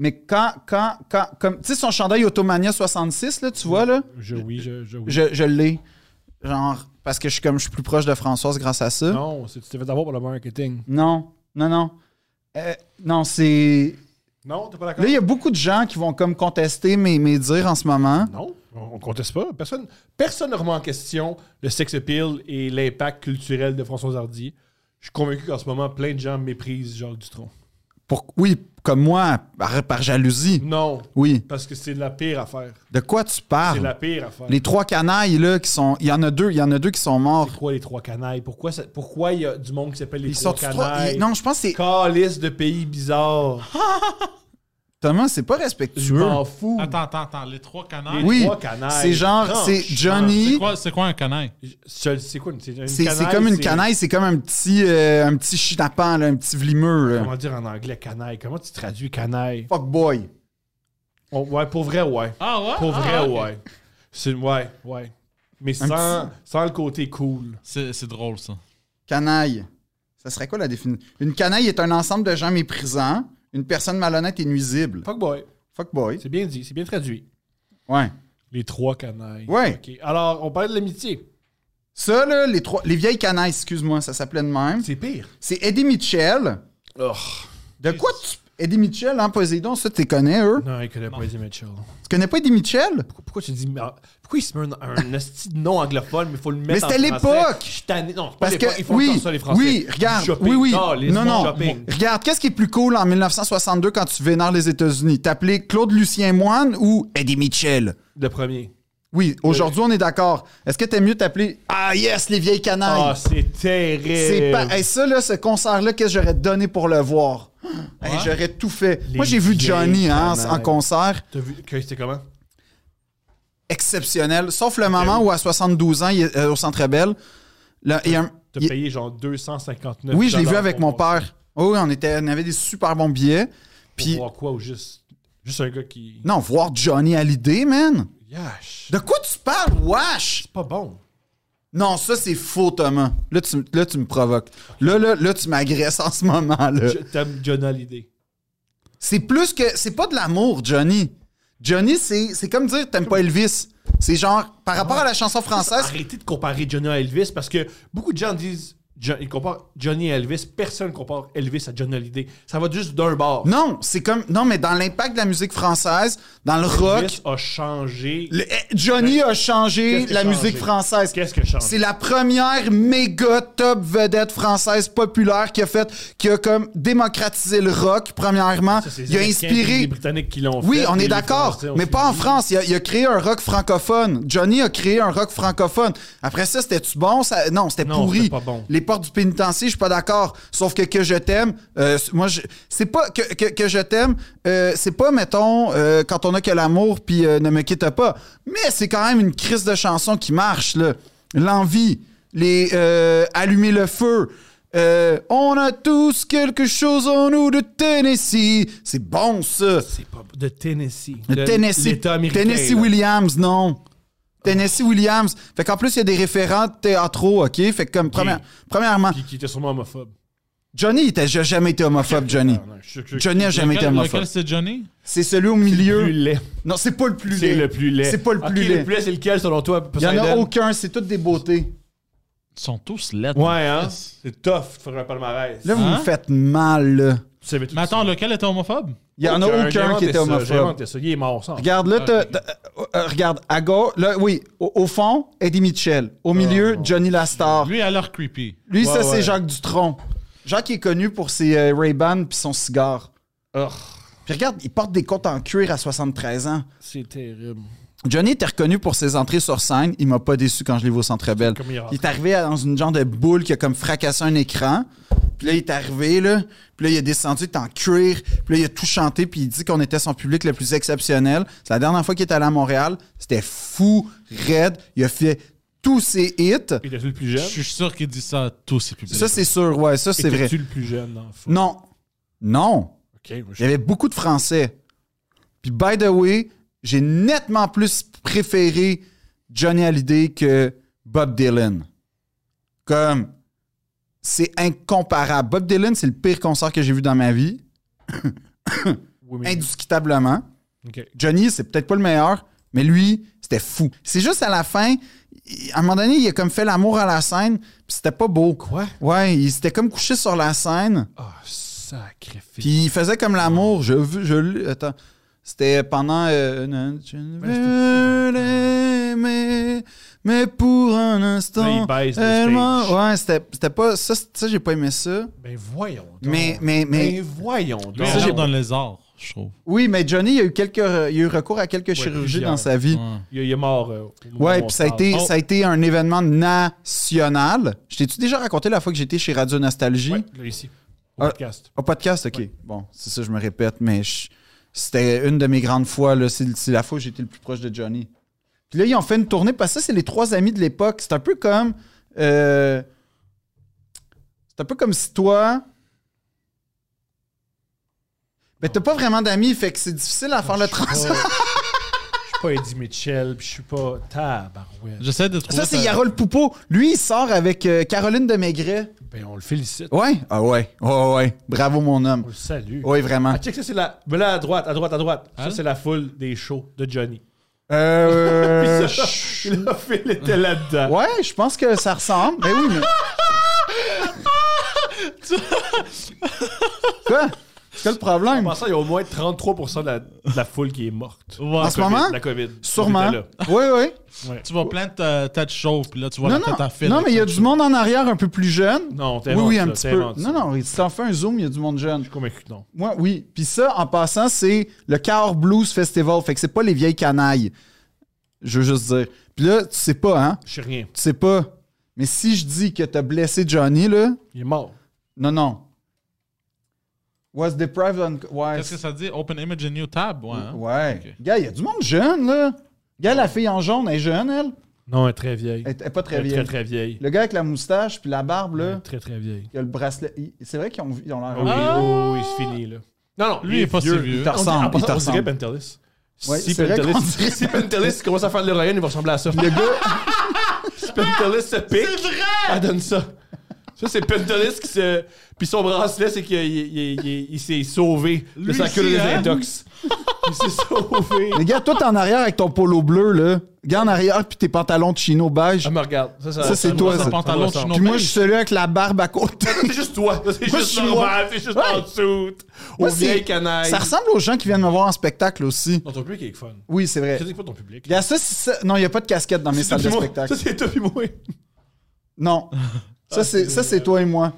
Speaker 1: Mais quand, quand, quand, comme, tu sais, son chandail Automania 66, là, tu vois, là,
Speaker 2: Je oui, je, je oui.
Speaker 1: je, je l'ai. Genre, parce que je suis comme, je suis plus proche de Françoise grâce à ça.
Speaker 2: Non, c'est- tu t'es fait avoir pour le marketing.
Speaker 1: Non, non, non. Euh, non, c'est.
Speaker 2: Non, t'es pas d'accord?
Speaker 1: Là, il y a beaucoup de gens qui vont comme contester mes, mes dires en ce moment.
Speaker 2: Non, on on conteste pas. Personne, personne ne remet en question le sex appeal et l'impact culturel de François Hardy. Je suis convaincu qu'en ce moment, plein de gens méprisent Jacques Dutronc.
Speaker 1: Pour, oui, comme moi, par, par jalousie.
Speaker 2: Non,
Speaker 1: Oui.
Speaker 2: parce que c'est la pire affaire.
Speaker 1: De quoi tu
Speaker 2: C'est la
Speaker 1: parles?
Speaker 2: pire affaire.
Speaker 1: Ah. Les trois canailles, là, qui sont. Il y en a deux, il y en a deux qui sont morts.
Speaker 2: Pourquoi les trois canailles? Pourquoi ça- pourquoi il y a du monde qui s'appelle les
Speaker 1: Ils
Speaker 2: trois
Speaker 1: sortent trois.
Speaker 2: canailles?
Speaker 1: ils- non, Ah, je pense que c'est.
Speaker 2: Calice de pays bizarres.
Speaker 1: Thomas, c'est pas
Speaker 2: Je
Speaker 1: respectueux.
Speaker 2: m'en fous.
Speaker 6: Attends, attends, attends. Les trois
Speaker 2: Les
Speaker 6: canailles.
Speaker 1: Oui,
Speaker 2: trois canailles.
Speaker 1: c'est genre, c'est
Speaker 2: Franchement,
Speaker 6: C'est
Speaker 1: Johnny.
Speaker 6: quoi, c'est quoi un canaille?
Speaker 2: Je- C'est quoi? une- C'est une
Speaker 1: C'est c'est
Speaker 2: canaille,
Speaker 1: comme une
Speaker 2: c'est-
Speaker 1: canaille, c'est comme un petit, euh, un petit chinapan, là, un petit vlimeux. là.
Speaker 2: Comment dire en anglais canaille? Comment tu traduis canaille?
Speaker 1: Fuckboy.
Speaker 2: On- Oh, ouais, pour vrai, ouais.
Speaker 6: Ah ouais?
Speaker 2: Pour
Speaker 6: Ah,
Speaker 2: vrai,
Speaker 6: ok.
Speaker 2: ouais. C'est, ouais, ouais. Mais
Speaker 1: Un
Speaker 2: sans, sans le côté cool.
Speaker 6: C'est c'est drôle, ça.
Speaker 1: Canaille. Ça serait quoi la définition? Une canaille est un ensemble de gens méprisants, une personne malhonnête et nuisible.
Speaker 2: Fuckboy.
Speaker 1: Fuckboy.
Speaker 2: C'est bien dit, c'est bien traduit.
Speaker 1: Ouais.
Speaker 2: Les trois canailles.
Speaker 1: Ouais.
Speaker 2: Ok. Alors, on parle de l'amitié.
Speaker 1: Ça, là, les, trois, les vieilles canailles, excuse-moi, ça s'appelait de même.
Speaker 2: C'est pire.
Speaker 1: C'est Eddie Mitchell.
Speaker 2: Oh.
Speaker 1: De quoi tu. Eddie Mitchell, hein, Poséidon, ça, tu les connais, eux.
Speaker 3: Non, il connaît pas Eddie Mitchell.
Speaker 1: Tu connais pas Eddie Mitchell?
Speaker 2: Pourquoi, pourquoi tu dis. ah, Pourquoi il se met un, un esti de nom anglophone, mais il faut le mettre.
Speaker 1: Mais c'était
Speaker 2: en français?
Speaker 1: l'époque!
Speaker 2: Je suis tanné. Non, c'est pas
Speaker 1: Parce que,
Speaker 2: l'époque. Ils font
Speaker 1: oui,
Speaker 2: encore ça, les Français.
Speaker 1: oui, regarde,
Speaker 2: Shopping.
Speaker 1: oui, oui,
Speaker 2: Ah, les
Speaker 1: non, non,
Speaker 2: shopping.
Speaker 1: regarde, qu'est-ce qui est plus cool en 1962 quand tu vénères les États-Unis? T'appeler Claude Lucien Moine ou Eddie Mitchell?
Speaker 2: Le premier.
Speaker 1: Oui, aujourd'hui, on est d'accord. Est-ce que t'aimes mieux t'appeler « Ah yes, les vieilles canailles
Speaker 2: Ah, c'est terrible.
Speaker 1: C'est pas... Hey, ça, là, ce concert-là, qu'est-ce que j'aurais donné pour le voir? Hey,
Speaker 6: Ouais.
Speaker 1: j'aurais tout fait.
Speaker 2: Les
Speaker 1: Moi, j'ai vu
Speaker 2: vieilles
Speaker 1: Johnny hein, en- en
Speaker 2: canailles.
Speaker 1: concert.
Speaker 2: T'as vu que c'était comment?
Speaker 1: Exceptionnel. Sauf le moment où, à 72 ans, il est, euh, au Centre Bell, là, il y a un-
Speaker 2: T'as
Speaker 1: il-
Speaker 2: payé genre 259
Speaker 1: Oui, je l'ai vu
Speaker 2: dollars
Speaker 1: avec
Speaker 2: pour
Speaker 1: mon
Speaker 2: voir-
Speaker 1: père. Oh, oui, on, était, on avait des super bons billets.
Speaker 2: Pour
Speaker 1: Puis,
Speaker 2: voir quoi ou juste. Juste un gars qui.
Speaker 1: non, voir Johnny Hallyday, man.
Speaker 2: Yash.
Speaker 1: De quoi tu parles, wesh?
Speaker 2: C'est pas bon.
Speaker 1: Non, ça, c'est faux, Thomas. Là, tu, m- là, tu me provoques. Là, là, là, tu m'agresses en ce moment, là.
Speaker 2: Je- T'aimes John Hallyday.
Speaker 1: C'est plus que... C'est pas de l'amour, Johnny. Johnny, c'est c'est comme dire t'aimes pas Elvis. C'est genre, par
Speaker 2: Ah.
Speaker 1: rapport à la chanson française...
Speaker 2: Arrêtez de comparer Johnny à Elvis parce que beaucoup de gens disent. Jo- Ils comparent Johnny à Elvis. Personne compare Elvis à Johnny Hallyday. Ça va juste d'un bord.
Speaker 1: Non, c'est comme... Non, mais dans l'impact de la musique française, dans le rock...
Speaker 2: Elvis a changé.
Speaker 1: le- eh, Johnny a changé
Speaker 2: Ben, Qu'est-ce qui a
Speaker 1: la musique
Speaker 2: changé?
Speaker 1: française.
Speaker 2: Qu'est-ce que change?
Speaker 1: C'est la première méga top vedette française populaire qui a fait, qui a comme démocratisé le rock, premièrement.
Speaker 2: Ça, c'est les
Speaker 1: il a
Speaker 2: Américains puis Les
Speaker 1: inspiré.
Speaker 2: Britanniques qui l'ont
Speaker 1: Oui,
Speaker 2: fait,
Speaker 1: on
Speaker 2: puis
Speaker 1: est
Speaker 2: les
Speaker 1: d'accord,
Speaker 2: Français ont
Speaker 1: mais
Speaker 2: suivi.
Speaker 1: pas en France. Il a, il a créé un rock francophone. Johnny a créé un rock francophone. Après ça, c'était-tu bon? Ça- non, c'était
Speaker 2: Non,
Speaker 1: pourri.
Speaker 2: c'était pas bon.
Speaker 1: Les portes du pénitencier, je suis pas d'accord. Sauf que que je t'aime, euh, c- moi, je- c'est pas que, que, que je t'aime, euh, c'est pas, mettons, euh, quand on a que l'amour puis euh, ne me quitte pas. Mais c'est quand même une crise de chanson qui marche, là. L'envie, les euh, allumer le feu. euh, on a tous quelque chose en nous de Tennessee. C'est bon, ça.
Speaker 2: C'est pas de Tennessee.
Speaker 1: Le Tennessee,
Speaker 2: L'État américain.
Speaker 1: Tennessee
Speaker 2: là.
Speaker 1: Williams, non. Tennessee Williams. Fait qu'en plus, il y a des référents théâtraux, OK? Fait que comme, première- premièrement,
Speaker 2: Qui, qui était sûrement homophobe.
Speaker 1: Johnny, il était il a jamais été homophobe, Johnny.
Speaker 2: Ah, non, je- je-
Speaker 1: Johnny a jamais été
Speaker 6: Lequel,
Speaker 1: homophobe.
Speaker 6: lequel c'est Johnny?
Speaker 1: C'est celui au
Speaker 2: Le plus
Speaker 1: milieu.
Speaker 2: laid.
Speaker 1: Non, c'est pas le plus laid.
Speaker 2: C'est le plus laid.
Speaker 1: C'est pas le
Speaker 2: Ok,
Speaker 1: plus laid.
Speaker 2: Le plus laid, c'est lequel selon toi
Speaker 1: Il y en a
Speaker 2: Poseidon?
Speaker 1: aucun, c'est toutes des beautés.
Speaker 6: Ils sont tous laids.
Speaker 2: Ouais, hein. C'est tough de faire un palmarès.
Speaker 1: Là, vous
Speaker 6: Hein?
Speaker 1: me faites mal, là.
Speaker 2: tu savais tout
Speaker 6: Mais attends,
Speaker 2: ça.
Speaker 6: lequel était homophobe?
Speaker 1: Il y en a
Speaker 2: J'ai
Speaker 1: aucun
Speaker 2: inventé
Speaker 1: qui était
Speaker 2: ça, Ah, J'ai
Speaker 1: homophobe.
Speaker 2: inventé ça. Il est mort, ça.
Speaker 1: Regarde, là, t'as-
Speaker 6: Ok.
Speaker 1: t'as- euh, euh, regarde, à gauche, là, oui, au, au fond, Eddie Mitchell.
Speaker 2: Ah,
Speaker 1: Au milieu, Johnny Lastar.
Speaker 6: Lui, a l'air creepy.
Speaker 1: Lui, ça,
Speaker 2: Ouais,
Speaker 1: c'est
Speaker 2: ouais.
Speaker 1: Jacques Dutronc. Jacques est connu pour ses euh, Ray-Ban puis son cigare.
Speaker 2: Urgh,
Speaker 1: Puis regarde, il porte des côtes en cuir à 73 ans.
Speaker 2: C'est terrible.
Speaker 1: Johnny était reconnu pour ses entrées sur scène. Il m'a pas déçu quand je l'ai vu au Centre Bell.
Speaker 2: Comme il est rentré.
Speaker 1: Il est arrivé à- dans une genre de boule qui a comme fracassé un écran. Puis là, il est arrivé, là. Puis là, il est descendu, il est en cuir. Puis là, il a tout chanté. Puis il dit qu'on était son public le plus exceptionnel. C'est la dernière fois qu'il est allé à Montréal. C'était fou, raide. Il a fait tous ses hits.
Speaker 2: Il était le plus
Speaker 6: Je
Speaker 2: jeune.
Speaker 6: suis sûr qu'il dit ça à tous ses publics.
Speaker 1: Ça, c'est sûr, ouais. Ça, c'est vrai.
Speaker 2: tu le plus jeune dans le fond?
Speaker 1: Non. Non.
Speaker 2: Ok, moi,
Speaker 1: Il
Speaker 2: je-
Speaker 1: y avait beaucoup de Français. Puis, by the way, j'ai nettement plus préféré Johnny Hallyday que Bob Dylan. Comme, c'est incomparable. Bob Dylan, c'est le pire concert que j'ai vu dans ma vie,
Speaker 2: oui, mais-
Speaker 1: indiscutablement.
Speaker 2: Ok.
Speaker 1: Johnny, c'est peut-être pas le meilleur, mais lui, c'était fou. C'est juste à la fin, il- à un moment donné, il a comme fait l'amour à la scène, puis c'était pas beau.
Speaker 2: Quoi?
Speaker 1: Ouais, il s'était comme couché sur la scène.
Speaker 2: Ah, sacrifice.
Speaker 1: Puis il faisait comme l'amour. Je veux, je l'ai- Attends. C'était pendant. euh, une- je ne
Speaker 2: Ben,
Speaker 1: veux l'aimer, mais pour un
Speaker 2: Là,
Speaker 1: instant.
Speaker 2: il baise le
Speaker 1: elle m'a-
Speaker 2: stage.
Speaker 1: Ouais, c'était c'était pas. Ça, c'est- ça j'ai pas aimé ça.
Speaker 2: Ben voyons. donc.
Speaker 1: Mais, mais, mais.
Speaker 2: Ben voyons. donc.
Speaker 6: Lui, ça, j'ai dans les arts, je trouve.
Speaker 1: Oui, mais Johnny, il a eu, quelques, re- il a eu recours à quelques chirurgies
Speaker 2: plusieurs.
Speaker 1: dans sa vie.
Speaker 6: Ouais.
Speaker 2: Il, il est mort. euh, au moment
Speaker 1: Ouais,
Speaker 2: où on
Speaker 1: puis ça a,
Speaker 2: se parle.
Speaker 1: été,
Speaker 6: Oh.
Speaker 1: ça a été un événement national. Je t'ai-tu déjà raconté la fois que j'étais chez Radio Nostalgie?
Speaker 2: Ouais, là, ici. Au
Speaker 1: Ah.
Speaker 2: podcast.
Speaker 1: Au podcast, OK. Bon, c'est ça, je me répète, mais je- c'était une de mes grandes fois. là. C'est c'est la fois où j'étais le plus proche de Johnny. Puis là, ils ont fait une tournée, parce que ça, c'est les trois amis de l'époque. C'est un peu comme... euh, c'est un peu comme si toi... Mais ben, t'as pas vraiment d'amis, fait que c'est difficile à faire le
Speaker 2: Je suis
Speaker 1: transfert.
Speaker 2: pas- je suis pas Eddie Mitchell, puis je suis pas Tabarouette.
Speaker 6: J'essaie de trouver.
Speaker 1: Ça, c'est
Speaker 6: ta-
Speaker 1: Yarol Poupeau. Lui, il sort avec euh, Caroline de Maigret.
Speaker 2: Ben on le félicite.
Speaker 1: Ouais? Ah ouais. Ouais, ouais. Bravo, mon homme.
Speaker 2: On le salue.
Speaker 1: Ouais, vraiment.
Speaker 2: Ah, check ça, c'est la. Mais là, à droite, à droite, à droite.
Speaker 6: Hein?
Speaker 2: Ça, c'est la foule des shows de Johnny.
Speaker 1: Euh...
Speaker 2: Puis ça, là, Phil était là-dedans.
Speaker 1: Ouais, je pense que ça ressemble. Ben Mais oui, mais. Quoi? C'est le problème.
Speaker 2: En passant, il y a au moins 33% de la, de la foule qui est morte.
Speaker 6: Ouais.
Speaker 1: En ce moment?
Speaker 2: La COVID.
Speaker 1: Sûrement.
Speaker 2: C'était là.
Speaker 1: Oui, oui.
Speaker 6: Tu vas plaindre ta tête chauve, puis là, tu vois
Speaker 1: non,
Speaker 6: la tête à
Speaker 1: non.
Speaker 6: fil.
Speaker 1: non, mais il y a du monde en arrière un peu plus jeune.
Speaker 2: Non, t'es
Speaker 1: Oui, oui, un petit peu. Non, non, si t'en fais un zoom, il y a du monde jeune.
Speaker 2: Je suis convaincu que non.
Speaker 1: Moi, oui. Puis ça, en passant, c'est le Car Blues Festival. Fait que c'est pas les vieilles canailles. Je veux juste dire. Puis là, tu sais pas, hein?
Speaker 2: Je sais rien.
Speaker 1: Tu sais pas. Mais si je dis que t'as blessé Johnny, là.
Speaker 2: Il est mort.
Speaker 1: Non, non. Was deprived on. Ouais.
Speaker 6: Qu'est-ce que ça dit? Open image and new tab, ouais. hein?
Speaker 1: Ouais.
Speaker 6: Ok.
Speaker 1: Gars, il y a du monde jeune, là. Gars, la fille en jaune, elle est jeune, elle.
Speaker 2: Non, elle est très vieille.
Speaker 1: Elle est pas très
Speaker 2: Elle est
Speaker 1: vieille.
Speaker 2: Très, très vieille.
Speaker 1: Le gars avec la moustache puis la barbe,
Speaker 2: Elle est
Speaker 1: là.
Speaker 2: Très, très vieille.
Speaker 1: Il a le bracelet. il- C'est vrai qu'ils ont, ils ont l'air.
Speaker 2: Ah oui,
Speaker 6: Ah!
Speaker 2: oh, oui, c'est fini, là. Non, non,
Speaker 6: Lui, il est pas si vieux.
Speaker 1: Il te ressemble,
Speaker 2: On, dit- en
Speaker 1: il te
Speaker 2: passant, on dirait
Speaker 1: ressemble.
Speaker 2: Pentelis.
Speaker 1: Ouais,
Speaker 2: si
Speaker 1: c'est vrai qu'on
Speaker 2: Pentelis,
Speaker 1: dirait-
Speaker 2: si Pentelis commence à faire de l'héroïne, il va ressembler à ça.
Speaker 1: Le gars,
Speaker 2: Si Pentelis se pique, elle donne ça. Ça, c'est Pentelis qui se. Puis son bracelet, c'est qu'il il- il- il- il s'est sauvé de
Speaker 6: Lui
Speaker 2: sa cure des
Speaker 6: aussi, hein?
Speaker 2: intox. Il s'est sauvé.
Speaker 1: le gars, toi, t'es en arrière avec ton polo bleu, là. Gars en arrière puis tes pantalons de chino beige.
Speaker 2: Elle me Ah, regarde. Ça,
Speaker 1: Ça, c'est toi,
Speaker 2: me
Speaker 1: ça.
Speaker 2: ressemble.
Speaker 6: Pantalon
Speaker 2: me ressemble.
Speaker 6: chino-
Speaker 1: Puis moi, je suis celui avec la barbe à côté.
Speaker 2: C'est juste toi. C'est
Speaker 1: Moi,
Speaker 2: juste
Speaker 1: je suis
Speaker 2: normal. C'est juste en
Speaker 1: Ouais.
Speaker 2: dessous. Aux
Speaker 1: Moi, c'est-
Speaker 2: vieilles canailles.
Speaker 1: Ça ressemble aux gens qui viennent me voir en spectacle aussi.
Speaker 2: Dans ton public, il est fun.
Speaker 1: Oui, c'est vrai.
Speaker 2: Critique pas ton public.
Speaker 1: Gars, ça, c'est ça- Non, il n'y a pas de casquette dans mes
Speaker 2: Ça,
Speaker 1: salles
Speaker 2: c'est
Speaker 1: de
Speaker 2: moi.
Speaker 1: spectacle.
Speaker 2: Ça, c'est toi puis moi. Ah,
Speaker 1: Non. Ça, c'est ça, c'est toi et moi.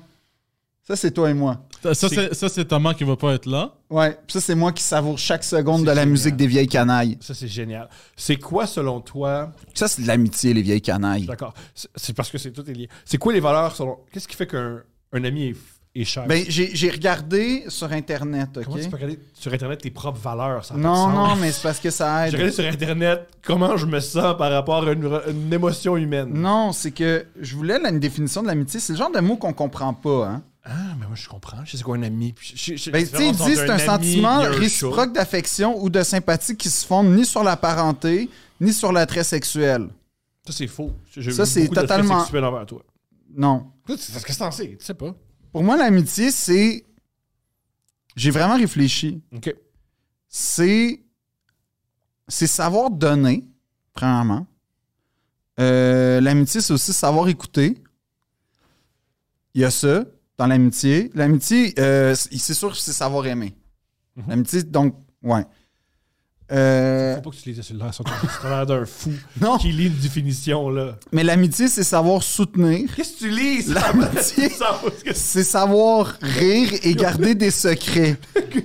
Speaker 1: Ça, c'est toi et moi.
Speaker 6: Ça, c'est- Ça, c'est Thomas qui va pas être là.
Speaker 1: Ouais. Puis ça, c'est moi qui savoure chaque seconde de la
Speaker 2: génial.
Speaker 1: musique des vieilles canailles.
Speaker 2: Ça, c'est génial. C'est quoi, selon toi...
Speaker 1: Ça, c'est de l'amitié, les vieilles canailles.
Speaker 2: D'accord. C'est c'est parce que c'est tout est lié. C'est quoi les valeurs, selon... Qu'est-ce qui fait qu'un un ami est, f- est cher?
Speaker 1: Ben, j'ai j'ai regardé sur Internet, OK?
Speaker 2: Comment tu peux regarder sur Internet tes propres valeurs? Ça a pas
Speaker 1: Non,
Speaker 2: de sens.
Speaker 1: non, mais c'est parce que ça
Speaker 2: J'ai
Speaker 1: aide.
Speaker 2: regardé sur Internet comment je me sens par rapport à une, re- une émotion humaine.
Speaker 1: Non, c'est que je voulais la- une définition de l'amitié. C'est le genre de mot qu'on comprend pas. Hein?
Speaker 2: Ah, mais moi, je comprends. Je sais c'est quoi un ami. puis je- je- je-
Speaker 1: Ben,
Speaker 2: la
Speaker 1: tu sais, ils
Speaker 2: différence
Speaker 1: disent
Speaker 2: entre
Speaker 1: c'est un
Speaker 2: ami
Speaker 1: sentiment
Speaker 2: et un chat.
Speaker 1: réciproque d'affection ou de sympathie qui se fonde ni sur la parenté, ni sur l'attrait sexuel.
Speaker 2: Ça, c'est faux. J'ai
Speaker 1: Ça,
Speaker 2: eu
Speaker 1: c'est
Speaker 2: beaucoup d'attrait
Speaker 1: totalement-
Speaker 2: sexuel envers toi.
Speaker 1: Non.
Speaker 2: Qu'est-ce que t'en sais? Tu sais pas.
Speaker 1: Pour moi, l'amitié, c'est. J'ai vraiment réfléchi.
Speaker 2: OK.
Speaker 1: C'est. C'est savoir donner, premièrement. Euh, l'amitié, c'est aussi savoir écouter. Il y a ça dans l'amitié. L'amitié, euh, c'est c'est sûr que c'est savoir aimer. L'amitié, donc, ouais. Euh,
Speaker 2: Faut pas que tu lises celui-là. ça, T'as l'air d'un fou
Speaker 1: non,
Speaker 2: qui lit une définition, là.
Speaker 1: mais l'amitié, c'est savoir soutenir.
Speaker 2: Qu'est-ce que tu lis? ça?
Speaker 1: L'amitié,
Speaker 2: Ça, parce que
Speaker 1: c'est savoir rire et garder des secrets.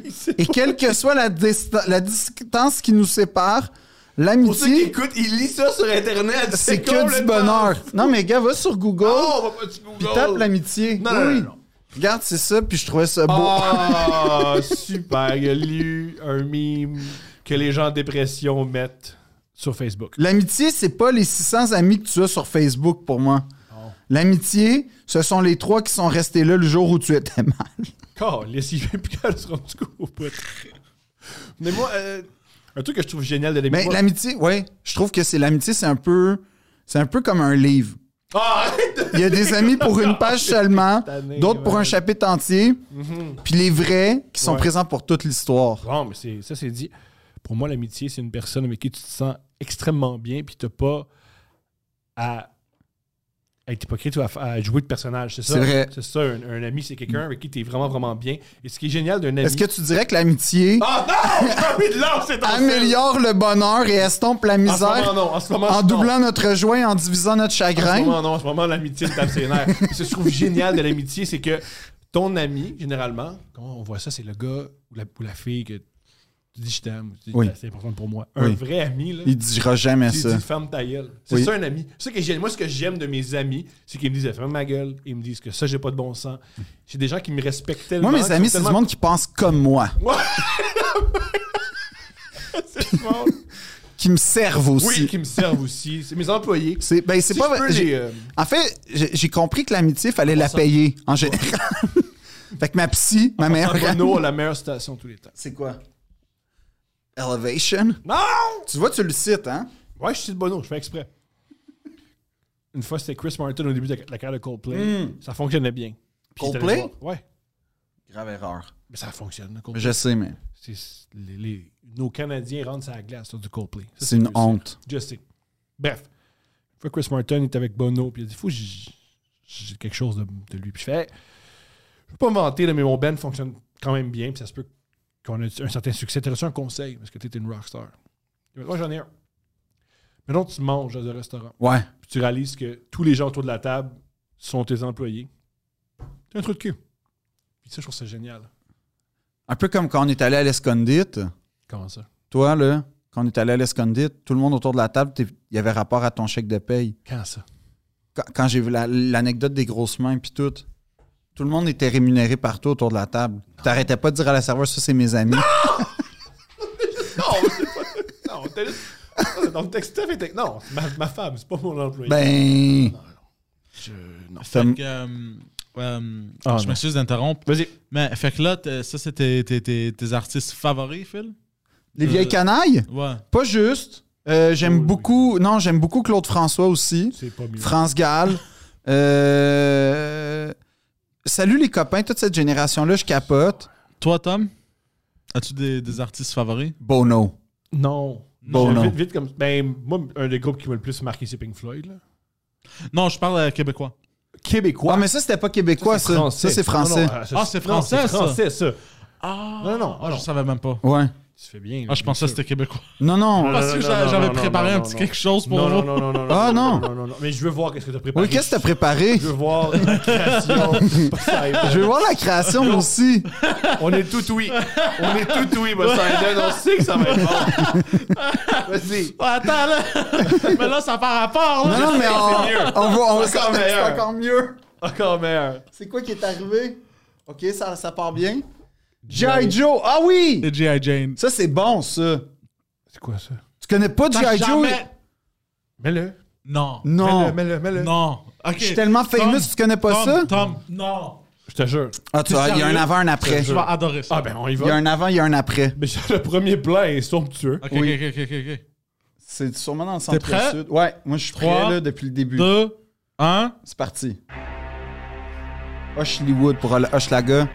Speaker 2: c'est-
Speaker 1: Et quelle que soit la, dista- la distance qui nous sépare,
Speaker 2: Pour ceux qui
Speaker 1: l'amitié,
Speaker 2: écoutent, ils lisent ça sur Internet.
Speaker 1: c'est que du bonheur. Non, mais gars, va sur Google,
Speaker 2: Oh, on va pas du
Speaker 1: puis
Speaker 2: Google.
Speaker 1: tape l'amitié.
Speaker 2: Non, non,
Speaker 1: Oui.
Speaker 2: non, non.
Speaker 1: Regarde, c'est ça, puis je trouvais ça beau.
Speaker 2: Ah, super. Il a lu un meme que les gens en dépression mettent sur Facebook.
Speaker 1: L'amitié, c'est pas les 600 amis que tu as sur Facebook pour moi. L'amitié, ce sont les trois qui sont restés là le jour où tu étais mal.
Speaker 2: Calisse, il fait plus qu'à se rendre au bout. Mais moi, euh, un truc que je trouve génial de
Speaker 1: Mais
Speaker 2: l'émission...
Speaker 1: l'amitié, ouais, je trouve que c'est l'amitié, c'est un peu c'est un peu comme un livre.
Speaker 2: Ah, arrête!
Speaker 1: Il y a des amis pour une page seulement,
Speaker 2: tanné,
Speaker 1: d'autres pour
Speaker 2: man.
Speaker 1: un chapitre entier, puis les vrais qui sont
Speaker 2: Mm-hmm. Ouais.
Speaker 1: présents pour toute l'histoire.
Speaker 2: Bon, mais c'est- ça, c'est dit. Pour moi, l'amitié, c'est une personne avec qui tu te sens extrêmement bien, puis t'as pas à à être hypocrite ou à, f- à jouer de personnage. C'est ça.
Speaker 1: C'est vrai.
Speaker 2: C'est ça, un, un ami, c'est quelqu'un avec qui t'es vraiment, vraiment bien. Et ce qui est génial d'un ami.
Speaker 1: Est-ce que tu dirais que l'amitié
Speaker 2: Ah non! J'ai envie de lancer ton sel.
Speaker 1: améliore le bonheur et estompe la
Speaker 2: En ce moment,
Speaker 1: misère
Speaker 2: non. En ce moment,
Speaker 1: en
Speaker 2: non.
Speaker 1: doublant notre joie et en divisant notre
Speaker 2: En ce
Speaker 1: chagrin?
Speaker 2: moment, non. En ce moment, l'amitié tape ses nerfs. Et Ce que je trouve génial de l'amitié, c'est que ton ami, généralement, comment on voit ça, c'est le gars ou la, ou la fille que tu dis je t'aime, tu dis
Speaker 1: Oui.
Speaker 2: c'est important pour moi. Un
Speaker 1: Oui.
Speaker 2: vrai ami, là.
Speaker 1: Il dira jamais
Speaker 2: Tu
Speaker 1: ça.
Speaker 2: dis ferme ta gueule. C'est
Speaker 1: Oui.
Speaker 2: ça un ami. Ça que j'aime- moi ce que j'aime de mes amis, c'est qu'ils me disent ferme ma gueule, ils me disent que ça j'ai pas de bon sens. J'ai des gens qui me respectent tellement.
Speaker 1: Moi, mes amis, c'est du monde qui pense comme moi,
Speaker 2: qui sont tellement-
Speaker 1: qui me servent
Speaker 2: oui,
Speaker 1: aussi.
Speaker 2: qui me servent aussi, c'est mes employés.
Speaker 1: C'est ben, c'est
Speaker 2: Si
Speaker 1: pas
Speaker 2: je peux
Speaker 1: vrai- j'ai-
Speaker 2: les, euh,
Speaker 1: En fait, j'ai j'ai compris que l'amitié, fallait la payer en général. fait que ma psy, ma meilleure
Speaker 2: Bono a la meilleure station de tous les temps.
Speaker 1: C'est quoi? Elevation.
Speaker 2: Non!
Speaker 1: Tu vois, tu le cites, hein?
Speaker 2: Ouais, je suis de Bono, je fais exprès. Une fois, c'était Chris Martin au début de la carrière de Coldplay. Ça fonctionnait bien. Puis j'étais allé
Speaker 1: Hmm. Coldplay?
Speaker 2: voir. Ouais.
Speaker 1: Grave erreur.
Speaker 2: Mais ça fonctionne, le Coldplay.
Speaker 1: Je sais, mais
Speaker 2: C'est- les- les- nos Canadiens rentrent sur la glace là, du Coldplay. Ça,
Speaker 1: c'est une
Speaker 2: réussi.
Speaker 1: honte.
Speaker 2: Je sais. Bref. Une fois, Chris Martin est avec Bono, puis il a dit Faut que j'- j'ai quelque chose de, de lui. Puis je fais Hey, Je veux pas me vanter, là, mais mon band fonctionne quand même bien, puis ça se peut qu'on ait un certain succès. T'as reçu un conseil parce que t'es une rockstar. Moi, j'en ai un. Maintenant, tu manges dans un restaurant,
Speaker 1: Ouais.
Speaker 2: puis tu réalises que tous les gens autour de la table sont tes employés. C'est un truc de cul. Puis ça, je trouve ça génial.
Speaker 1: Un peu comme quand on est allé à l'Escondite.
Speaker 2: Comment ça?
Speaker 1: Toi, là, quand on est allé à l'Escondite, tout le monde autour de la table, t'es- il y avait rapport à ton chèque de paye.
Speaker 2: Quand ça?
Speaker 1: Quand, quand j'ai vu la- l'anecdote des grosses mains, puis tout, tout le monde était rémunéré partout autour de la table. T'arrêtais pas de dire à la serveur, ça, c'est mes amis.
Speaker 2: Non, c'est pas. Non, t'as juste. Dans le texte, t'as fait- t'as- Non, c'est ma, ma femme, c'est pas mon employé.
Speaker 1: Ben.
Speaker 2: Je-
Speaker 1: ça
Speaker 2: non.
Speaker 6: Fait
Speaker 1: m-
Speaker 6: que, euh, euh,
Speaker 2: Ah,
Speaker 6: je
Speaker 2: non.
Speaker 6: m'excuse d'interrompre.
Speaker 2: Vas-y.
Speaker 6: Mais fait que là, t'es- ça, c'était tes, tes- tes artistes favoris, Phil?
Speaker 1: Les vieilles canailles?
Speaker 6: Ouais.
Speaker 1: Pas juste. Euh, j'aime beaucoup. Non, j'aime beaucoup Claude François aussi.
Speaker 2: C'est pas mieux.
Speaker 1: France Gall. Euh, Salut les copains, toute cette génération-là, je capote.
Speaker 6: Toi, Tom, as-tu des, des artistes favoris?
Speaker 1: Bono.
Speaker 2: Non.
Speaker 1: Bon,
Speaker 2: Je-
Speaker 1: non.
Speaker 2: Vite, vite comme. Ben, moi, un des groupes qui m'a le plus marqué, c'est Pink Floyd. Là.
Speaker 6: Non, je parle euh, québécois.
Speaker 2: Québécois.
Speaker 1: Ah, mais ça, c'était pas québécois, ça. Ça, c'est français.
Speaker 2: Non, non, ça,
Speaker 6: Ah, c'est français,
Speaker 2: non,
Speaker 6: ça.
Speaker 2: C'est français, ça.
Speaker 6: Ah,
Speaker 2: Non, non, non,
Speaker 6: je
Speaker 2: non.
Speaker 6: savais même pas.
Speaker 1: Ouais.
Speaker 2: Tu fais bien.
Speaker 6: Ah, je pensais que c'était québécois.
Speaker 1: Non, non.
Speaker 6: Parce que
Speaker 2: non,
Speaker 6: j'a-
Speaker 2: non,
Speaker 6: j'avais
Speaker 2: non,
Speaker 6: préparé
Speaker 2: non,
Speaker 6: un
Speaker 2: non,
Speaker 6: petit
Speaker 2: non.
Speaker 6: quelque chose pour
Speaker 2: Non, non,
Speaker 6: vous.
Speaker 2: non, non, non.
Speaker 1: Ah, non.
Speaker 2: Non, non, non. Mais je veux voir qu'est-ce que t'as préparé.
Speaker 1: Oui, qu'est-ce que t'as préparé?
Speaker 2: Je veux voir la création. Poseidon.
Speaker 1: Je veux voir la création, moi aussi.
Speaker 2: On est tout oui. On est tout oui, Poseidon. On sait que ça va être bon. Vas-y.
Speaker 6: Ah, attends, là! mais là, ça part à part,
Speaker 1: Non,
Speaker 6: là!
Speaker 1: non, mais on, on va. On va
Speaker 2: C'est encore
Speaker 1: c'est
Speaker 2: meilleur.
Speaker 1: encore mieux.
Speaker 2: Encore meilleur.
Speaker 1: C'est quoi qui est arrivé? OK, ça, ça part bien. G.I. Joe. Ah oui!
Speaker 6: C'est G.I. Jane.
Speaker 1: Ça, c'est bon, ça.
Speaker 2: C'est quoi ça?
Speaker 1: Tu connais pas G.I. Joe?
Speaker 6: Jamais-
Speaker 2: Mets-le.
Speaker 6: Non.
Speaker 1: Non.
Speaker 2: Mets-le, mets-le, mets-le.
Speaker 6: Non. Ok.
Speaker 1: Je suis tellement famous, tu connais pas
Speaker 6: Tom,
Speaker 1: ça?
Speaker 6: Tom, non.
Speaker 2: Je te jure.
Speaker 1: Ah, tu vois, il y a un
Speaker 6: sérieux?
Speaker 1: avant, un après.
Speaker 6: Je vais adorer ça.
Speaker 2: Ah, ben, on y
Speaker 1: Il y a
Speaker 2: va.
Speaker 1: un avant, il y a un après.
Speaker 2: Mais le premier plat est somptueux.
Speaker 6: Ok,
Speaker 1: Oui.
Speaker 6: ok, ok, ok, ok.
Speaker 1: C'est sûrement dans le centre
Speaker 6: prêt?
Speaker 1: sud. Ouais, moi je suis prêt
Speaker 6: Trois,
Speaker 1: là, depuis le début.
Speaker 6: Deux, un.
Speaker 1: C'est parti. Hollywood pour Hol- Hochelaga,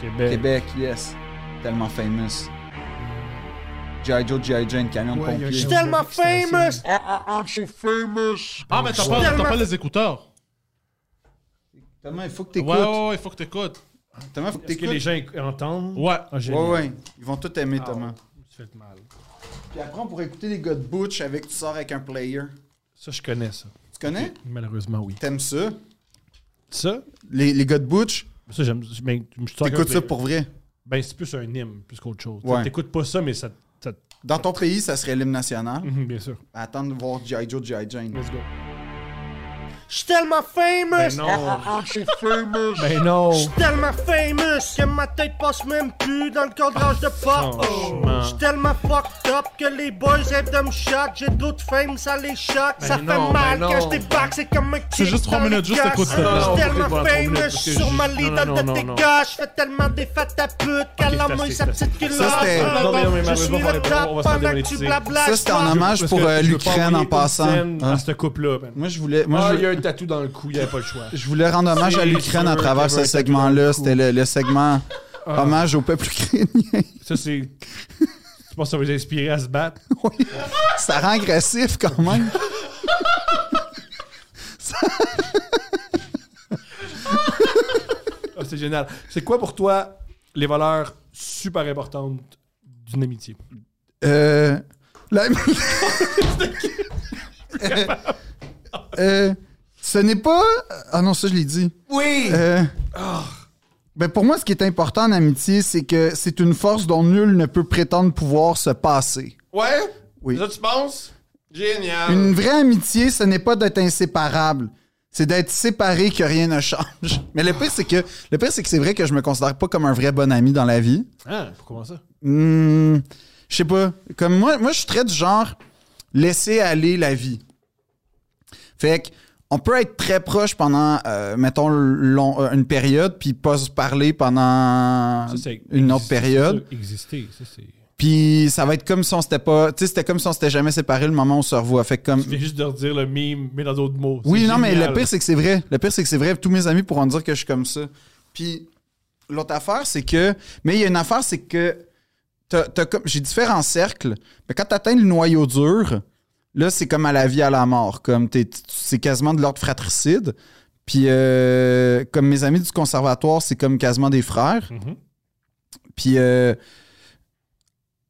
Speaker 2: Québec.
Speaker 1: Québec, yes. Tellement famous. G.I. Joe, G.I. Jane, camion de
Speaker 2: Ouais, il y a
Speaker 1: pompier.
Speaker 2: un tellement famous!
Speaker 6: Ah, mais t'as pas, t'as pas les écouteurs.
Speaker 1: Thomas, il faut que
Speaker 6: Ouais,
Speaker 1: t'écoutes.
Speaker 6: ouais, ouais, il faut que t'écoutes.
Speaker 1: Thomas, il faut que
Speaker 2: Est-ce que
Speaker 1: t'écoutes.
Speaker 2: les gens éc- entendent?
Speaker 6: Ouais.
Speaker 2: Ah, génial.
Speaker 1: Ouais, ouais. Ils vont tout aimer,
Speaker 2: Ah,
Speaker 1: Thomas.
Speaker 2: Tu fais de mal.
Speaker 1: Puis après, on pourrait écouter les gars de Butch avec Tu sors avec un player.
Speaker 2: Ça, je connais ça.
Speaker 1: Tu connais?
Speaker 2: Malheureusement, oui.
Speaker 1: T'aimes ça?
Speaker 2: Ça?
Speaker 1: Les, les gars de Butch,
Speaker 2: Ça, j'aime. Ben, je suis sûr que-
Speaker 1: t'écoutes ça pour vrai.
Speaker 2: Ben, c'est plus un hymne, plus qu'autre chose.
Speaker 1: Ouais.
Speaker 2: T'écoutes pas ça, mais ça. ça...
Speaker 1: Dans ton pays, ça serait l'hymne national.
Speaker 2: Mhm, bien sûr.
Speaker 1: Attendre de voir G.I. Joe, G.I. Jane.
Speaker 2: Let's go.
Speaker 7: Je suis tellement
Speaker 2: Ben
Speaker 7: famous!
Speaker 2: non.
Speaker 7: Je suis famous!
Speaker 2: Ben non.
Speaker 7: Je suis tellement famous que ma tête passe même plus dans le cadrage de pop!
Speaker 2: Franchement.
Speaker 7: Je suis tellement fucked up que les boys rêvent de me shot. J'ai d'autres fame, ça les choque. ça fait
Speaker 2: non,
Speaker 7: mal
Speaker 2: ben
Speaker 7: quand
Speaker 2: non.
Speaker 7: je débarque, c'est comme un
Speaker 6: C'est juste trois minutes, juste écoute ça.
Speaker 7: ça.
Speaker 6: Non,
Speaker 2: non,
Speaker 7: Je
Speaker 2: faut que
Speaker 7: suis
Speaker 2: je
Speaker 7: tellement
Speaker 2: vois la trois minutes,
Speaker 7: famous
Speaker 2: parce que
Speaker 7: sur ma
Speaker 2: je-
Speaker 7: l'idole
Speaker 2: non,
Speaker 7: de
Speaker 2: non,
Speaker 7: tes
Speaker 2: non,
Speaker 7: gars. Je fais tellement des fêtes à pute qu'à
Speaker 2: c'est
Speaker 7: la
Speaker 2: assez,
Speaker 7: mouille,
Speaker 2: c'est
Speaker 7: sa
Speaker 2: assez.
Speaker 7: petite culotte. Euh,
Speaker 1: Ça, c'était-
Speaker 2: Non, mais non, mais
Speaker 7: Je suis
Speaker 2: malheureusement, on
Speaker 7: le
Speaker 2: va- on
Speaker 7: top
Speaker 2: va se faire
Speaker 7: pendant que tu
Speaker 2: démonétiser.
Speaker 7: blabla.
Speaker 1: Ça, c'était en hommage
Speaker 2: Parce
Speaker 1: pour
Speaker 2: que
Speaker 1: euh,
Speaker 2: je veux pas
Speaker 1: l'Ukraine en
Speaker 2: envoyer une
Speaker 1: passant.
Speaker 2: scène
Speaker 1: Ah.
Speaker 2: À ce couple-là. Ben.
Speaker 1: Moi, je voulais, moi,
Speaker 2: Ah,
Speaker 1: je,
Speaker 2: il y a un tatou dans le cou, il n'y avait pas le choix.
Speaker 1: je voulais rendre hommage à
Speaker 2: C'est Ah.
Speaker 1: l'Ukraine à
Speaker 2: sûr
Speaker 1: travers ce
Speaker 2: qu'il y avait un tatou dans
Speaker 1: segment-là.
Speaker 2: le
Speaker 1: C'était le, le segment hommage au peuple ukrainien.
Speaker 2: Ça, c'est. Je pense que ça va les inspirer à se battre.
Speaker 1: Oui. Ça rend agressif quand même.
Speaker 2: Ah, c'est génial. C'est quoi pour toi les valeurs super importantes d'une amitié?
Speaker 1: Euh, la- Euh, euh, ce n'est pas. Ah non, ça, je l'ai dit.
Speaker 2: Oui!
Speaker 1: Euh, ben pour moi, ce qui est important en amitié, c'est que c'est une force dont nul ne peut prétendre pouvoir se passer.
Speaker 2: Ouais?
Speaker 1: Oui.
Speaker 2: Ça, tu penses? Génial.
Speaker 1: Une vraie amitié, ce n'est pas d'être inséparable. C'est d'être séparé que rien ne change. Mais le pire, c'est que le pire, c'est que c'est vrai que je me considère pas comme un vrai bon ami dans la vie.
Speaker 2: Ah, pour comment ça?
Speaker 1: Hmm, je sais pas. Comme moi, moi, je suis très du genre laisser aller la vie. Fait que on peut être très proche pendant, euh, mettons, long- euh, une période, puis pas se parler pendant
Speaker 2: Ça, c'est-
Speaker 1: une autre
Speaker 2: c'est- c'est
Speaker 1: période.
Speaker 2: ça, Exister, ça, c'est.
Speaker 1: Puis ça va être comme si on s'était pas, tu sais, c'était comme si on s'était jamais séparé le moment où on se revoit. Fait que comme,
Speaker 2: Je viens juste de redire le mime, mais dans d'autres mots.
Speaker 1: Oui,
Speaker 2: C'est
Speaker 1: non, mais
Speaker 2: génial.
Speaker 1: le pire, c'est que c'est vrai. Le pire, c'est que c'est vrai. Tous mes amis pourront dire que je suis comme ça. Puis, l'autre affaire, c'est que. Mais il y a une affaire, c'est que. t'as- t'as comme- J'ai différents cercles. Mais quand tu atteins le noyau dur, là, c'est comme à la vie, à la mort. Comme t'es- t- C'est quasiment de l'ordre fratricide. Puis, euh, comme mes amis du conservatoire, c'est comme quasiment des frères.
Speaker 2: Mhm.
Speaker 1: Puis, euh,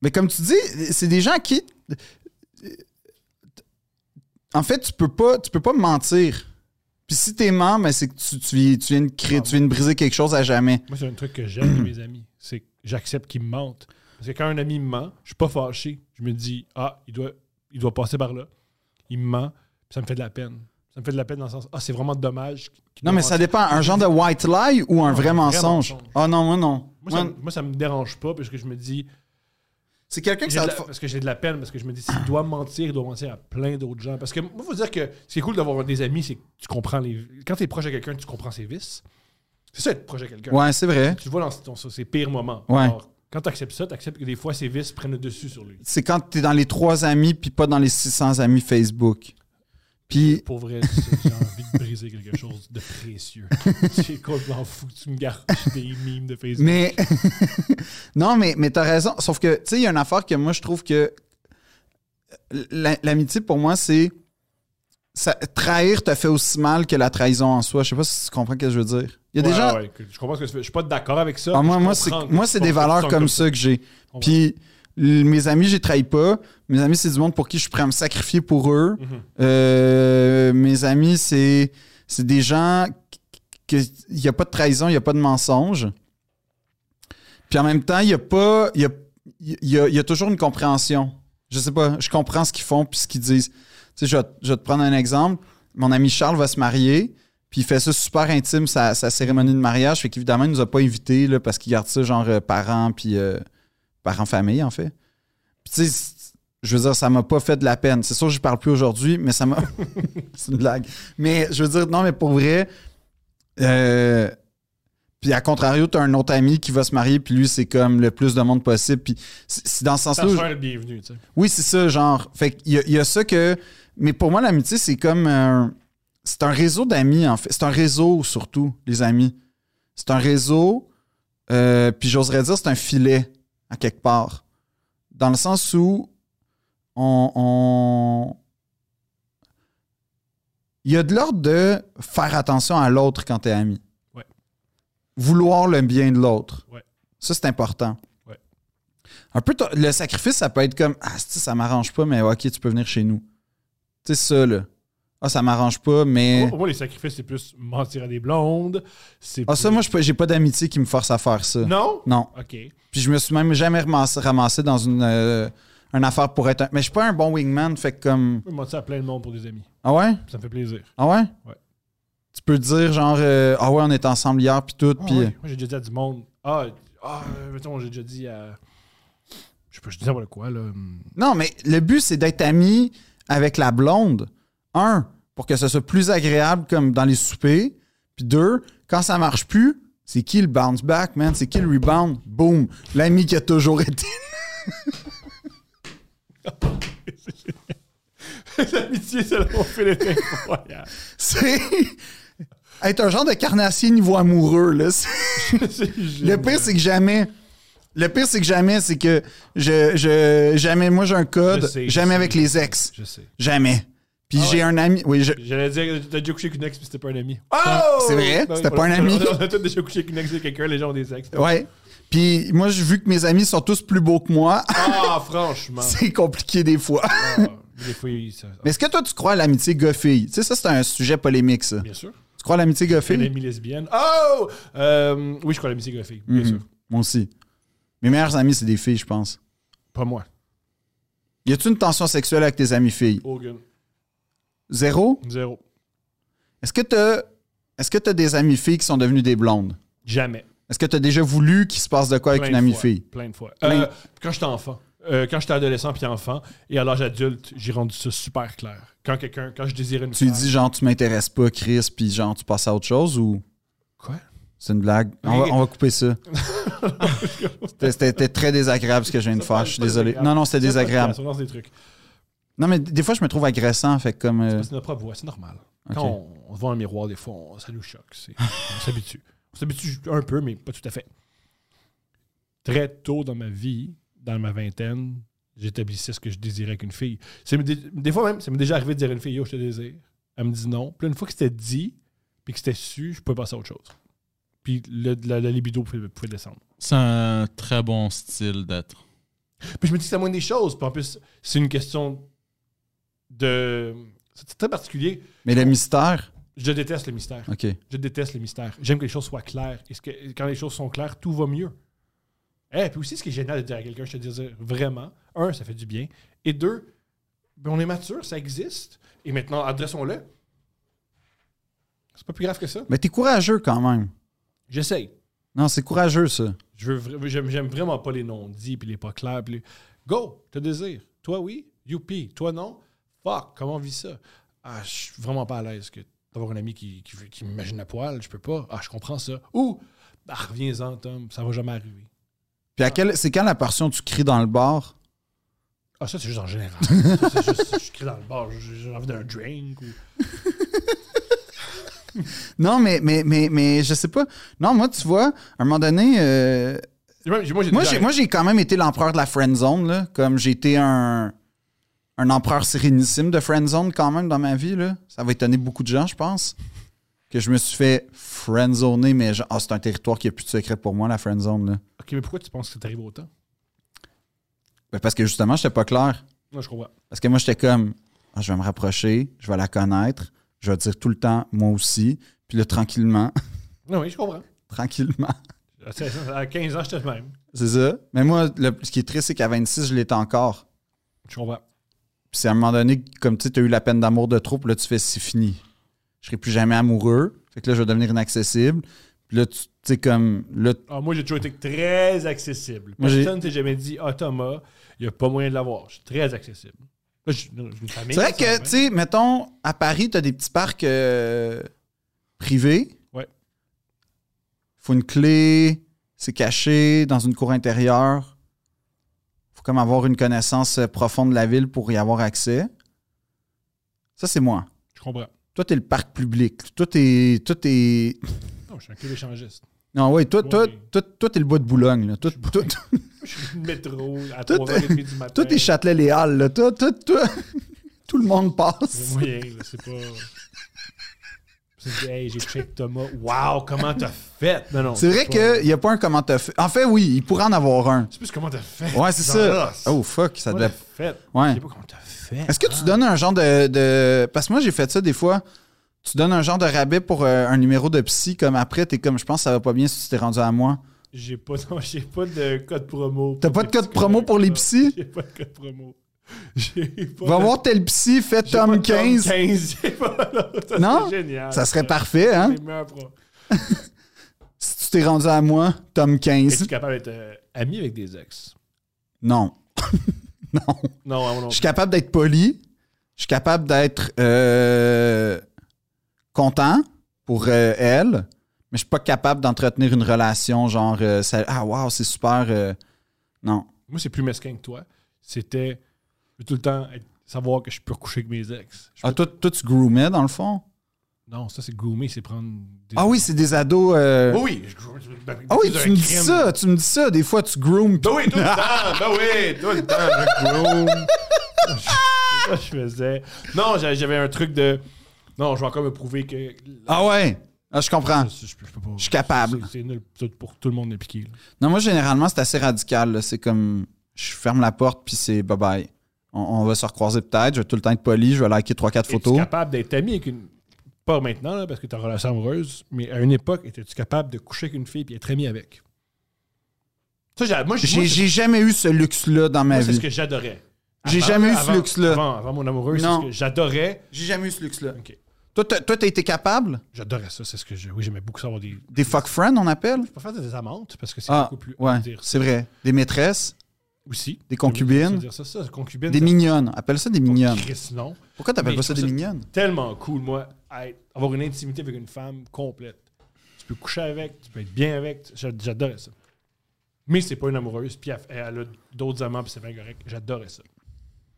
Speaker 1: mais comme tu dis, c'est des gens à qui. En fait, tu peux pas, tu peux pas mentir. Puis si t'es mort, mais c'est que tu, tu viens, tu viens de créer, tu viens de briser quelque chose à jamais.
Speaker 2: Moi, c'est un truc que j'aime de mes amis. C'est que j'accepte qu'ils me mentent. Parce que quand un ami me ment, je suis pas fâché. Je me dis, ah, il doit, il doit passer par là. Il me ment, puis ça me fait de la peine. Ça me fait de la peine dans le sens, ah, c'est vraiment dommage. qu'il
Speaker 1: Non,
Speaker 2: doit
Speaker 1: mais ça
Speaker 2: mentir.
Speaker 1: dépend. Un genre de white lie ou un vrai mensonge?
Speaker 2: mensonge.
Speaker 1: Ah non, moi non.
Speaker 2: Moi, ça,
Speaker 1: Moi,
Speaker 2: moi, ça me dérange pas, parce que je me dis,
Speaker 1: c'est quelqu'un que
Speaker 2: j'ai
Speaker 1: ça.
Speaker 2: de la- parce que j'ai de la peine, parce que je me dis, s'il doit mentir, il doit mentir à plein d'autres gens. Parce que moi, faut dire que ce qui est cool d'avoir des amis, c'est que tu comprends les. Quand tu es proche de quelqu'un, tu comprends ses vices. C'est ça, être proche de quelqu'un.
Speaker 1: Ouais, c'est vrai.
Speaker 2: Tu le vois dans ton- ses pires moments.
Speaker 1: Hein? Ouais.
Speaker 2: Alors, quand tu acceptes ça, tu acceptes que des fois, ses vices prennent le dessus sur lui.
Speaker 1: C'est quand t'es dans les trois amis puis pas dans les 600 amis Facebook. Puis
Speaker 2: Pour vrai, ça, j'ai envie de briser quelque chose de précieux. C'est complètement fou. Tu me gardes des mimes de Facebook.
Speaker 1: Mais non, mais, mais t'as raison. Sauf que, tu sais, il y a une affaire que moi, je trouve que euh, la- l'amitié, pour moi, c'est. ça- trahir te fait aussi mal que la trahison en soi. Je sais pas si tu comprends ce que je veux dire. Il y a des
Speaker 2: Ouais,
Speaker 1: gens.
Speaker 2: ouais, que- je comprends ce que tu fais. Je suis pas d'accord avec ça.
Speaker 1: Ah, moi,
Speaker 2: mais je
Speaker 1: moi, c'est,
Speaker 2: comprends que
Speaker 1: moi,
Speaker 2: tu
Speaker 1: c'est
Speaker 2: penses
Speaker 1: des
Speaker 2: que tu
Speaker 1: valeurs
Speaker 2: sens
Speaker 1: comme, ça que j'ai.
Speaker 2: Comprends.
Speaker 1: Puis, l- mes amis, j'ai trahi pas. Mes amis, c'est du monde pour qui je suis prêt à me sacrifier pour eux.
Speaker 2: Mhm.
Speaker 1: Euh, mes amis, c'est, c'est des gens qu'il n'y a pas de trahison, il n'y a pas de mensonge. Puis en même temps, il n'y a pas. Il y a, il y a- il y a toujours une compréhension. Je sais pas, je comprends ce qu'ils font puis ce qu'ils disent. Tu sais, je vais, te- je vais te prendre un exemple. Mon ami Charles va se marier. Puis il fait ça super intime, sa, sa cérémonie de mariage. Fait qu'évidemment, il nous a pas invités là, parce qu'il garde ça genre euh, parents, puis euh, parents-famille, en fait. Puis tu sais, c'est- je veux dire, ça m'a pas fait de la peine. C'est sûr que je parle plus aujourd'hui, mais ça m'a. c'est une blague. Mais je veux dire, non, mais pour vrai. euh, puis à contrario, t'as un autre ami qui va se marier, puis lui, c'est comme le plus de monde possible. Puis c'est c'est dans ce
Speaker 2: Ça
Speaker 1: sens-là.
Speaker 2: se
Speaker 1: où-
Speaker 2: fait le bienvenu, tu sais.
Speaker 1: oui, c'est ça, genre. Fait qu'il y a, il y a ça que. Mais pour moi, l'amitié, c'est comme un. C'est un réseau d'amis, en fait. C'est un réseau, surtout, les amis. C'est un réseau. euh, puis j'oserais dire, c'est un filet, à quelque part. Dans le sens où. On. on- Il y a de l'ordre de faire attention à l'autre quand t'es ami.
Speaker 2: Ouais.
Speaker 1: Vouloir le bien de l'autre.
Speaker 2: Ouais.
Speaker 1: Ça, c'est important.
Speaker 2: Ouais.
Speaker 1: Un peu ton- le sacrifice, ça peut être comme Ah, c'ti, ça m'arrange pas, mais ok, tu peux venir chez nous. Tu sais, ça, là. Ah, ça m'arrange pas, mais.
Speaker 2: Pour moi, les sacrifices, c'est plus mentir à des blondes. C'est
Speaker 1: Ah, ça,
Speaker 2: plus-
Speaker 1: moi, je peux- j'ai pas d'amitié qui me force à faire ça.
Speaker 2: Non?
Speaker 1: Non.
Speaker 2: OK.
Speaker 1: Puis je me suis même jamais ramassé, ramassé dans une, euh, une affaire pour être un. Mais je suis pas un bon wingman, fait que comme.
Speaker 2: Je peux mentir à plein de monde pour des amis.
Speaker 1: Ah ouais?
Speaker 2: Ça me fait plaisir.
Speaker 1: Ah ouais?
Speaker 2: Ouais.
Speaker 1: Tu peux dire genre euh, Ah ouais, on est ensemble hier, puis tout,
Speaker 2: Ah
Speaker 1: puis. euh,
Speaker 2: ouais, Moi, j'ai déjà dit à du monde. Ah, ah euh, mettons, j'ai déjà dit à. Je sais pas, je dis n'importe quoi, là. hum,
Speaker 1: Non, mais le but, c'est d'être ami avec la blonde. Un, pour que ce soit plus agréable comme dans les soupers. Puis deux, quand ça marche plus, c'est qui le bounce back, man? C'est qui le rebound? Boom! L'ami qui a toujours été.
Speaker 2: L'amitié, c'est là où on fait les incroyable.
Speaker 1: C'est être un genre de carnassier niveau amoureux, là. C'est- Le pire, c'est que jamais. Le pire, c'est que jamais, c'est que je, je- jamais, moi, j'ai un code,
Speaker 2: Je sais, je
Speaker 1: jamais
Speaker 2: sais,
Speaker 1: avec
Speaker 2: je
Speaker 1: les
Speaker 2: sais,
Speaker 1: ex.
Speaker 2: Je sais. Ah
Speaker 1: Jamais. Puis j'ai un ami. Oui, je-
Speaker 2: J'allais dire, t'as déjà couché avec une ex, puis c'était pas un ami.
Speaker 1: c'est vrai,
Speaker 2: Ben oui,
Speaker 1: c'était pas
Speaker 2: voilà.
Speaker 1: un ami.
Speaker 2: On a tous déjà couché avec une ex de quelqu'un, les gens ont des ex.
Speaker 1: Ouais. Puis moi, j'ai vu que mes amis sont tous plus beaux que moi.
Speaker 2: Ah, franchement.
Speaker 1: c'est compliqué des fois.
Speaker 2: Ah, des fois, ah, il- ça-
Speaker 1: Mais est-ce que toi, tu crois à l'amitié gars-fille? Tu sais, ça, c'est un sujet polémique, ça.
Speaker 2: Bien sûr.
Speaker 1: Tu crois à l'amitié
Speaker 2: Une
Speaker 1: gars-fille?
Speaker 2: amie lesbienne. Oh! Euh, oui, je crois à l'amitié gars-fille, bien
Speaker 1: Mhm.
Speaker 2: sûr.
Speaker 1: Moi aussi. Mes meilleures amies, c'est des filles, je pense.
Speaker 2: Pas moi.
Speaker 1: Y a-tu une tension sexuelle avec tes amies filles?
Speaker 2: Hogan.
Speaker 1: Zéro?
Speaker 2: Zéro.
Speaker 1: Est-ce que t'as... Est-ce que t'as des amies filles qui sont devenues des blondes?
Speaker 2: Jamais.
Speaker 1: Est-ce que t'as déjà voulu qu'il se passe de quoi avec
Speaker 2: Plein
Speaker 1: une
Speaker 2: de
Speaker 1: amie
Speaker 2: fois.
Speaker 1: fille?
Speaker 2: Plein de fois.
Speaker 1: Plein-
Speaker 2: Euh, quand j'étais enfant, euh, quand j'étais adolescent puis enfant, et à l'âge adulte, j'ai rendu ça super clair. Quand quelqu'un, quand je désirais une
Speaker 1: Tu lui
Speaker 2: femme-
Speaker 1: dis genre, tu m'intéresses pas, Chris, puis genre, tu passes à autre chose ou.
Speaker 2: Quoi?
Speaker 1: C'est une blague. On va, on va couper ça. C'était- C'était très désagréable ce que je viens de
Speaker 2: Ça,
Speaker 1: faire. Je suis
Speaker 2: c'est pas
Speaker 1: désolé.
Speaker 2: désagréable.
Speaker 1: Non, non, c'était
Speaker 2: C'est pas
Speaker 1: désagréable.
Speaker 2: grave, on lance des trucs.
Speaker 1: Non, mais des fois, je me trouve agressant. Fait que comme. euh,
Speaker 2: C'est notre propre voix, c'est normal.
Speaker 1: Ok.
Speaker 2: Quand on, on se voit un miroir, des fois, on- ça nous choque. c'est- on s'habitue. On s'habitue un peu, mais pas tout à fait. Très tôt dans ma vie, dans ma vingtaine, j'établissais ce que je désirais qu'une fille. C'est me dé- des fois même, ça m'est déjà arrivé de dire à une fille, yo, je te désire. Elle me dit non. Puis là, une fois que c'était dit, puis que c'était su, je pouvais passer à autre chose. Puis puis le, la, la libido pouvait, pouvait descendre.
Speaker 6: C'est un très bon style d'être.
Speaker 2: Puis je me dis que c'est la moindre des choses. Puis en plus, c'est une question de. C'est très particulier.
Speaker 1: Mais le mystère,
Speaker 2: Je déteste le mystère.
Speaker 1: OK.
Speaker 2: Je déteste le mystère. J'aime que les choses soient claires. Et ce que- quand les choses sont claires, tout va mieux. Et puis aussi, ce qui est génial de dire à quelqu'un, je te disais vraiment, un, ça fait du bien. Et deux, ben, on est mature, ça existe. Et maintenant, adressons-le. C'est pas plus grave que ça.
Speaker 1: Mais t'es courageux quand même.
Speaker 2: J'essaye.
Speaker 1: Non, c'est courageux, ça.
Speaker 2: Je veux vra- J'aime j'aime vraiment pas les non-dits, puis les pas clairs. puis les- Go, je te désire. Toi, oui. Youpi. Toi, non. Fuck, comment on vit ça? Ah, je suis vraiment pas à l'aise que d'avoir un ami qui, qui, veut- qui m'imagine à poil. Je peux pas. Ah, je comprends ça. Ou, ah, reviens-en, Tom. Ça va jamais arriver.
Speaker 1: Puis à quel, c'est quand la portion tu cries dans le bar?
Speaker 2: Ah, ça, c'est juste en général. Ça, c'est juste, je crie dans le bar. J'ai j'ai envie d'un drink. Ou...
Speaker 1: Non, mais, mais, mais, mais je sais pas. Non, moi, tu vois, à un moment donné, euh,
Speaker 2: Et même, Moi, j'ai
Speaker 1: moi,
Speaker 2: déjà-
Speaker 1: j'ai, moi, j'ai quand même été l'empereur de la friend zone, là. Comme j'ai été un, un empereur sérénissime de friend zone quand même dans ma vie, là. Ça va étonner beaucoup de gens, je pense. Que je me suis fait friendzoner, mais genre, ah, c'est un territoire qui a plus de secret pour moi, la friend zone, là.
Speaker 2: Ok, mais pourquoi tu penses que t'arrives autant?
Speaker 1: Ben, parce que justement, j'étais pas clair.
Speaker 2: Non, je comprends.
Speaker 1: Parce que moi, j'étais comme, Ah, je vais me rapprocher, je vais la connaître, je vais dire tout le temps, moi aussi. Puis là, tranquillement,
Speaker 2: Non, oui, je comprends.
Speaker 1: tranquillement.
Speaker 2: À 16 ans- À 15 ans, j'étais le même.
Speaker 1: C'est ça. Mais moi, le- ce qui est triste, c'est qu'à 26, je l'étais encore.
Speaker 2: Je comprends.
Speaker 1: Puis c'est à un moment donné, comme tu as eu la peine d'amour de trop, puis là, tu fais c'est fini. Je serai plus jamais amoureux. Fait que là, je vais devenir inaccessible. Puis là, tu tu sais, comme. Là,
Speaker 2: Ah, moi, j'ai toujours été très accessible.
Speaker 1: Moi, j'ai-
Speaker 2: Personne ne t'a jamais dit, ah, Thomas, il n'y a pas moyen de l'avoir. Je suis très accessible. Là, je- je- j'ai une famille.
Speaker 1: c'est vrai
Speaker 2: ça,
Speaker 1: que,
Speaker 2: hein.
Speaker 1: tu sais, mettons, à Paris, tu as des petits parcs euh, privés.
Speaker 2: Ouais.
Speaker 1: Faut une clé. C'est caché dans une cour intérieure. Faut comme avoir une connaissance euh, profonde de la ville pour y avoir accès. Ça, c'est moi.
Speaker 2: Je comprends.
Speaker 1: Toi, t'es le parc public. Toi, t'es. Toi, t'es.
Speaker 2: Non, je suis un club échangiste.
Speaker 1: Non, ouais, toi, toi,
Speaker 2: Ouais.
Speaker 1: toi, toi, t'es le bois de Boulogne. Là. Toi, toi,
Speaker 2: Je suis le métro à
Speaker 1: Tout-
Speaker 2: 3h30 du matin.
Speaker 1: toi, t'es Châtelet-Les Halles. Là. Toi, toi, toi, tout le monde
Speaker 2: C'est
Speaker 1: passe.
Speaker 2: moyen, là, c'est pas. C'est dit, hey, j'ai check Thomas. Waouh, comment t'as fait? Non, non.
Speaker 1: C'est vrai
Speaker 2: pas-
Speaker 1: qu'il n'y a pas un comment t'as fait. En fait, oui, il pourrait en avoir un.
Speaker 2: C'est plus comment t'as fait.
Speaker 1: Ouais, c'est ça. Oh, fuck, ça
Speaker 2: ça
Speaker 1: devait.
Speaker 2: t'as fait.
Speaker 1: Ouais.
Speaker 2: Je sais pas comment t'as fait.
Speaker 1: Est-ce que tu donnes un genre de. de- Parce que moi, j'ai fait ça des fois. Tu donnes un genre de rabais pour euh, un numéro de psy, comme après, t'es comme, je pense, que ça va pas bien si tu t'es rendu à moi.
Speaker 2: J'ai pas, non, j'ai pas de code promo.
Speaker 1: T'as
Speaker 2: pour
Speaker 1: pas de
Speaker 2: les
Speaker 1: code promo pour les
Speaker 2: psychologues.
Speaker 1: psys?
Speaker 2: J'ai pas de code promo. J'ai pas
Speaker 1: Va
Speaker 2: de-
Speaker 1: voir tel psy, fais
Speaker 2: J'ai pas
Speaker 1: Tom
Speaker 2: de Tom
Speaker 1: 15.
Speaker 2: 15, j'ai pas- non, ça
Speaker 1: Non?
Speaker 2: serait génial.
Speaker 1: Ça serait parfait, hein?
Speaker 2: Les meilleurs pro.
Speaker 1: Si tu t'es rendu à moi, Tom
Speaker 2: Es-tu
Speaker 1: 15.
Speaker 2: capable d'être euh, ami avec des ex?
Speaker 1: Non. non.
Speaker 2: Non, non, non.
Speaker 1: Je suis capable d'être poli. Je suis capable d'être euh, content pour euh, elle. Mais je suis pas capable d'entretenir une relation genre euh, ça- Ah wow, c'est super. euh, non.
Speaker 2: Moi, c'est plus mesquin que toi. C'était je veux tout le temps être- savoir que je peux coucher avec mes ex. Je
Speaker 1: Ah, toi,
Speaker 2: peux-
Speaker 1: toi, tu groomais dans le fond?
Speaker 2: Non, ça, c'est groomer, c'est prendre des...
Speaker 1: Ah oui, c'est des ados. euh,
Speaker 2: Oui, oui. je groom- je- ben,
Speaker 1: ah oui,
Speaker 2: Oh, c'est
Speaker 1: tu
Speaker 2: un
Speaker 1: me dis
Speaker 2: crime.
Speaker 1: ça, tu me dis ça. Des fois, tu groomes.
Speaker 2: Ben oui, tout le temps. Ben oui, tout le temps. Je groom. Ça, je faisais... Non, j'a- j'avais un truc de... Non, je vais encore me prouver que...
Speaker 1: Ah ouais, ah, je comprends.
Speaker 2: Je, je peux- je peux pas-
Speaker 1: Je suis capable.
Speaker 2: C'est c'est nul tout- pour tout le monde d'appliquer. là.
Speaker 1: Non, moi, généralement, c'est assez radical. là. C'est comme, je ferme la porte, puis c'est bye-bye. On, on va se recroiser peut-être. Je vais tout le temps être poli. Je vais liker 3-4
Speaker 2: Es-tu
Speaker 1: photos.
Speaker 2: capable d'être ami avec une. Pas maintenant, là, parce que tu as relation amoureuse, mais à une époque, étais-tu capable de coucher avec une fille et être ami avec? Ça, j'ai- moi, j'ai-
Speaker 1: J'ai
Speaker 2: moi, c'est-
Speaker 1: j'ai jamais eu ce luxe-là dans ma
Speaker 2: moi, c'est ce
Speaker 1: vie.
Speaker 2: que j'adorais.
Speaker 1: J'ai
Speaker 2: Avant-
Speaker 1: jamais eu ce
Speaker 2: avant-
Speaker 1: luxe-là.
Speaker 2: Avant, avant mon amoureux, c'est
Speaker 1: Non.
Speaker 2: ce que j'adorais.
Speaker 1: J'ai jamais eu ce luxe-là.
Speaker 2: Ok.
Speaker 1: Toi, t'as toi, t'as été capable?
Speaker 2: J'adorais ça, c'est ce que je. Oui, j'aimais beaucoup ça, avoir des.
Speaker 1: Des fuck friends, on appelle?
Speaker 2: Pas faire des amantes, parce que c'est
Speaker 1: Ah,
Speaker 2: beaucoup plus. on va
Speaker 1: ouais,
Speaker 2: dire
Speaker 1: c'est vrai. Des maîtresses,
Speaker 2: aussi.
Speaker 1: Des concubines.
Speaker 2: Ça veut dire ça, ça, concubines.
Speaker 1: des mignonnes. Appelle ça des mignonnes.
Speaker 2: Chris, non.
Speaker 1: Pourquoi t'appelles
Speaker 2: Mais
Speaker 1: pas ça
Speaker 2: je
Speaker 1: des
Speaker 2: trouve
Speaker 1: mignonnes?
Speaker 2: tellement cool, moi, à être- avoir une intimité avec une femme complète. Tu peux coucher avec, tu peux être bien avec. tu- j'a- J'adorais ça. Mais c'est pas une amoureuse, puis elle, elle a d'autres amants, puis c'est bien correct. J'adorais ça.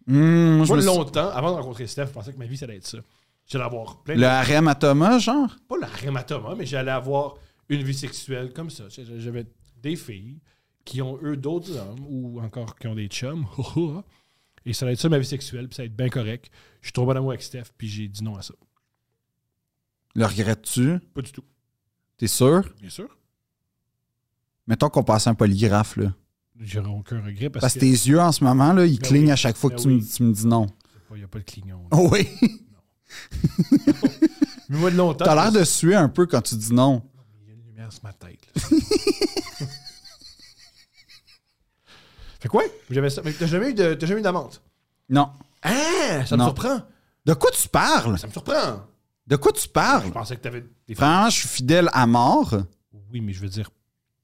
Speaker 1: Hum, moi, je
Speaker 2: Moi,
Speaker 1: me suis-
Speaker 2: longtemps, avant de rencontrer Steph, je pensais que ma vie, ça allait être ça. J'allais avoir plein de.
Speaker 1: Le harem à Thomas, genre?
Speaker 2: Pas la rématoma, mais j'allais avoir une vie sexuelle comme ça. J'a- J'avais des filles qui ont, eux, d'autres hommes, ou encore qui ont des chums. Et ça allait être ça, ma vie sexuelle, puis ça allait être bien correct. Je suis tombé en amour avec Steph, puis j'ai dit non à ça.
Speaker 1: Le regrettes-tu?
Speaker 2: Pas du tout.
Speaker 1: T'es sûr?
Speaker 2: Bien sûr.
Speaker 1: Mettons qu'on passe un polygraphe, là.
Speaker 2: J'aurais aucun regret parce,
Speaker 1: Parce que
Speaker 2: que
Speaker 1: tes yeux, en ce moment, là, ils
Speaker 2: Ben
Speaker 1: clignent
Speaker 2: oui.
Speaker 1: à chaque fois que
Speaker 2: Ben
Speaker 1: tu, me-
Speaker 2: oui.
Speaker 1: tu me dis non.
Speaker 2: il n'y a pas de clignon.
Speaker 1: Oh oui!
Speaker 2: Mais moi, de longtemps.
Speaker 1: T'as l'air de suer un peu quand tu dis non.
Speaker 2: Il y a une lumière sur ma tête. là. fait quoi? J'avais ça. Mais t'as jamais eu de- t'as jamais eu d'amende?
Speaker 1: Non.
Speaker 2: Hein? Ça
Speaker 1: Non.
Speaker 2: me surprend.
Speaker 1: De quoi tu parles?
Speaker 2: Ça me surprend.
Speaker 1: De quoi tu
Speaker 2: Je
Speaker 1: parles?
Speaker 2: pensais que t'avais des
Speaker 1: Franchement, je suis fidèle à mort.
Speaker 2: Oui, mais je veux dire,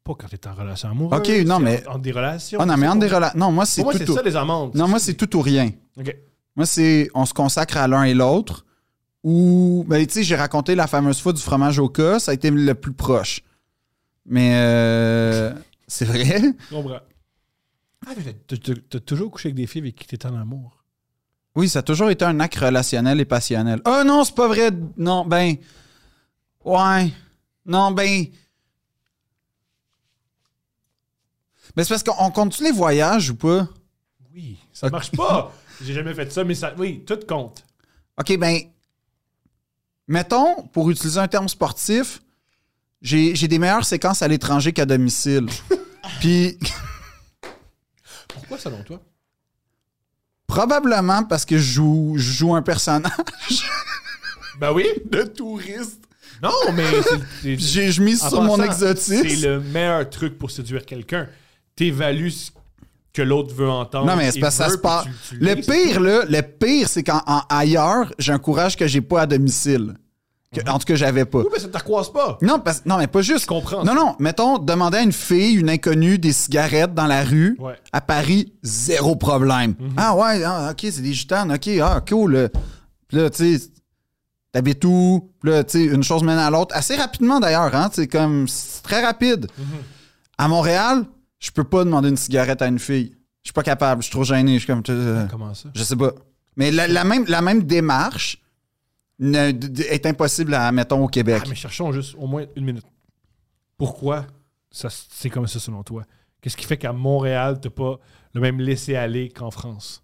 Speaker 2: pas quand t'es en relation amoureuse.
Speaker 1: Ok, non,
Speaker 2: c'est
Speaker 1: mais-
Speaker 2: En, en des relations.
Speaker 1: Ah non, mais en des relations. Non, moi, c'est
Speaker 2: Pour moi,
Speaker 1: tout.
Speaker 2: c'est
Speaker 1: ou-
Speaker 2: ça, les amendes.
Speaker 1: Non, moi, c'est tout ou rien.
Speaker 2: Ok.
Speaker 1: Moi, c'est on se consacre à l'un et l'autre. Ou, ben, tu sais, j'ai raconté la fameuse fois du fromage au cas. Ça a été le plus proche. Mais, euh, c'est vrai.
Speaker 2: Je comprends. Ah, mais t'as- t'as t'as toujours couché avec des filles avec qui t'étais en amour.
Speaker 1: Oui, ça a toujours été un acte relationnel et passionnel. Ah non, c'est pas vrai. Non, ben. Ouais. Non, ben. Mais ben, c'est parce qu'on compte les voyages ou pas?
Speaker 2: Oui, ça marche pas. J'ai jamais fait ça, mais ça. Oui, tout compte.
Speaker 1: OK, ben. Mettons, pour utiliser un terme sportif, j'ai j'ai des meilleures séquences à l'étranger qu'à domicile. Puis,
Speaker 2: Pourquoi, selon toi?
Speaker 1: probablement parce que je joue, je joue un personnage.
Speaker 2: Ben oui.
Speaker 1: De touriste.
Speaker 2: Non, mais c'est- c'est-
Speaker 1: J'ai- Je mise
Speaker 2: en
Speaker 1: sur mon
Speaker 2: passant,
Speaker 1: exotisme.
Speaker 2: C'est le meilleur truc pour séduire quelqu'un. T'évalues ce que l'autre veut entendre.
Speaker 1: Non, mais c'est
Speaker 2: et
Speaker 1: parce que ça
Speaker 2: veut,
Speaker 1: se
Speaker 2: puis
Speaker 1: passe.
Speaker 2: tu- tu
Speaker 1: Le
Speaker 2: lis,
Speaker 1: pire, là, le pire, c'est qu'en en ailleurs, j'ai un courage que j'ai pas à domicile. Que- En tout cas, j'avais pas.
Speaker 2: Oui, mais ça ne t'accroise pas.
Speaker 1: Non, parce, non, mais pas juste.
Speaker 2: Mhm. Je comprends.
Speaker 1: Non, non, mettons, demander à une fille, une inconnue, des cigarettes dans la rue,
Speaker 2: Ouais.
Speaker 1: à Paris, zéro problème.
Speaker 2: Mhm.
Speaker 1: Ah ouais, ah, ok, c'est des gitanes, ok, ah, cool. Puis là, tu sais, t'habites où? Puis là, tu sais, une chose mène à l'autre. Assez rapidement d'ailleurs, hein, c'est comme, c'est très rapide.
Speaker 2: Mhm.
Speaker 1: À Montréal, je peux pas demander une cigarette à une fille. Je suis pas capable, je suis trop gêné, je suis comme, euh,
Speaker 2: Comment ça?
Speaker 1: je sais pas. Mais la, la même, la même démarche ne- d- d- est impossible à, mettons, au Québec.
Speaker 2: Ah, mais cherchons juste au moins une minute. Pourquoi ça, c'est comme ça selon toi? Qu'est-ce qui fait qu'à Montréal, t'as pas le même laisser-aller qu'en France?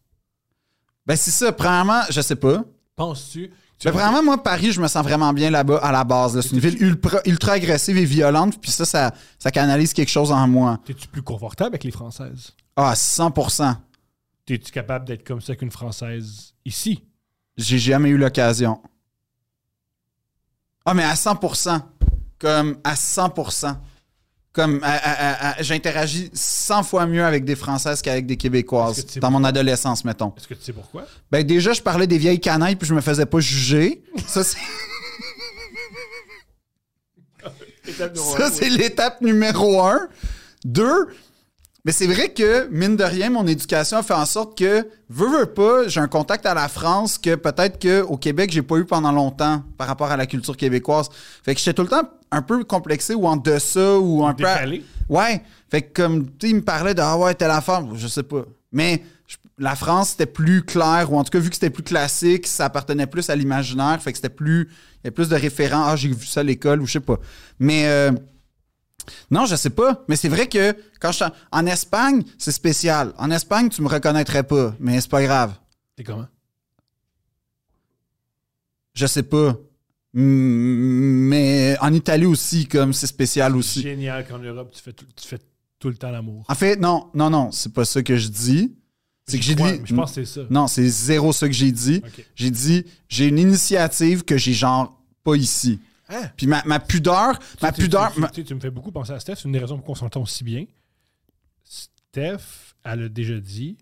Speaker 1: Ben, c'est ça, premièrement, je sais pas.
Speaker 2: Penses-tu? tu-
Speaker 1: Mais vraiment, moi, Paris, je me sens vraiment bien là-bas à la base. là. C'est une ville ultra, ultra agressive et violente, puis ça, ça, ça canalise quelque chose en moi.
Speaker 2: T'es-tu plus confortable avec les Françaises?
Speaker 1: Ah, 100
Speaker 2: T'es-tu capable d'être comme ça qu'une Française ici?
Speaker 1: J'ai jamais eu l'occasion. Ah, mais à 100 Comme à 100 Comme à- à- à- à- j'interagis 100 fois mieux avec des Françaises qu'avec des Québécoises
Speaker 2: Est-ce que tu-
Speaker 1: dans mon adolescence, mettons.
Speaker 2: Est-ce que tu sais pourquoi?
Speaker 1: Ben déjà, je parlais des vieilles canailles puis je me faisais pas juger. Ça, c'est Ça, c'est l'étape numéro un. Deux, mais c'est vrai que, mine de rien, mon éducation a fait en sorte que, veux, veux pas, j'ai un contact à la France que peut-être qu'au Québec, j'ai pas eu pendant longtemps par rapport à la culture québécoise. Fait que j'étais tout le temps un peu complexé ou en deçà ou un peu. à-
Speaker 2: Décalé?
Speaker 1: Ouais. Fait que comme, tu sais, il me parlait de Ah ouais, telle affaire, je sais pas. Mais je- la France, c'était plus clair, ou en tout cas, vu que c'était plus classique, ça appartenait plus à l'imaginaire, fait que c'était plus. Il y a plus de référents. Ah, j'ai vu ça à l'école, ou je sais pas. Mais. euh, non, je sais pas. Mais c'est vrai que quand je suis en- en Espagne, c'est spécial. En Espagne, tu me reconnaîtrais pas, mais c'est pas grave.
Speaker 2: T'es comment?
Speaker 1: Je sais pas. Mm, Mais en Italie aussi, comme c'est spécial aussi.
Speaker 2: Génial qu'en Europe, tu fais tout, tu fais tout le temps l'amour.
Speaker 1: En fait, non, non, non, c'est pas ça que je dis. C'est que j'ai
Speaker 2: Ouais,
Speaker 1: dit.
Speaker 2: mais Je pense que c'est ça.
Speaker 1: Non, c'est zéro ça que j'ai dit.
Speaker 2: Ok.
Speaker 1: J'ai dit, j'ai une initiative que j'ai genre pas ici.
Speaker 2: Hein?
Speaker 1: Puis ma, ma pudeur, ma
Speaker 2: Tu sais,
Speaker 1: pudeur.
Speaker 2: Tu, tu-
Speaker 1: ma-
Speaker 2: tu sais, tu me fais beaucoup penser à Steph. C'est une des raisons pour qu'on s'entend aussi bien. Steph, elle a déjà dit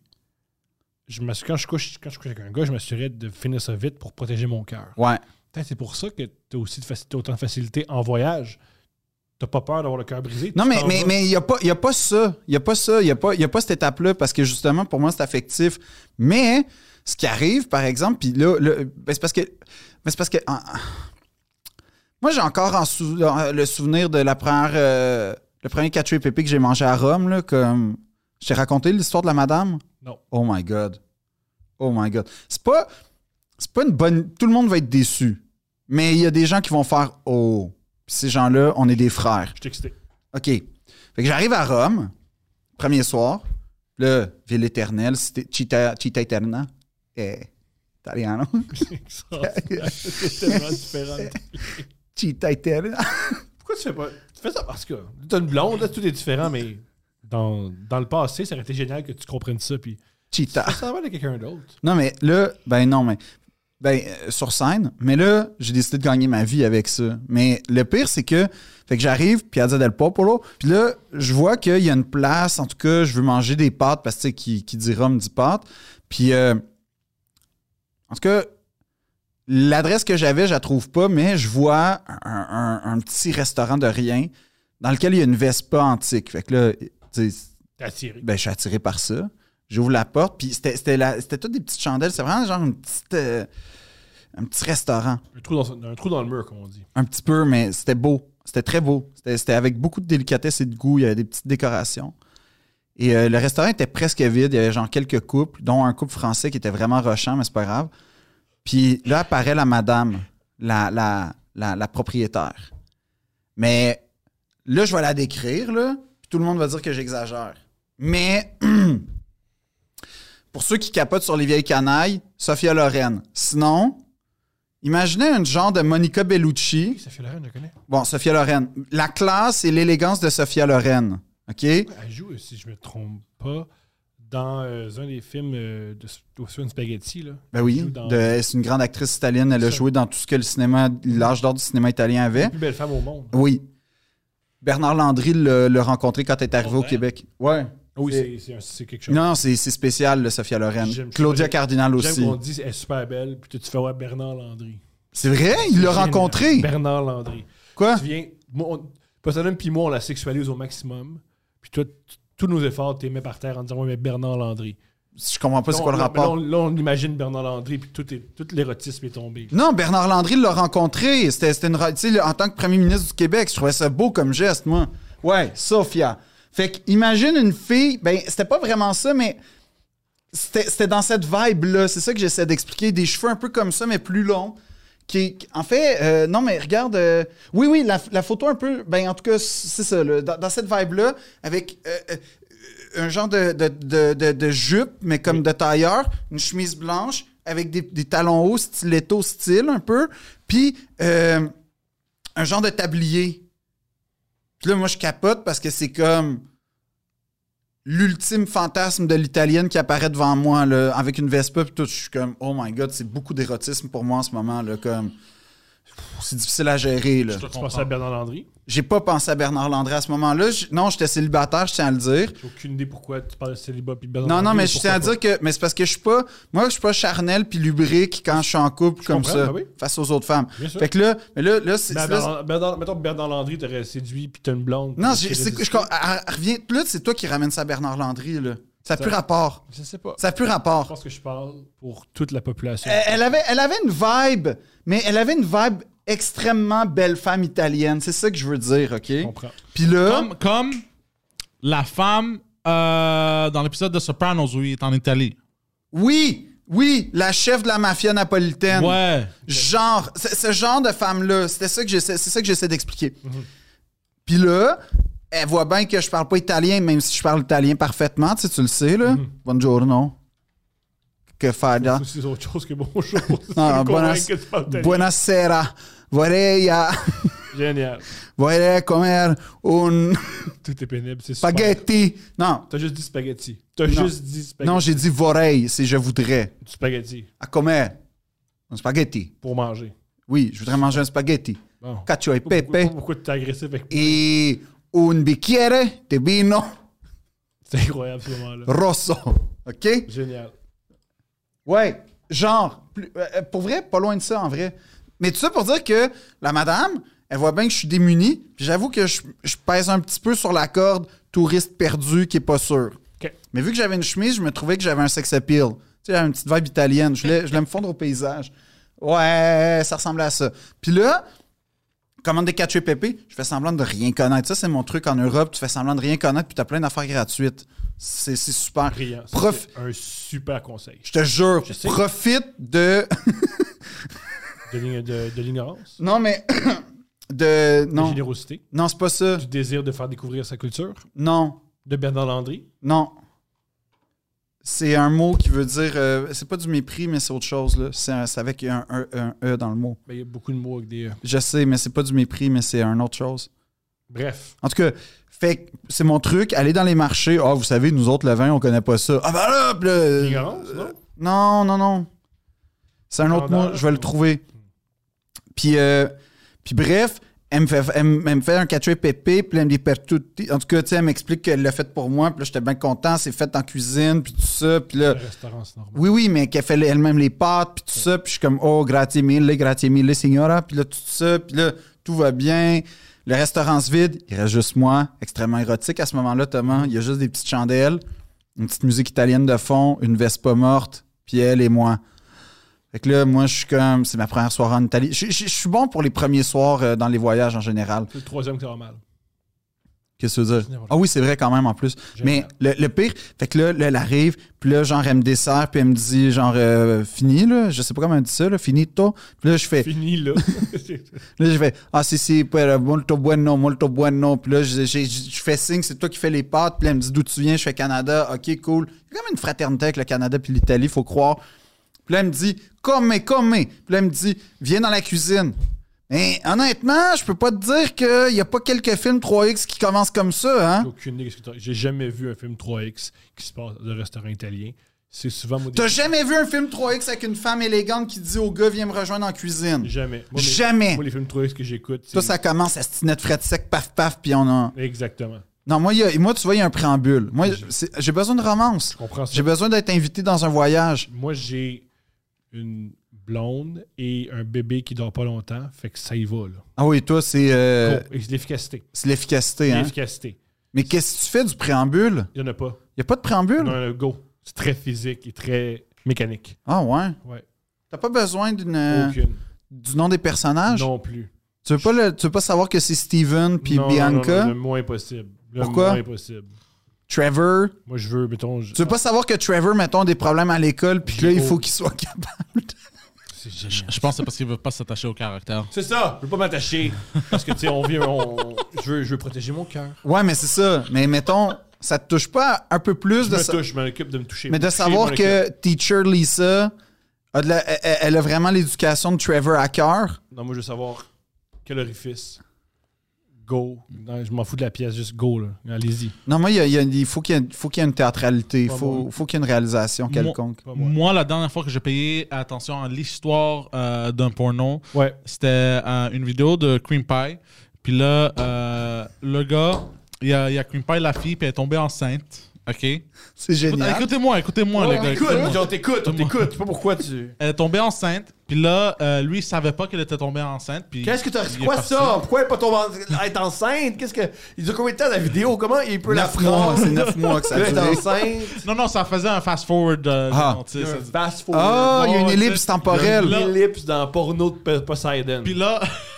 Speaker 2: je m'assure- quand, je couche, quand je couche avec un gars, je m'assurais de finir ça vite pour protéger mon cœur.
Speaker 1: Ouais.
Speaker 2: Peut-être C'est pour ça que tu as aussi de faci- t'as autant de facilité en voyage. T'as pas peur d'avoir le cœur brisé.
Speaker 1: Non,
Speaker 2: tu
Speaker 1: mais
Speaker 2: t'en
Speaker 1: mais
Speaker 2: vas.
Speaker 1: mais il y a pas y a pas ça, il y a pas ça, il y a pas y a pas cette étape là parce que justement pour moi c'est affectif. Mais ce qui arrive par exemple puis là, là, ben, c'est parce que ben, c'est parce que en- en- moi j'ai encore en sou- en- le souvenir de la première euh, le premier cacio et pépé que j'ai mangé à Rome là comme je t'ai raconté l'histoire de la madame
Speaker 2: Non.
Speaker 1: Oh my god. Oh my god. C'est pas c'est pas une bonne tout le monde va être déçu. Mais il y a des gens qui vont faire oh Puis ces gens-là, on est des frères.
Speaker 2: Je suis excité.
Speaker 1: OK. Fait que j'arrive à Rome, premier soir, le ville éternelle, cité- Città, città Eterna, eh, italiano,
Speaker 2: C'est tellement différent.
Speaker 1: Città Eterna.
Speaker 2: Pourquoi tu fais pas. Tu fais ça parce que t'as une blonde, là, tout est différent, mais dans, dans le passé, ça aurait été génial que tu comprennes ça, puis
Speaker 1: Cheetah.
Speaker 2: ça s'en va à quelqu'un d'autre.
Speaker 1: Non, mais là, ben non, mais. Ben, euh, sur scène. Mais là, j'ai décidé de gagner ma vie avec ça. Mais le pire, c'est que. Fait que j'arrive, Piazza del Popolo. Puis là, je vois qu'il y a une place. En tout cas, je veux manger des pâtes parce que, tu sais, qui, qui dit rhum dit pâtes. Puis. euh, en tout cas, l'adresse que j'avais, je la trouve pas, mais je vois un, un- un petit restaurant de rien dans lequel il y a une Vespa antique. Fait que là, tu sais,
Speaker 2: T'es attiré.
Speaker 1: ben, je suis attiré par ça. J'ouvre la porte, puis c'était, c'était, la- c'était toutes des petites chandelles. C'est vraiment genre une petite, euh, un petit restaurant.
Speaker 2: Un trou, dans, un trou dans le mur, comme on dit.
Speaker 1: Un petit peu, mais c'était beau. C'était très beau. C'était, c'était avec beaucoup de délicatesse et de goût. Il y avait des petites décorations. Et euh, le restaurant était presque vide. Il y avait genre quelques couples, dont un couple français qui était vraiment rochant, mais c'est pas grave. Puis là apparaît la madame, la, la, la, la propriétaire. Mais là, je vais la décrire, là. Puis tout le monde va dire que j'exagère. Mais pour ceux qui capotent sur les vieilles canailles, Sophia Loren. Sinon, imaginez un genre de Monica Bellucci.
Speaker 2: Ça fait la reine, je la connais.
Speaker 1: Bon, Sophia Loren. La classe et l'élégance de Sophia Loren. OK?
Speaker 2: Elle joue, si je me trompe pas, dans euh, un des films euh, de Sp- de Swan Spaghetti, là.
Speaker 1: Ben
Speaker 2: Elle
Speaker 1: oui.
Speaker 2: joue dans
Speaker 1: de- c'est une grande actrice italienne. Elle a
Speaker 2: Ça.
Speaker 1: joué dans tout ce que le cinéma, l'âge d'or du cinéma italien avait.
Speaker 2: La plus belle femme au monde.
Speaker 1: Oui. Bernard Landry l'a l'a rencontré quand elle est arrivée
Speaker 8: Pour
Speaker 1: au
Speaker 8: vrai?
Speaker 1: Québec. Ouais.
Speaker 2: Ah Oui, c'est- c'est un- c'est quelque chose.
Speaker 1: Non, non, c'est c'est spécial, le Sophia Loren.
Speaker 2: J'aime-
Speaker 1: Claudia
Speaker 2: j'aime-
Speaker 1: Cardinal
Speaker 2: J'aime
Speaker 1: aussi.
Speaker 2: qu'on dise, elle est super belle, puis tu fais ouais, Bernard Landry.
Speaker 1: C'est vrai? Hein, Il
Speaker 2: C'est
Speaker 1: l'a
Speaker 2: génial.
Speaker 1: rencontré. Ah.
Speaker 2: Bernard Landry.
Speaker 1: Quoi?
Speaker 2: Ben, Tu viens. Moi, on, Poseidon puis moi, on la sexualise au maximum. Puis toi, t- tous nos efforts, t'es mis par terre en disant Ouais, mais Bernard Landry.
Speaker 1: Je comprends pas c'est
Speaker 2: Là,
Speaker 1: quoi le
Speaker 2: on- là,
Speaker 1: rapport.
Speaker 2: Là, on, là, on imagine Bernard Landry, puis tout, est- tout l'érotisme est tombé.
Speaker 1: Non, Bernard Landry l'a rencontré. C'était c'était une. ra- Tu sais, en tant que premier ministre du Québec, je trouvais ça beau comme geste, moi. Ouais, Sophia. Fait que, imagine une fille. Ben, c'était pas vraiment ça, mais. C'était c'était dans cette vibe-là. C'est ça que j'essaie d'expliquer. Des cheveux un peu comme ça, mais plus longs. Qui, qui- en fait, euh, non, mais regarde. euh, oui, oui, la, la photo un peu. Ben, en tout cas, c'est ça. là, dans, dans cette vibe-là, avec. euh, euh, un genre de, de, de- de- de jupe, mais comme de tailleur, une chemise blanche avec des, des talons hauts, stiletto style un peu, puis euh, un genre de tablier. Puis là, moi, je capote parce que c'est comme l'ultime fantasme de l'italienne qui apparaît devant moi, là, avec une Vespa, puis tout. Je suis comme, oh my god, c'est beaucoup d'érotisme pour moi en ce moment, là, comme. Pff, C'est difficile à gérer, là.
Speaker 6: Je te
Speaker 2: Tu penses à
Speaker 6: comprends.
Speaker 2: Bernard Landry
Speaker 1: J'ai pas pensé à Bernard Landry à ce moment-là. J- Non, j'étais célibataire, je tiens à le dire.
Speaker 2: J'ai aucune idée pourquoi tu parles de célibat puis Bernard
Speaker 1: Non,
Speaker 2: Landry.
Speaker 1: non, mais
Speaker 2: ou
Speaker 1: je tiens à
Speaker 2: pourquoi
Speaker 1: dire que. Mais c'est parce que je suis pas. Moi, je suis pas charnel puis lubrique quand je suis en couple comme
Speaker 2: comprends,
Speaker 1: ça,
Speaker 2: bah oui.
Speaker 1: face aux autres femmes.
Speaker 2: pas. Bien sûr.
Speaker 1: Fait que là, mais là, là, c'est.
Speaker 2: Ben,
Speaker 1: là,
Speaker 2: Bernard- Bernard- mettons que Bernard Landry t'aurait séduit, puis t'as une blonde.
Speaker 1: c'est- non,
Speaker 2: puis
Speaker 1: j'ai-
Speaker 2: t'aurais
Speaker 1: c'est-
Speaker 2: dit-
Speaker 1: je- elle- elle revient. Là, c'est toi qui ramène ça à Bernard Landry, là. Ça n'a plus rapport.
Speaker 2: Je sais pas.
Speaker 1: Ça Euh, n'a plus
Speaker 2: Je
Speaker 1: rapport.
Speaker 2: pense que je parle pour toute la population.
Speaker 1: Elle, elle avait, elle avait une vibe, mais elle avait une vibe extrêmement belle femme italienne. C'est ça que je veux dire,
Speaker 2: Je
Speaker 1: OK?
Speaker 2: comprends.
Speaker 1: Puis là.
Speaker 6: Comme, comme la femme euh, dans l'épisode de Sopranos où il est en Italie.
Speaker 1: Oui! Oui, la chef de la mafia napolitaine.
Speaker 6: Ouais.
Speaker 1: genre, ce, ce genre de femme-là, c'était ça que j'essaie, c'est ça que j'essaie d'expliquer.
Speaker 2: Mhm.
Speaker 1: Puis là, elle voit bien que je parle pas italien, même si je parle italien parfaitement, tu, sais, tu le sais, là. Buongiorno. Que faire là?
Speaker 2: Mhm. C'est autre chose que bonjour.
Speaker 1: Ah,
Speaker 2: Je me
Speaker 1: buenas-
Speaker 2: convainc que tu parles italien.
Speaker 1: Buonasera. Vorrei, ah,
Speaker 2: Génial.
Speaker 1: vorrei comer un
Speaker 2: Tout est pénible, c'est super.
Speaker 1: spaghetti. Non,
Speaker 2: T'as juste dit spaghetti. T'as
Speaker 1: Non.
Speaker 2: juste dit spaghetti.
Speaker 1: non, j'ai dit vorrei, c'est je voudrais.
Speaker 2: Du spaghetti
Speaker 1: À comer un spaghetti.
Speaker 2: pour manger.
Speaker 1: Oui, je voudrais manger un spaghetti.
Speaker 2: Bon.
Speaker 1: Cacio e
Speaker 2: Pourquoi-
Speaker 1: pepe.
Speaker 2: Pourquoi, pourquoi t'es agressif avec.
Speaker 1: Et E un bicchiere de vino
Speaker 2: C'est incroyable ce moment-là.
Speaker 1: rosso. OK?
Speaker 2: Génial.
Speaker 1: Ouais, genre, plus- euh, euh, pour vrai, pas loin de ça en vrai. Mais tout ça pour dire que la madame, elle voit bien que je suis démuni, puis j'avoue que je, je pèse un petit peu sur la corde touriste perdu qui est pas sûr.
Speaker 2: OK.
Speaker 1: Mais vu que j'avais une chemise, je me trouvais que j'avais un sex appeal. Tu sais, j'avais une petite vibe italienne. Je voulais, je voulais me fondre au paysage. Ouais, ça ressemblait à ça. Puis là, commande des cachets pépé, je fais semblant de rien connaître. Ça, c'est mon truc en Europe. Tu fais semblant de rien connaître, puis t'as plein d'affaires gratuites. C'est c'est super.
Speaker 2: Brillant. Ça,
Speaker 1: Prof-
Speaker 2: c'est Un super conseil.
Speaker 1: Je te jure,
Speaker 2: sais.
Speaker 1: profite de.
Speaker 2: De l'ign- de- de l'ignorance.
Speaker 1: Non, mais. de.
Speaker 2: De la
Speaker 1: Non.
Speaker 2: générosité.
Speaker 1: Non, c'est pas ça.
Speaker 2: Du désir de faire découvrir sa culture.
Speaker 1: Non.
Speaker 2: De Bernard Landry.
Speaker 1: Non. C'est un mot qui veut dire. euh, c'est pas du mépris, mais c'est autre chose, là. C'est un- c'est avec un, un- un E dans le mot.
Speaker 2: Ben, Il y a beaucoup de mots avec des. euh,
Speaker 1: Je sais, mais c'est pas du mépris, mais c'est un autre chose.
Speaker 2: Bref.
Speaker 1: En tout cas, fait que c'est mon truc, aller dans les marchés. Ah, vous savez, nous autres, le vin, on connaît pas ça. Ah, ben là, pis là-
Speaker 2: Ignorance, non?
Speaker 1: Non, non, non. C'est un autre
Speaker 2: Scandale.
Speaker 1: mot, je vais le trouver. Puis, euh, puis bref, elle me fait, elle me- elle me fait un cachet pépé, puis elle me dit pertutti. En tout cas, tu sais, elle m'explique qu'elle l'a fait pour moi, puis là, j'étais bien content, c'est fait en cuisine, puis tout ça, puis là...
Speaker 2: Le restaurant, c'est normal.
Speaker 1: euh, Oui, oui, mais qu'elle fait elle-même les pâtes, puis tout ça, puis je suis comme, oh, grazie mille, grazie mille, signora, puis là, tout ça, puis là, tout va bien. Le restaurant se vide, il reste juste moi, extrêmement érotique à ce moment-là, Thomas. Il y a juste des petites chandelles, une petite musique italienne de fond, une Vespa morte, puis elle et moi. Fait que là, moi, je suis comme, c'est ma première soirée en Italie. Je, je- je suis bon pour les premiers soirs euh, dans les voyages en général.
Speaker 2: C'est le troisième qui va mal.
Speaker 1: Qu'est-ce que ça veut dire? Ah oui, c'est vrai quand même en plus. Mais le, le pire, fait que là, là, elle arrive, puis là, genre, elle me dessert, puis elle me dit, genre, euh, fini, là, je sais pas comment elle dit ça, là, finito. Puis là, je fais,
Speaker 2: Fini, là.
Speaker 1: là, je fais, ah, si, si, pero molto bueno, molto bueno. Puis là, je, je- je- je fais signe, c'est toi qui fais les pâtes, puis là, elle me dit d'où tu viens, je fais Canada, ok, cool. Il y a quand même une fraternité avec le Canada puis l'Italie, faut croire. Puis là, elle me dit, comme, comme. Puis là, elle me dit, viens dans la cuisine. Mais honnêtement, je peux pas te dire qu'il y a pas quelques films 3X qui commencent comme ça, hein?
Speaker 2: J'ai aucune idée. de ce que t'as- J'ai jamais vu un film 3X qui se passe de restaurant italien. C'est souvent moi.
Speaker 1: T'as jamais vu un film 3X avec une femme élégante qui dit au gars, viens me rejoindre en cuisine.
Speaker 2: Jamais. Moi, mes-
Speaker 1: Jamais.
Speaker 2: Moi, les films 3X que j'écoute.
Speaker 1: Ça,
Speaker 2: c'est-
Speaker 1: ça commence à se de frette sec, paf, paf, puis on a.
Speaker 2: Exactement.
Speaker 1: Non, moi, il y a- moi tu vois, il y a un préambule. Moi, c'est- j'ai besoin de romance.
Speaker 2: Je comprends ça.
Speaker 1: J'ai besoin d'être invité dans un voyage.
Speaker 2: Moi, j'ai une blonde et un bébé qui dort pas longtemps. Fait que ça y va, là.
Speaker 1: Ah oui, toi, c'est euh,
Speaker 2: Oh, et c'est l'efficacité.
Speaker 1: c'est l'efficacité. Hein?
Speaker 2: L'efficacité.
Speaker 1: Mais qu'est-ce que tu fais du préambule?
Speaker 2: Il y en a pas.
Speaker 1: Il n'y a pas de
Speaker 2: Il y en
Speaker 1: préambule?
Speaker 2: a un go. C'est très physique et très mécanique.
Speaker 1: Ah ouais?
Speaker 2: Ouais.
Speaker 1: T'as pas besoin d'une euh,
Speaker 2: Aucune.
Speaker 1: du nom des personnages?
Speaker 2: Non plus.
Speaker 1: Tu veux pas le- tu veux pas savoir que c'est Steven puis
Speaker 2: Non,
Speaker 1: Bianca?
Speaker 2: non, non, non, le moins possible. Le
Speaker 1: Pourquoi?
Speaker 2: moins possible.
Speaker 1: Trevor?
Speaker 2: Moi, je veux, mettons. je-
Speaker 1: Tu veux pas savoir que Trevor, mettons, a des problèmes à l'école, puis que là, il
Speaker 2: Oh.
Speaker 1: faut qu'il soit capable. de-
Speaker 2: Ah, C'est génial.
Speaker 6: Je pense que c'est parce qu'ils veulent pas s'attacher au caractère.
Speaker 2: C'est ça, je veux pas m'attacher. Parce que, tu sais, on vit, on- je, veux, je veux protéger mon cœur.
Speaker 1: Ouais, mais c'est ça. Mais mettons, ça te touche pas un peu plus
Speaker 2: Je
Speaker 1: de
Speaker 2: me
Speaker 1: sa-
Speaker 2: touche, je m'occupe de me toucher.
Speaker 1: Mais de
Speaker 2: Toucher,
Speaker 1: savoir
Speaker 2: mon
Speaker 1: que
Speaker 2: équipe.
Speaker 1: Teacher Lisa, a de la- elle- elle, elle a vraiment l'éducation de Trevor à cœur.
Speaker 2: Non, moi, je veux savoir quel orifice. Go. Non, je m'en fous de la pièce, juste go, là. Allez-y.
Speaker 1: Non, moi, il, y a- il y a- il faut qu'il y ait faut qu'il y ait une théâtralité, il
Speaker 2: Pas
Speaker 1: faut,
Speaker 2: moi.
Speaker 1: faut qu'il y ait une réalisation
Speaker 6: Moi-
Speaker 1: quelconque.
Speaker 2: Pas
Speaker 6: Moi.
Speaker 2: moi.
Speaker 6: la dernière fois que j'ai payé attention à l'histoire euh, d'un porno,
Speaker 2: Ouais.
Speaker 6: c'était euh, une vidéo de Cream Pie. Puis là, euh, le gars, il y a, il y a Cream Pie, la fille, puis elle est tombée enceinte. OK?
Speaker 1: C'est génial.
Speaker 6: Écoutez-moi, écoutez-moi,
Speaker 1: Oh,
Speaker 6: les gars. écoutez-moi.
Speaker 2: on t'écoute, on t'écoute. Je sais pas pourquoi tu.
Speaker 6: Elle est tombée enceinte, puis là, euh, lui, il savait pas qu'elle était tombée enceinte. puis
Speaker 9: Qu'est-ce que t'as
Speaker 6: il est
Speaker 9: Quoi
Speaker 6: parti.
Speaker 9: ça? Pourquoi elle est pas tombée en- être enceinte? Qu'est-ce que. Il dure combien de temps la vidéo? Comment il peut la
Speaker 1: Neuf mois,
Speaker 9: prendre?
Speaker 1: c'est neuf mois que ça
Speaker 9: Elle est
Speaker 1: dure.
Speaker 9: enceinte.
Speaker 6: Non, non, ça faisait un fast-forward. euh,
Speaker 1: Ah.
Speaker 6: non, tu sais, ça-
Speaker 9: Fast forward.
Speaker 1: Ah, il y a une
Speaker 2: Oh,
Speaker 6: Ouais,
Speaker 1: ellipse
Speaker 6: c'est-
Speaker 1: temporelle.
Speaker 6: Là-
Speaker 9: Une ellipse dans porno de P- Poseidon.
Speaker 6: Puis là,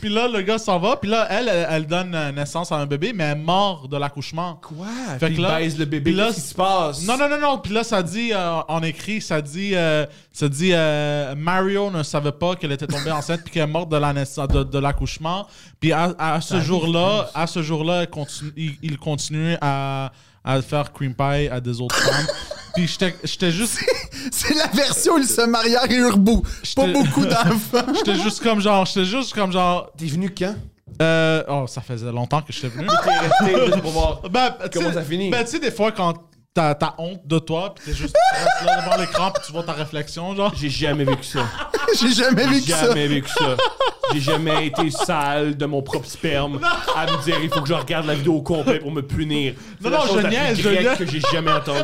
Speaker 6: puis là, le gars s'en va. Puis là, elle, elle, elle donne euh, naissance à un bébé, mais elle est morte de l'accouchement.
Speaker 9: quoi?
Speaker 6: Fait
Speaker 9: Fait
Speaker 6: que
Speaker 9: il
Speaker 6: là-
Speaker 9: baise le bébé.
Speaker 6: puis là,
Speaker 9: Qu'est-ce qui se passe?
Speaker 6: Non, non, non, non. Puis là, ça dit, euh, en écrit, ça dit, euh, ça dit euh, Mario ne savait pas qu'elle était tombée enceinte puis qu'elle est morte de la naissance, de, de l'accouchement. Puis à, à ce jour-là, à ce jour-là, elle continue- il, il continue à, à faire cream pie à des autres femmes. Puis j'étais j'étais juste,
Speaker 1: C'est la version où ils se marient à Urbo. Pas
Speaker 6: te-
Speaker 1: beaucoup d'enfants.
Speaker 6: j'étais juste comme genre, j'étais juste comme genre,
Speaker 9: T'es venu quand?
Speaker 6: euh, oh, ça faisait longtemps que j'étais venu.
Speaker 9: T'es resté juste pour voir.
Speaker 6: Ben, tu
Speaker 9: Comment
Speaker 6: sais-
Speaker 9: ça finit?
Speaker 6: Ben, tu sais, des fois, quand t'as t'as honte de toi, pis t'es juste tu restes là devant l'écran, pis tu vois ta réflexion, genre.
Speaker 3: J'ai jamais vécu ça.
Speaker 1: J'ai jamais vécu ça.
Speaker 3: jamais vécu ça. J'ai jamais été sale de mon propre sperme à me dire il faut que je regarde la vidéo au complet pour me punir. C'est
Speaker 6: Non,
Speaker 3: la
Speaker 6: non,
Speaker 3: chose
Speaker 6: je
Speaker 3: la plus
Speaker 6: niaise, je
Speaker 3: grecque
Speaker 6: niaise.
Speaker 3: que j'ai jamais entendue.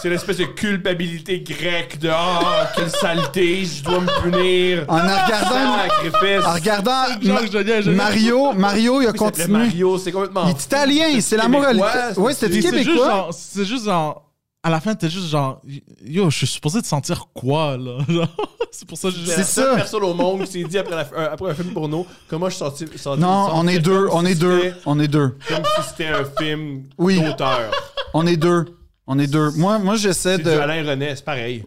Speaker 3: C'est l'espèce de culpabilité grecque de ah quelle saleté, je dois me punir. Ah,
Speaker 1: En regardant
Speaker 3: Sacrifice.
Speaker 1: En regardant
Speaker 6: Jacques,
Speaker 1: Ma-
Speaker 6: je viens, je viens.
Speaker 1: Mario, Mario, il a
Speaker 9: Le
Speaker 1: continué.
Speaker 9: Mario, c'est complètement.
Speaker 1: Il est italien, c'est la moralité.
Speaker 9: Québécois, c'est-
Speaker 1: Oui, c'était
Speaker 6: Pis
Speaker 1: du
Speaker 6: C'est juste
Speaker 1: Québécois.
Speaker 6: genre. C'est juste genre. À la fin, t'es juste genre. Yo, je suis supposé te sentir quoi, là? Genre, c'est pour ça que
Speaker 9: C'est
Speaker 6: je.
Speaker 9: la
Speaker 1: C'est
Speaker 9: seule
Speaker 1: ça.
Speaker 9: personne au monde qui s'est dit après, la- euh, après un film porno comment je suis sorti. sorti-
Speaker 1: Non,
Speaker 9: sorti-
Speaker 1: on est deux, on est deux,
Speaker 9: c'était-
Speaker 1: on est deux.
Speaker 3: Comme si c'était un film
Speaker 1: Oui.
Speaker 3: d'auteur.
Speaker 1: On est deux. On est deux. Moi, moi j'essaie
Speaker 3: C'est du
Speaker 1: de.
Speaker 3: Alain René, c'est pareil.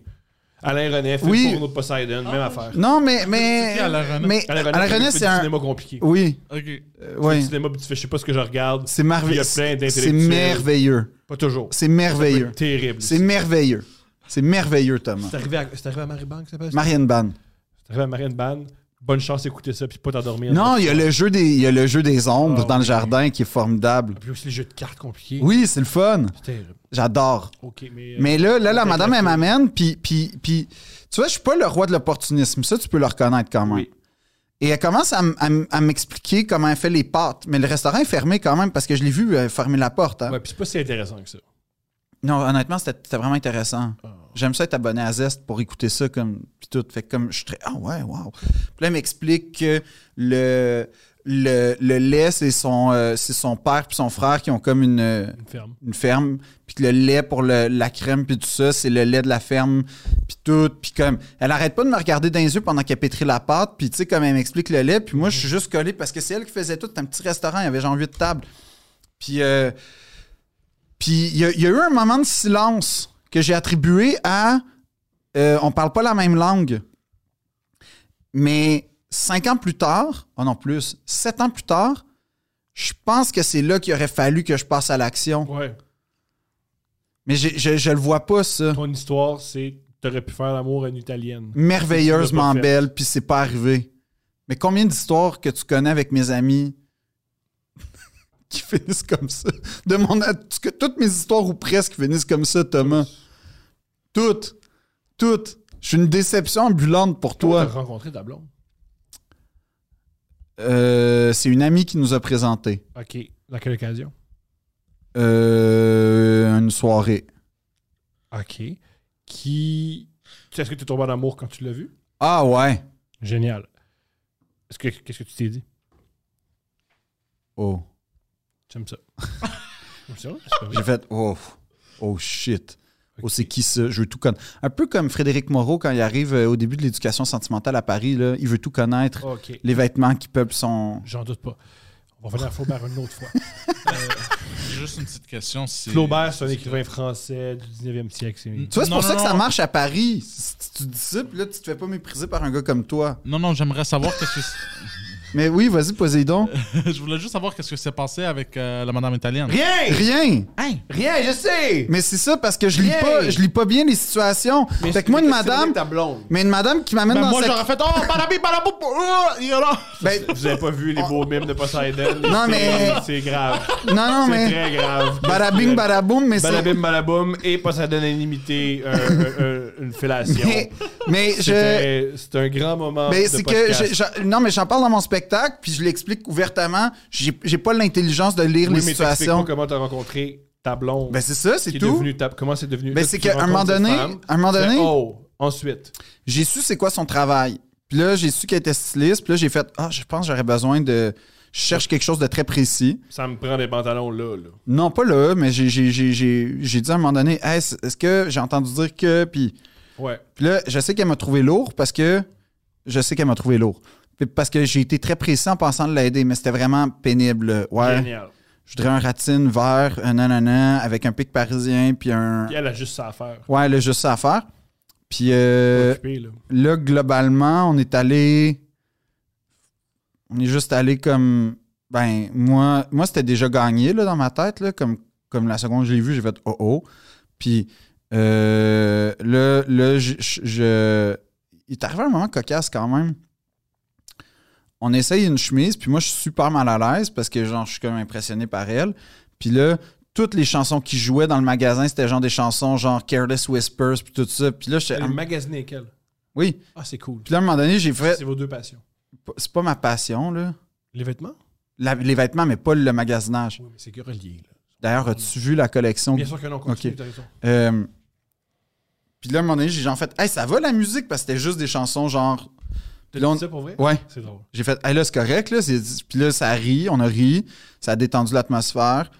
Speaker 3: Alain René, film
Speaker 1: Oui.
Speaker 3: porno de Poseidon,
Speaker 2: Ah.
Speaker 3: même affaire.
Speaker 1: Non, mais. mais
Speaker 6: C'est qui, Alain René?
Speaker 1: mais Alain
Speaker 3: fait
Speaker 1: René,
Speaker 3: du
Speaker 1: c'est un.
Speaker 3: cinéma compliqué.
Speaker 1: Oui,
Speaker 6: Ok.
Speaker 1: euh,
Speaker 3: Le
Speaker 1: oui.
Speaker 3: cinéma, puis tu fais, je sais pas ce que je regarde.
Speaker 1: C'est
Speaker 3: Il y a
Speaker 1: merveilleux.
Speaker 3: plein
Speaker 1: C'est
Speaker 3: d'intellectuels.
Speaker 1: merveilleux.
Speaker 3: Pas toujours.
Speaker 1: C'est merveilleux.
Speaker 3: Terrible.
Speaker 1: C'est merveilleux. C'est merveilleux, Thomas.
Speaker 9: C'est arrivé à, c'est arrivé à Marie-Banque, ça s'appelle?
Speaker 1: Marianne Ban.
Speaker 3: C'est arrivé à Marianne Ban.
Speaker 2: Bonne chance d'écouter ça, puis pas t'endormir.
Speaker 1: Non, il y a le jeu des, il y a le jeu des ombres
Speaker 2: Ah,
Speaker 1: dans le
Speaker 2: oui.
Speaker 1: jardin qui est formidable.
Speaker 2: Puis aussi les jeux de cartes compliqués.
Speaker 1: Oui, c'est le fun.
Speaker 2: C'était-
Speaker 1: J'adore.
Speaker 2: Ok, mais. euh,
Speaker 1: Mais là, là, la
Speaker 2: Peut-être
Speaker 1: madame,
Speaker 2: la
Speaker 1: elle
Speaker 2: queue.
Speaker 1: m'amène, puis, puis, puis, tu vois, je suis pas le roi de l'opportunisme. Ça, tu peux le reconnaître quand même. Et elle commence à, m- à m- à m'expliquer comment elle fait les pâtes. Mais le restaurant est fermé quand même parce que je l'ai vu euh, fermer la porte. hein.
Speaker 2: Ouais, puis c'est pas si intéressant que ça.
Speaker 1: Non, honnêtement, c'était c'était vraiment intéressant.
Speaker 2: Ah.
Speaker 1: J'aime ça être abonné à Zest pour écouter ça comme puis tout. Fait que comme je suis très ah ouais, wow. Puis là, elle m'explique que le le, le lait, c'est son euh, c'est son père puis son frère qui ont comme une euh,
Speaker 2: Une ferme.
Speaker 1: une ferme, puis que le lait pour le- la crème, puis tout ça, c'est le lait de la ferme, puis tout, puis comme... Elle arrête pas de me regarder dans les yeux pendant qu'elle pétrit la pâte, puis tu sais, comme elle m'explique le lait, puis moi, je suis juste collé, parce que c'est elle qui faisait tout, c'était un petit restaurant, il y avait genre huit tables. Puis... euh, puis il y, a- il y a eu un moment de silence que j'ai attribué à... euh, on parle pas la même langue. Mais cinq ans plus tard, oh non, plus, sept ans plus tard, je pense que c'est là qu'il aurait fallu que je passe à l'action.
Speaker 2: Ouais.
Speaker 1: Mais j'ai- je, je le vois pas, ça.
Speaker 2: Ton histoire, c'est. T'aurais pu faire l'amour à une italienne.
Speaker 1: Merveilleusement
Speaker 2: Tu l'as pas fait.
Speaker 1: belle, puis c'est pas arrivé. Mais combien d'histoires que tu connais avec mes amis qui finissent comme ça? De mon, tu- que toutes mes histoires ou presque finissent comme ça, Thomas. Toutes. Toutes. Je suis une déception ambulante pour
Speaker 2: Toi.
Speaker 1: toi.
Speaker 2: T'as rencontré ta blonde.
Speaker 1: Euh, c'est une amie qui nous a présenté.
Speaker 2: Ok. Dans quelle occasion
Speaker 1: Euh, une soirée.
Speaker 2: Ok. Qui. Tu sais, Est-ce que tu es tombé en amour quand tu l'as vu
Speaker 1: Ah ouais.
Speaker 2: Génial. Est-ce que- Qu'est-ce que tu t'es dit
Speaker 1: Oh.
Speaker 2: J'aime ça. J'aime ça.
Speaker 1: J'ai fait oh, oh shit. Oh, c'est qui ça? Je veux tout connaître. Un peu comme Frédéric Moreau quand il arrive euh, au début de l'éducation sentimentale à Paris, là, il veut tout
Speaker 6: Oh.
Speaker 1: connaître.
Speaker 2: Ok.
Speaker 1: Les vêtements qui peuplent son.
Speaker 2: J'en doute pas. On va revenir à Flaubert une autre fois.
Speaker 6: Juste une petite question. si-
Speaker 2: Flaubert, c'est un écrivain français du 19e siècle. c'est-
Speaker 1: Tu vois, c'est
Speaker 6: Non,
Speaker 1: pour ça
Speaker 6: non,
Speaker 1: que ça
Speaker 6: non.
Speaker 1: marche à Paris. Si tu- tu dis ça, puis là, tu te fais pas mépriser par un gars comme toi.
Speaker 6: Non, non, j'aimerais savoir qu'est-ce que. c'est-
Speaker 1: Mais oui, vas-y, Poséidon.
Speaker 6: je voulais juste savoir qu'est-ce que s'est passé avec euh, la madame italienne.
Speaker 10: Rien!
Speaker 1: Rien!
Speaker 10: Rien, je sais!
Speaker 1: Mais c'est ça parce que je lis
Speaker 10: Rien.
Speaker 1: pas, je lis pas bien les situations. fait que moi, une madame.
Speaker 10: Ta blonde.
Speaker 1: Mais une madame qui m'amène
Speaker 6: Ben,
Speaker 1: dans
Speaker 6: moi,
Speaker 1: sa-
Speaker 6: j'aurais fait Oh, badabi, badabou, oh, et alors.
Speaker 1: Ben,
Speaker 2: Vous avez pas vu les beaux mimes de Poseidon?
Speaker 1: Non, mais-
Speaker 2: C'est grave.
Speaker 1: non, non,
Speaker 2: C'est
Speaker 1: mais.
Speaker 2: très grave.
Speaker 1: Barabing, baraboum, mais c'est.
Speaker 2: Balabim, balaboum et Poseidon a imité un- un- un- une fellation.
Speaker 1: Mais, mais je.
Speaker 2: C'était- C'est un grand moment.
Speaker 1: Mais
Speaker 2: Ah,
Speaker 1: Ben,
Speaker 2: de
Speaker 1: c'est que
Speaker 2: podcast.
Speaker 1: j'ai- j'ai- non, mais j'en parle dans mon spectacle, puis je l'explique ouvertement. J'ai j'ai pas l'intelligence de lire
Speaker 2: Oui,
Speaker 1: les
Speaker 2: mais t'expliques
Speaker 1: situations.
Speaker 2: pas comment t'as rencontré ta blonde.
Speaker 1: Ben c'est ça, c'est
Speaker 2: qui est
Speaker 1: tout.
Speaker 2: devenue ta- Comment c'est devenu.
Speaker 1: Ben,
Speaker 2: là,
Speaker 1: c'est
Speaker 2: tu
Speaker 1: qu'à un moment
Speaker 2: rencontres cette
Speaker 1: donné,
Speaker 2: femme,
Speaker 1: à un moment
Speaker 2: tu fais,
Speaker 1: donné-
Speaker 2: Oh, ensuite.
Speaker 1: J'ai su c'est quoi son travail. Puis là, j'ai su qu'elle était styliste. Puis là, j'ai fait ah, je pense que j'aurais besoin de je cherche quelque chose de très précis.
Speaker 2: Ça me prend des pantalons là. là.
Speaker 1: Non, pas là, mais j'ai- j'ai- j'ai j'ai- j'ai dit à un moment donné, Hey, est-ce est-ce que j'ai entendu dire que puis
Speaker 2: Ouais.
Speaker 1: Puis là, je sais qu'elle m'a trouvé lourd parce que je sais qu'elle m'a trouvé lourd. Puis Parce que j'ai été très précis en pensant de l'aider, mais c'était vraiment pénible. Ouais.
Speaker 2: Génial.
Speaker 1: je voudrais un ratine vert, un nanana, avec un pic parisien, puis un.
Speaker 2: Puis elle a juste ça à faire.
Speaker 1: Ouais, là, juste ça à faire. Puis euh,
Speaker 2: Occupée, là.
Speaker 1: là, globalement, on est allé. On est juste allé comme. Ben, moi, moi c'était déjà gagné là, dans ma tête. Là, comme, comme la seconde que je l'ai vu, j'ai fait oh oh. Puis euh, là, là je, je- je- Il est arrivé un moment cocasse quand même. On essaye une chemise, puis moi, je suis super mal à l'aise parce que genre, je suis comme impressionné par elle. Puis là, toutes les chansons qui jouaient dans le magasin, c'était genre des chansons genre Careless Whispers, puis tout ça. Puis là, je
Speaker 2: Elle est magasinée avec elle.
Speaker 1: Oui.
Speaker 2: Ah, c'est cool.
Speaker 1: um, Puis là, à un moment donné, j'ai fait.
Speaker 2: C'est vos deux passions.
Speaker 1: C'est pas ma passion, là.
Speaker 2: Les vêtements?
Speaker 1: La- les vêtements, mais pas le magasinage.
Speaker 2: Oui, mais c'est que relié. là.
Speaker 1: D'ailleurs, as-tu vu la collection?
Speaker 2: Bien sûr que non, continue,
Speaker 1: Ok.
Speaker 2: t'as raison.
Speaker 1: Euh, puis là, à un moment donné, j'ai genre fait. Hey, ça va la musique? Parce que c'était juste des chansons genre.
Speaker 2: T'as
Speaker 1: là, on-
Speaker 2: dit ça pour vrai?
Speaker 1: Ouais.
Speaker 2: C'est drôle.
Speaker 1: J'ai fait. Hey, là, c'est correct, là. C'est- Puis là, ça rit, on a ri. Ça a détendu l'atmosphère.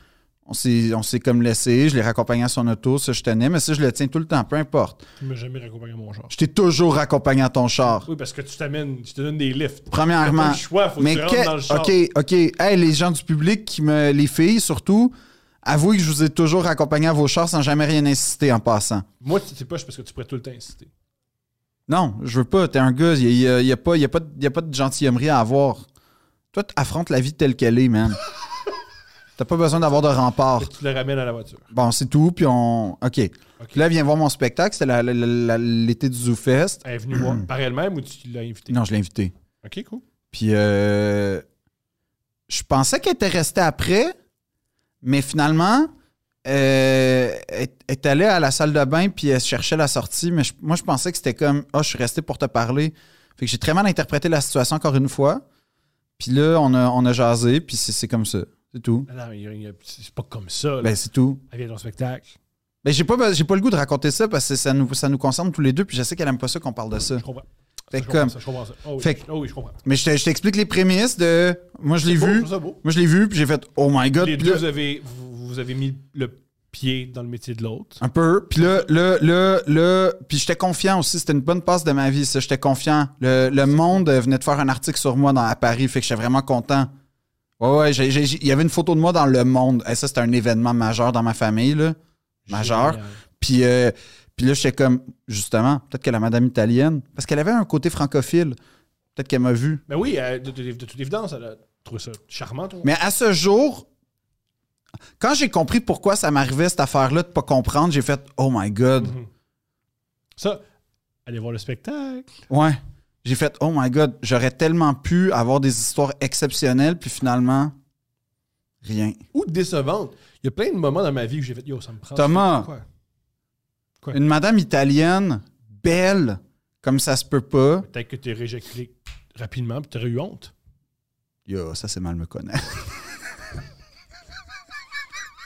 Speaker 1: On s'est on s'est comme laissé. Je l'ai raccompagné à son auto. Ça, je tenais. Mais ça, je le tiens tout le temps, peu importe.
Speaker 2: Tu m'as jamais raccompagné à mon genre.
Speaker 1: Je t'ai toujours raccompagné à ton char.
Speaker 2: Oui, parce que tu t'amènes, tu te donnes des lifts. T'as pas
Speaker 1: Premièrement.
Speaker 2: le choix, faut
Speaker 1: Mais
Speaker 2: que tu rentres
Speaker 1: que-
Speaker 2: dans le char.
Speaker 1: OK, OK. Hey, les gens du public, qui me, les filles surtout, avouez que je vous ai toujours accompagné à vos chars sans jamais rien insister en passant.
Speaker 2: Moi, tu sais pas, c'est parce que tu pourrais tout le temps insister.
Speaker 1: Non, je veux pas. T'es un gars. Il n'y a, y a pas y a pas de y a pas de gentilhommerie à avoir. Toi, t'affrontes la vie telle qu'elle est, man. T'as pas besoin d'avoir de rempart.
Speaker 2: Fait que tu le ramènes à la voiture.
Speaker 1: Bon, c'est tout, puis on... OK. Puis là, viens voir mon spectacle. C'était la- la- la- la- l'été du ZooFest.
Speaker 2: Elle est venue voir par elle-même ou tu l'as invitée?
Speaker 1: Non, je l'ai invité.
Speaker 2: Ok, cool.
Speaker 1: Puis euh, je pensais qu'elle était restée après, mais finalement, euh, elle elle est allée à la salle de bain puis elle cherchait la sortie. Mais je- moi, je pensais que c'était comme Ah, je suis resté pour te parler. Fait que j'ai très mal interprété la situation encore une fois. Puis là, on a, on a jasé, puis c'est c'est comme ça. C'est tout.
Speaker 2: Ah Non, mais il y a- il y a- c'est pas comme ça. là.
Speaker 1: Ben, c'est tout.
Speaker 2: Elle vient dans le spectacle.
Speaker 1: Ben, j'ai pas, j'ai pas le goût de raconter ça parce que ça nous, ça nous concerne tous les deux, puis je sais qu'elle aime pas ça qu'on parle de ça.
Speaker 2: Je comprends. Ça,
Speaker 1: Fait
Speaker 2: je
Speaker 1: que
Speaker 2: comprends
Speaker 1: comme.
Speaker 2: ça, je comprends ça. Oh oui,
Speaker 1: Fait que-
Speaker 2: oh oui, je comprends. Oh,
Speaker 1: Mais je te- je t'explique les prémices de. Moi, je l'ai
Speaker 9: Beau, je
Speaker 1: vu.
Speaker 9: trouve ça beau.
Speaker 1: Moi, je l'ai vu, puis j'ai fait Oh my god.
Speaker 2: Les
Speaker 1: puis
Speaker 2: deux,
Speaker 1: là-
Speaker 2: vous avez, vous, vous avez mis le pied dans le métier de l'autre.
Speaker 1: Un peu. Puis là, là, là, là, puis j'étais confiant aussi. C'était une bonne passe de ma vie, ça. J'étais confiant. Le, le Monde euh, venait de faire un article sur moi dans, à Paris, fait que j'étais vraiment content. Ouais, ouais, j'ai- j'ai- j'ai- il y avait une photo de moi dans Le Monde. Et ça, c'était un événement majeur dans ma famille, là. Majeur.
Speaker 2: Génial.
Speaker 1: Puis, euh, puis là, j'étais comme, justement, peut-être que la madame italienne, parce qu'elle avait un côté francophile, peut-être qu'elle m'a vu.
Speaker 2: Ben oui, euh, de, de- de toute évidence, elle a trouvé ça charmant. toi.
Speaker 1: Mais à ce jour, quand j'ai compris pourquoi ça m'arrivait, cette affaire-là, de pas comprendre, j'ai fait, oh my god.
Speaker 2: Mhm. Ça, allez voir le spectacle.
Speaker 1: Ouais. J'ai fait Oh my god, j'aurais tellement pu avoir des histoires exceptionnelles, puis finalement, rien.
Speaker 3: Ou décevante. Il y a plein de moments dans ma vie où j'ai fait Yo, ça me prend.
Speaker 1: Thomas.
Speaker 3: Quoi?
Speaker 2: Ouais.
Speaker 1: Une madame italienne, belle, comme ça se peut pas.
Speaker 2: Peut-être que tu es réjecté rapidement, puis tu aurais eu honte.
Speaker 1: Yo, ça c'est mal me connaître.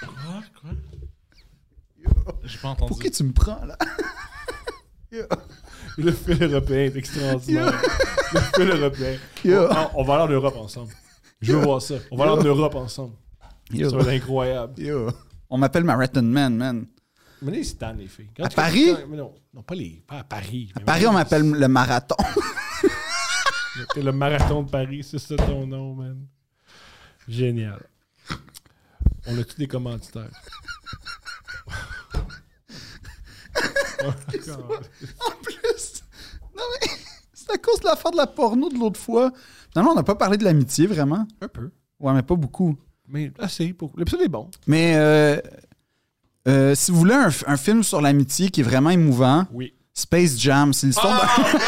Speaker 6: Quoi? Quoi? J'ai pas entendu.
Speaker 1: Pour qui tu me prends là?
Speaker 2: Le film européen est extraordinaire. le film européen.
Speaker 1: Yo.
Speaker 2: On, on va aller en Europe ensemble. Je veux voir ça. On va aller en Europe ensemble.
Speaker 1: Yo.
Speaker 2: Ça va être incroyable.
Speaker 1: Yo. On m'appelle Marathon Man, man.
Speaker 2: Mais les tannent, les filles. Quand
Speaker 1: À
Speaker 2: tu-
Speaker 1: Paris?
Speaker 2: quand- mais non, non, pas, les, pas à Paris.
Speaker 1: À Paris, on m'appelle le marathon.
Speaker 2: C'est le marathon de Paris, c'est ça ton nom, man. Génial. On a tous des commanditaires.
Speaker 1: en plus. Non mais c'est à cause de l'affaire de la porno de l'autre fois. Finalement, on n'a pas parlé de l'amitié vraiment.
Speaker 3: Un peu.
Speaker 1: Ouais, mais pas beaucoup.
Speaker 3: Mais assez. Pour... L'épisode est bon.
Speaker 1: Mais euh, euh, si vous voulez un, f- un film sur l'amitié qui est vraiment émouvant,
Speaker 2: Oui.
Speaker 1: Space Jam, c'est l'histoire
Speaker 3: Ah!
Speaker 1: d'un-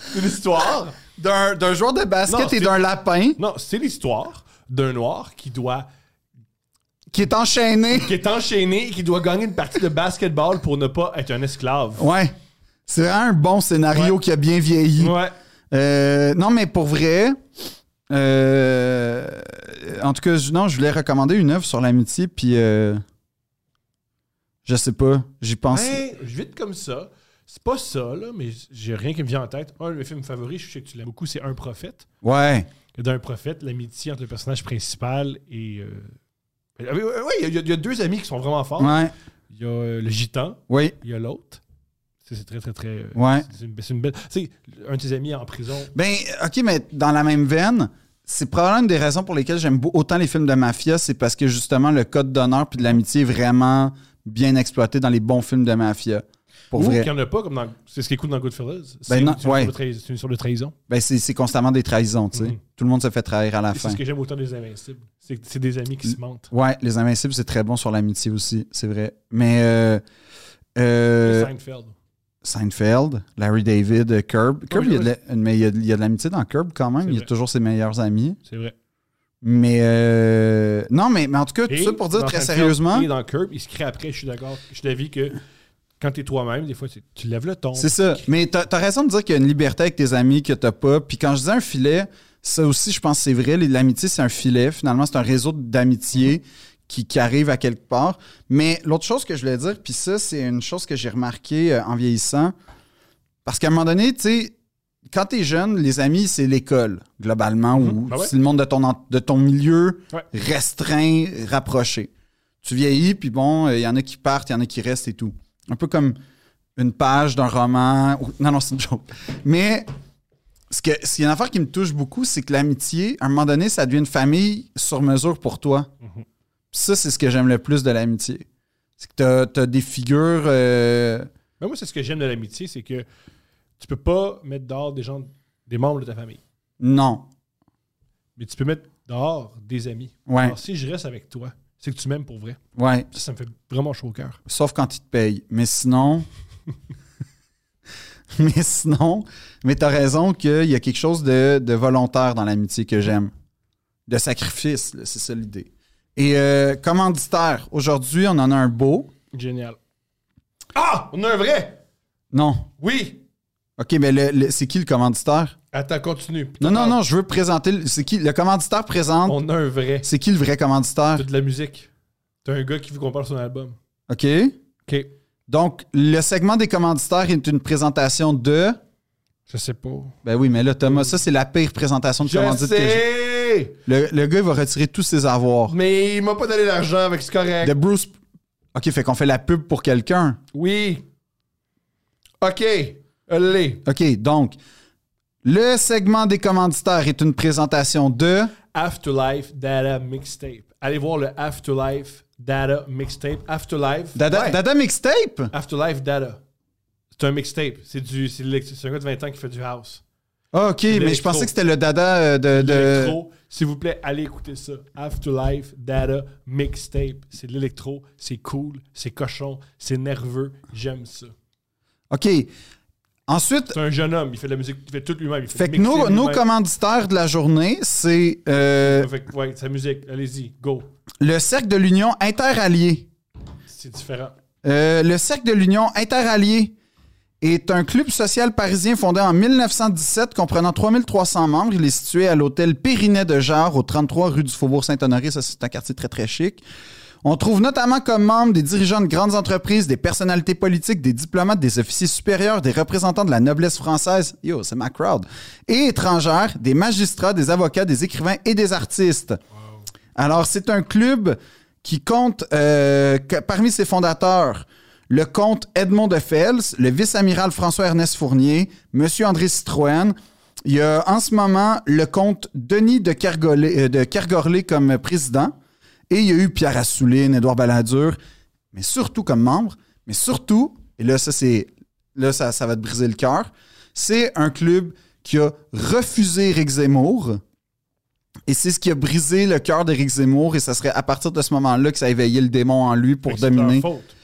Speaker 3: C'est l'histoire.
Speaker 1: d'un d'un joueur de basket
Speaker 3: Non,
Speaker 1: et
Speaker 3: c'est-
Speaker 1: d'un lapin
Speaker 3: non, c'est l'histoire d'un noir qui doit
Speaker 1: qui est enchaîné.
Speaker 3: qui est enchaîné et qui doit gagner une partie de basketball pour ne pas être un esclave.
Speaker 1: Ouais. C'est vraiment un bon scénario
Speaker 3: Ouais.
Speaker 1: qui a bien vieilli.
Speaker 3: Ouais.
Speaker 1: Euh, non, mais pour vrai, euh, en tout cas, je- non, je voulais recommander une œuvre sur l'amitié, puis euh, je sais pas, j'y pense.
Speaker 3: Ben, vite comme ça. C'est pas ça, là, mais j'ai rien qui me vient en tête. Un de mes films favoris, je sais que tu l'aimes beaucoup, c'est Un prophète.
Speaker 1: Ouais.
Speaker 3: Et D'un prophète, l'amitié entre le personnage principal et. euh, Oui, oui, oui, il y, a- il y a deux amis qui sont vraiment forts.
Speaker 1: Ouais.
Speaker 3: Il y a euh, le gitan,
Speaker 1: Oui.
Speaker 3: il y a l'autre. C'est c'est très, très, très. euh,
Speaker 1: Ouais.
Speaker 3: c'est- C'est une, c'est une belle. Tu sais, un de tes amis est en prison.
Speaker 1: Ben, OK, mais dans la même veine, c'est probablement une des raisons pour lesquelles j'aime beau- autant les films de mafia, c'est parce que justement, le code d'honneur puis de l'amitié est vraiment bien exploité dans les bons films de mafia. Pour
Speaker 3: Ou qu'il
Speaker 1: vrai. Ben
Speaker 3: n'y en a pas, comme dans. C'est ce qui est cool dans Goodfellas. C'est
Speaker 1: non,
Speaker 3: une histoire
Speaker 1: ouais.
Speaker 3: de trahi- c'est une sorte de trahison.
Speaker 1: Ben, c'est c'est constamment des trahisons, tu sais.
Speaker 3: Mhm.
Speaker 1: Tout le monde se fait trahir à la
Speaker 3: Et
Speaker 1: fin.
Speaker 3: C'est ce que j'aime autant des Invincibles. C'est que c'est des amis qui se mentent.
Speaker 1: Ouais, Les Invincibles, c'est très bon sur l'amitié aussi, c'est vrai. Mais euh, euh,
Speaker 3: Seinfeld.
Speaker 1: Seinfeld, Larry David, euh, Curb. Curb,
Speaker 3: oui,
Speaker 1: il y a de la- mais il y a de il y a de l'amitié dans Curb quand même.
Speaker 3: C'est
Speaker 1: Il y a
Speaker 3: vrai.
Speaker 1: toujours ses meilleurs amis.
Speaker 3: C'est vrai.
Speaker 1: Mais euh, non, mais, mais en tout cas, tout
Speaker 3: Et
Speaker 1: ça pour dire
Speaker 3: dans
Speaker 1: très
Speaker 3: Seinfeld
Speaker 1: sérieusement.
Speaker 3: Et dans Curb, il se crée après, je suis d'accord. Je suis d'avis que quand t'es toi-même, des fois, c'est- tu lèves le ton.
Speaker 1: C'est ça. Mais t'as as raison de dire qu'il y a une liberté avec tes amis que t'as pas. Puis quand je dis un filet, ça aussi, je pense que c'est vrai. Les- L'amitié, c'est un filet. Finalement, c'est un réseau d'amitié qui, qui arrive à quelque part. Mais l'autre chose que je voulais dire, puis ça, c'est une chose que j'ai remarqué euh, en vieillissant. Parce qu'à un moment donné, tu sais, quand t'es jeune, les amis, c'est l'école, globalement, ou
Speaker 3: Ah ouais.
Speaker 1: c'est le monde de ton, en- de ton milieu
Speaker 3: Ouais.
Speaker 1: restreint, rapproché. Tu vieillis, puis bon, il y en a qui partent, il y en a qui restent et tout. Un peu comme une page d'un roman. ou- Non, non, c'est une joke. Mais ce que, ce qui est une affaire qui me touche beaucoup, c'est que l'amitié, à un moment donné, ça devient une famille sur mesure pour toi.
Speaker 3: Mhm.
Speaker 1: Puis ça, c'est ce que j'aime le plus de l'amitié. C'est que t'as as des figures. euh,
Speaker 3: Mais moi, c'est ce que j'aime de l'amitié, c'est que tu peux pas mettre dehors des gens, des membres de ta famille,
Speaker 1: Non.
Speaker 3: mais tu peux mettre dehors des amis.
Speaker 1: Ouais,
Speaker 3: Alors, si je reste avec toi, c'est que tu m'aimes pour vrai.
Speaker 1: ouais.
Speaker 3: Ça, ça me fait vraiment chaud au cœur.
Speaker 1: Sauf quand ils te payent. Mais sinon, mais sinon, mais t'as raison qu'il y a quelque chose de, de volontaire dans l'amitié que j'aime. De sacrifice, là, c'est ça l'idée. Et euh, commanditaire, aujourd'hui, on en a un beau.
Speaker 11: Génial.
Speaker 12: Ah! On a un vrai!
Speaker 1: Non.
Speaker 12: Oui!
Speaker 1: OK, mais le- le- c'est qui le commanditaire?
Speaker 2: Attends, continue.
Speaker 1: Non, non, non, je veux présenter. le- C'est qui? Le commanditaire présente.
Speaker 2: On a un vrai.
Speaker 1: C'est qui le vrai commanditaire?
Speaker 2: T'as de la musique. T'as un gars qui veut qu'on parle de son album.
Speaker 1: OK?
Speaker 2: OK.
Speaker 1: Donc, le segment des commanditaires est une présentation de.
Speaker 2: Je sais pas.
Speaker 1: Ben oui, mais là, Thomas, ça, c'est la pire présentation de
Speaker 12: Je
Speaker 1: commandite que j'ai.
Speaker 12: sais!
Speaker 1: Le, le gars, il va retirer tous ses avoirs.
Speaker 12: Mais il m'a pas donné l'argent avec ce correct.
Speaker 1: De Bruce. OK, fait qu'on fait la pub pour quelqu'un.
Speaker 12: Oui. OK. Allez.
Speaker 1: OK, donc, le segment des commanditaires est une présentation de.
Speaker 2: Afterlife Data Mixtape. Allez voir le Afterlife Data Mixtape. Afterlife.
Speaker 1: Dada,
Speaker 12: Ouais.
Speaker 1: Dada Mixtape?
Speaker 2: Afterlife Data. C'est un mixtape. C'est du, c'est de l'ex- c'est un gars de 20 ans qui fait du house.
Speaker 1: Ah, OK, mais je
Speaker 2: L'électro.
Speaker 1: pensais que c'était le Dada euh, de. de...
Speaker 2: L'électro, s'il vous plaît, allez écouter ça. Afterlife Data Mixtape. C'est de l'électro, c'est cool, c'est cochon, c'est nerveux. J'aime ça.
Speaker 1: OK. Ensuite,
Speaker 2: C'est un jeune homme, il fait de la musique, il fait tout lui-même. il
Speaker 1: fait
Speaker 2: du
Speaker 1: que nos,
Speaker 2: mixtape
Speaker 1: nos
Speaker 2: lui-même.
Speaker 1: commanditaires de la journée, c'est euh,
Speaker 2: Fait que, ouais, sa musique, allez-y, go.
Speaker 1: le Cercle de l'Union Interallié.
Speaker 2: C'est différent.
Speaker 1: Euh, le Cercle de l'Union Interallié est un club social parisien fondé en 1917 comprenant 3300 membres. Il est situé à l'hôtel Périnet de Jarre, au 33 rue du Faubourg Saint-Honoré. Ça, c'est un quartier très, très chic. On trouve notamment comme membres des dirigeants de grandes entreprises, des personnalités politiques, des diplomates, des officiers supérieurs, des représentants de la noblesse française, yo, c'est ma crowd, et étrangère, des magistrats, des avocats, des écrivains et des artistes. Alors, c'est un club qui compte euh, que- parmi ses fondateurs le comte Edmond de Fels, le vice-amiral François-Ernest Fournier, Monsieur André Citroën. Il y a en ce moment le comte Denis de, Kergolé- euh, de Kergorlé comme président. Et il y a eu Pierre Assouline, Édouard Balladur, mais surtout comme membre. Mais surtout, et là, ça, c'est, là, ça, ça va te briser le cœur, c'est un club qui a refusé Éric Zemmour. Et c'est ce qui a brisé le cœur d'Éric Zemmour. Et ça serait à partir de ce moment-là que ça a éveillé le démon en lui pour
Speaker 2: Fait que Ben, c'est leur
Speaker 1: dominer.
Speaker 2: faute.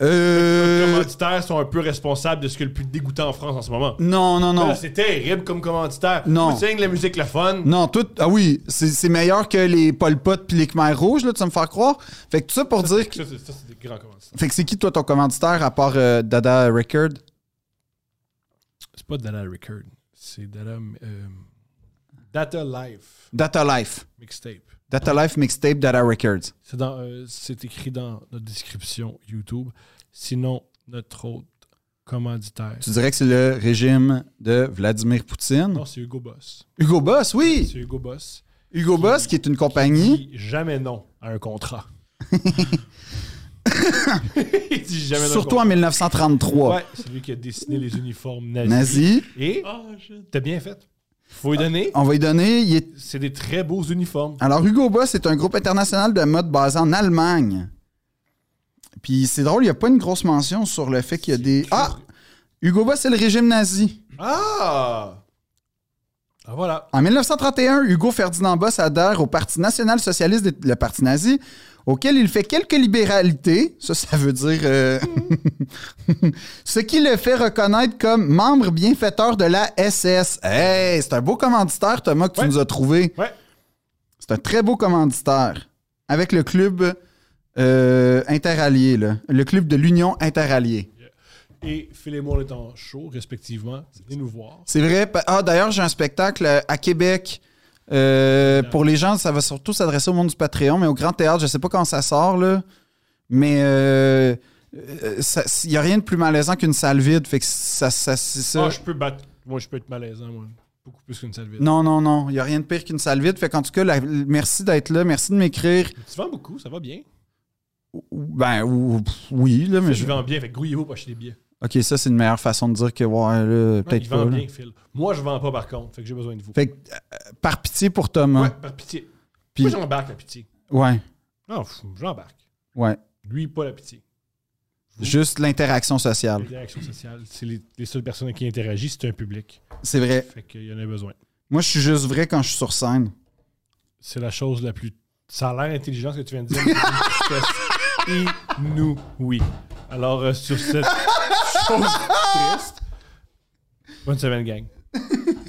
Speaker 2: Les
Speaker 1: Euh,
Speaker 2: commanditaires sont un peu responsables de ce que le plus dégoûtant en France en ce moment.
Speaker 1: non, non, non.
Speaker 2: Là, Ben, C'est terrible comme commanditaire.
Speaker 1: Non.
Speaker 2: Vous signez de la musique, la fun.
Speaker 1: Non, tout. Ah oui, c'est c'est meilleur que les Pol Pot puis les Khmer Rouges, là, tu vas me faire croire. Fait que tout ça pour dire. que-
Speaker 2: Ça, c'est ça, c'est des grands commanditaires.
Speaker 1: Fait que c'est qui, toi, ton commanditaire à part euh, Dada Record?
Speaker 2: C'est pas Data Record. C'est Data. euh, Data Live
Speaker 1: Data Life.
Speaker 2: Mixtape.
Speaker 1: Data Life Mixtape Data Records.
Speaker 2: C'est dans, euh, c'est écrit dans notre description YouTube. Sinon, notre autre commanditaire.
Speaker 1: Tu dirais que c'est le régime de Vladimir Poutine?
Speaker 2: Non, c'est Hugo Boss.
Speaker 1: Hugo Boss, oui!
Speaker 2: C'est Hugo Boss.
Speaker 1: Hugo Boss, qui est une compagnie.
Speaker 2: Il dit jamais non à un contrat. il dit jamais non. à un
Speaker 1: Surtout en
Speaker 2: contrat.
Speaker 1: 1933.
Speaker 2: Ouais, c'est lui qui a dessiné les uniformes nazis.
Speaker 1: Nazi.
Speaker 2: Et t'as bien fait. Faut lui donner.
Speaker 1: On va lui donner. il est-
Speaker 2: C'est des très beaux uniformes.
Speaker 1: Alors, Hugo Boss est un groupe international de mode basé en Allemagne. Puis c'est drôle, il n'y a pas une grosse mention sur le fait qu'il y a des. Ah! Hugo Boss, c'est le régime nazi.
Speaker 12: Ah!
Speaker 2: Ah voilà.
Speaker 1: En 1931, Hugo Ferdinand Boss adhère au Parti national-socialiste, des- le parti nazi, auquel il fait quelques libéralités. Ça, ça veut dire. euh, ce qui le fait reconnaître comme membre bienfaiteur de la SS. Hey, c'est un beau commanditaire, Thomas, que tu
Speaker 2: Ouais.
Speaker 1: nous as trouvé.
Speaker 2: Ouais.
Speaker 1: C'est un très beau commanditaire. Avec le club euh, interallié, là. Le club de l'Union interalliée.
Speaker 2: Et Phil et moi, on est en show, respectivement. Venez nous voir.
Speaker 1: C'est vrai. pa- Ah, d'ailleurs, j'ai un spectacle euh, à Québec. Euh, pour les gens, ça va surtout s'adresser au monde du Patreon, mais au Grand Théâtre, je sais pas quand ça sort, là. Mais euh, euh, ça- il n'y a rien de plus malaisant qu'une salle vide. Fait que ça, ça- c'est ça.
Speaker 2: Ah, je peux battre. Moi, je peux être malaisant, moi. Beaucoup plus qu'une salvette.
Speaker 1: Non, non, non. Il n'y a rien de pire qu'une salle vide. Fait qu'en tout cas, la- merci d'être là. Merci de m'écrire.
Speaker 2: Tu vends beaucoup, ça va bien.
Speaker 1: Ou- Ben, ou- oui, là, mais
Speaker 2: Je
Speaker 1: je.
Speaker 2: vends bien, fait que grouillez-vous pour acheter des billets.
Speaker 1: Ok, ça, c'est une meilleure façon de dire que, ouais, là,
Speaker 2: Non, Il
Speaker 1: peut-être pas.
Speaker 2: vend
Speaker 1: là.
Speaker 2: bien, Phil. Moi, je vends pas, par contre. Fait que j'ai besoin de vous.
Speaker 1: Fait que, euh, par pitié pour Thomas.
Speaker 2: Ouais, par pitié.
Speaker 1: Puis-
Speaker 2: Moi, j'embarque la pitié.
Speaker 1: ouais.
Speaker 2: Non, pff, j'embarque.
Speaker 1: ouais.
Speaker 2: Lui, pas la pitié.
Speaker 1: Juste l'interaction sociale.
Speaker 2: L'interaction sociale, c'est les, les seules personnes qui interagissent, c'est un public.
Speaker 1: C'est vrai.
Speaker 2: Fait qu'il y en a besoin.
Speaker 1: Moi, je suis juste vrai quand je suis sur scène.
Speaker 2: C'est la chose la plus. Ça a l'air intelligent ce que tu viens de dire. mais c'est une tristesse. Et nous, oui. Alors, euh, sur cette chose triste, bonne semaine, gang.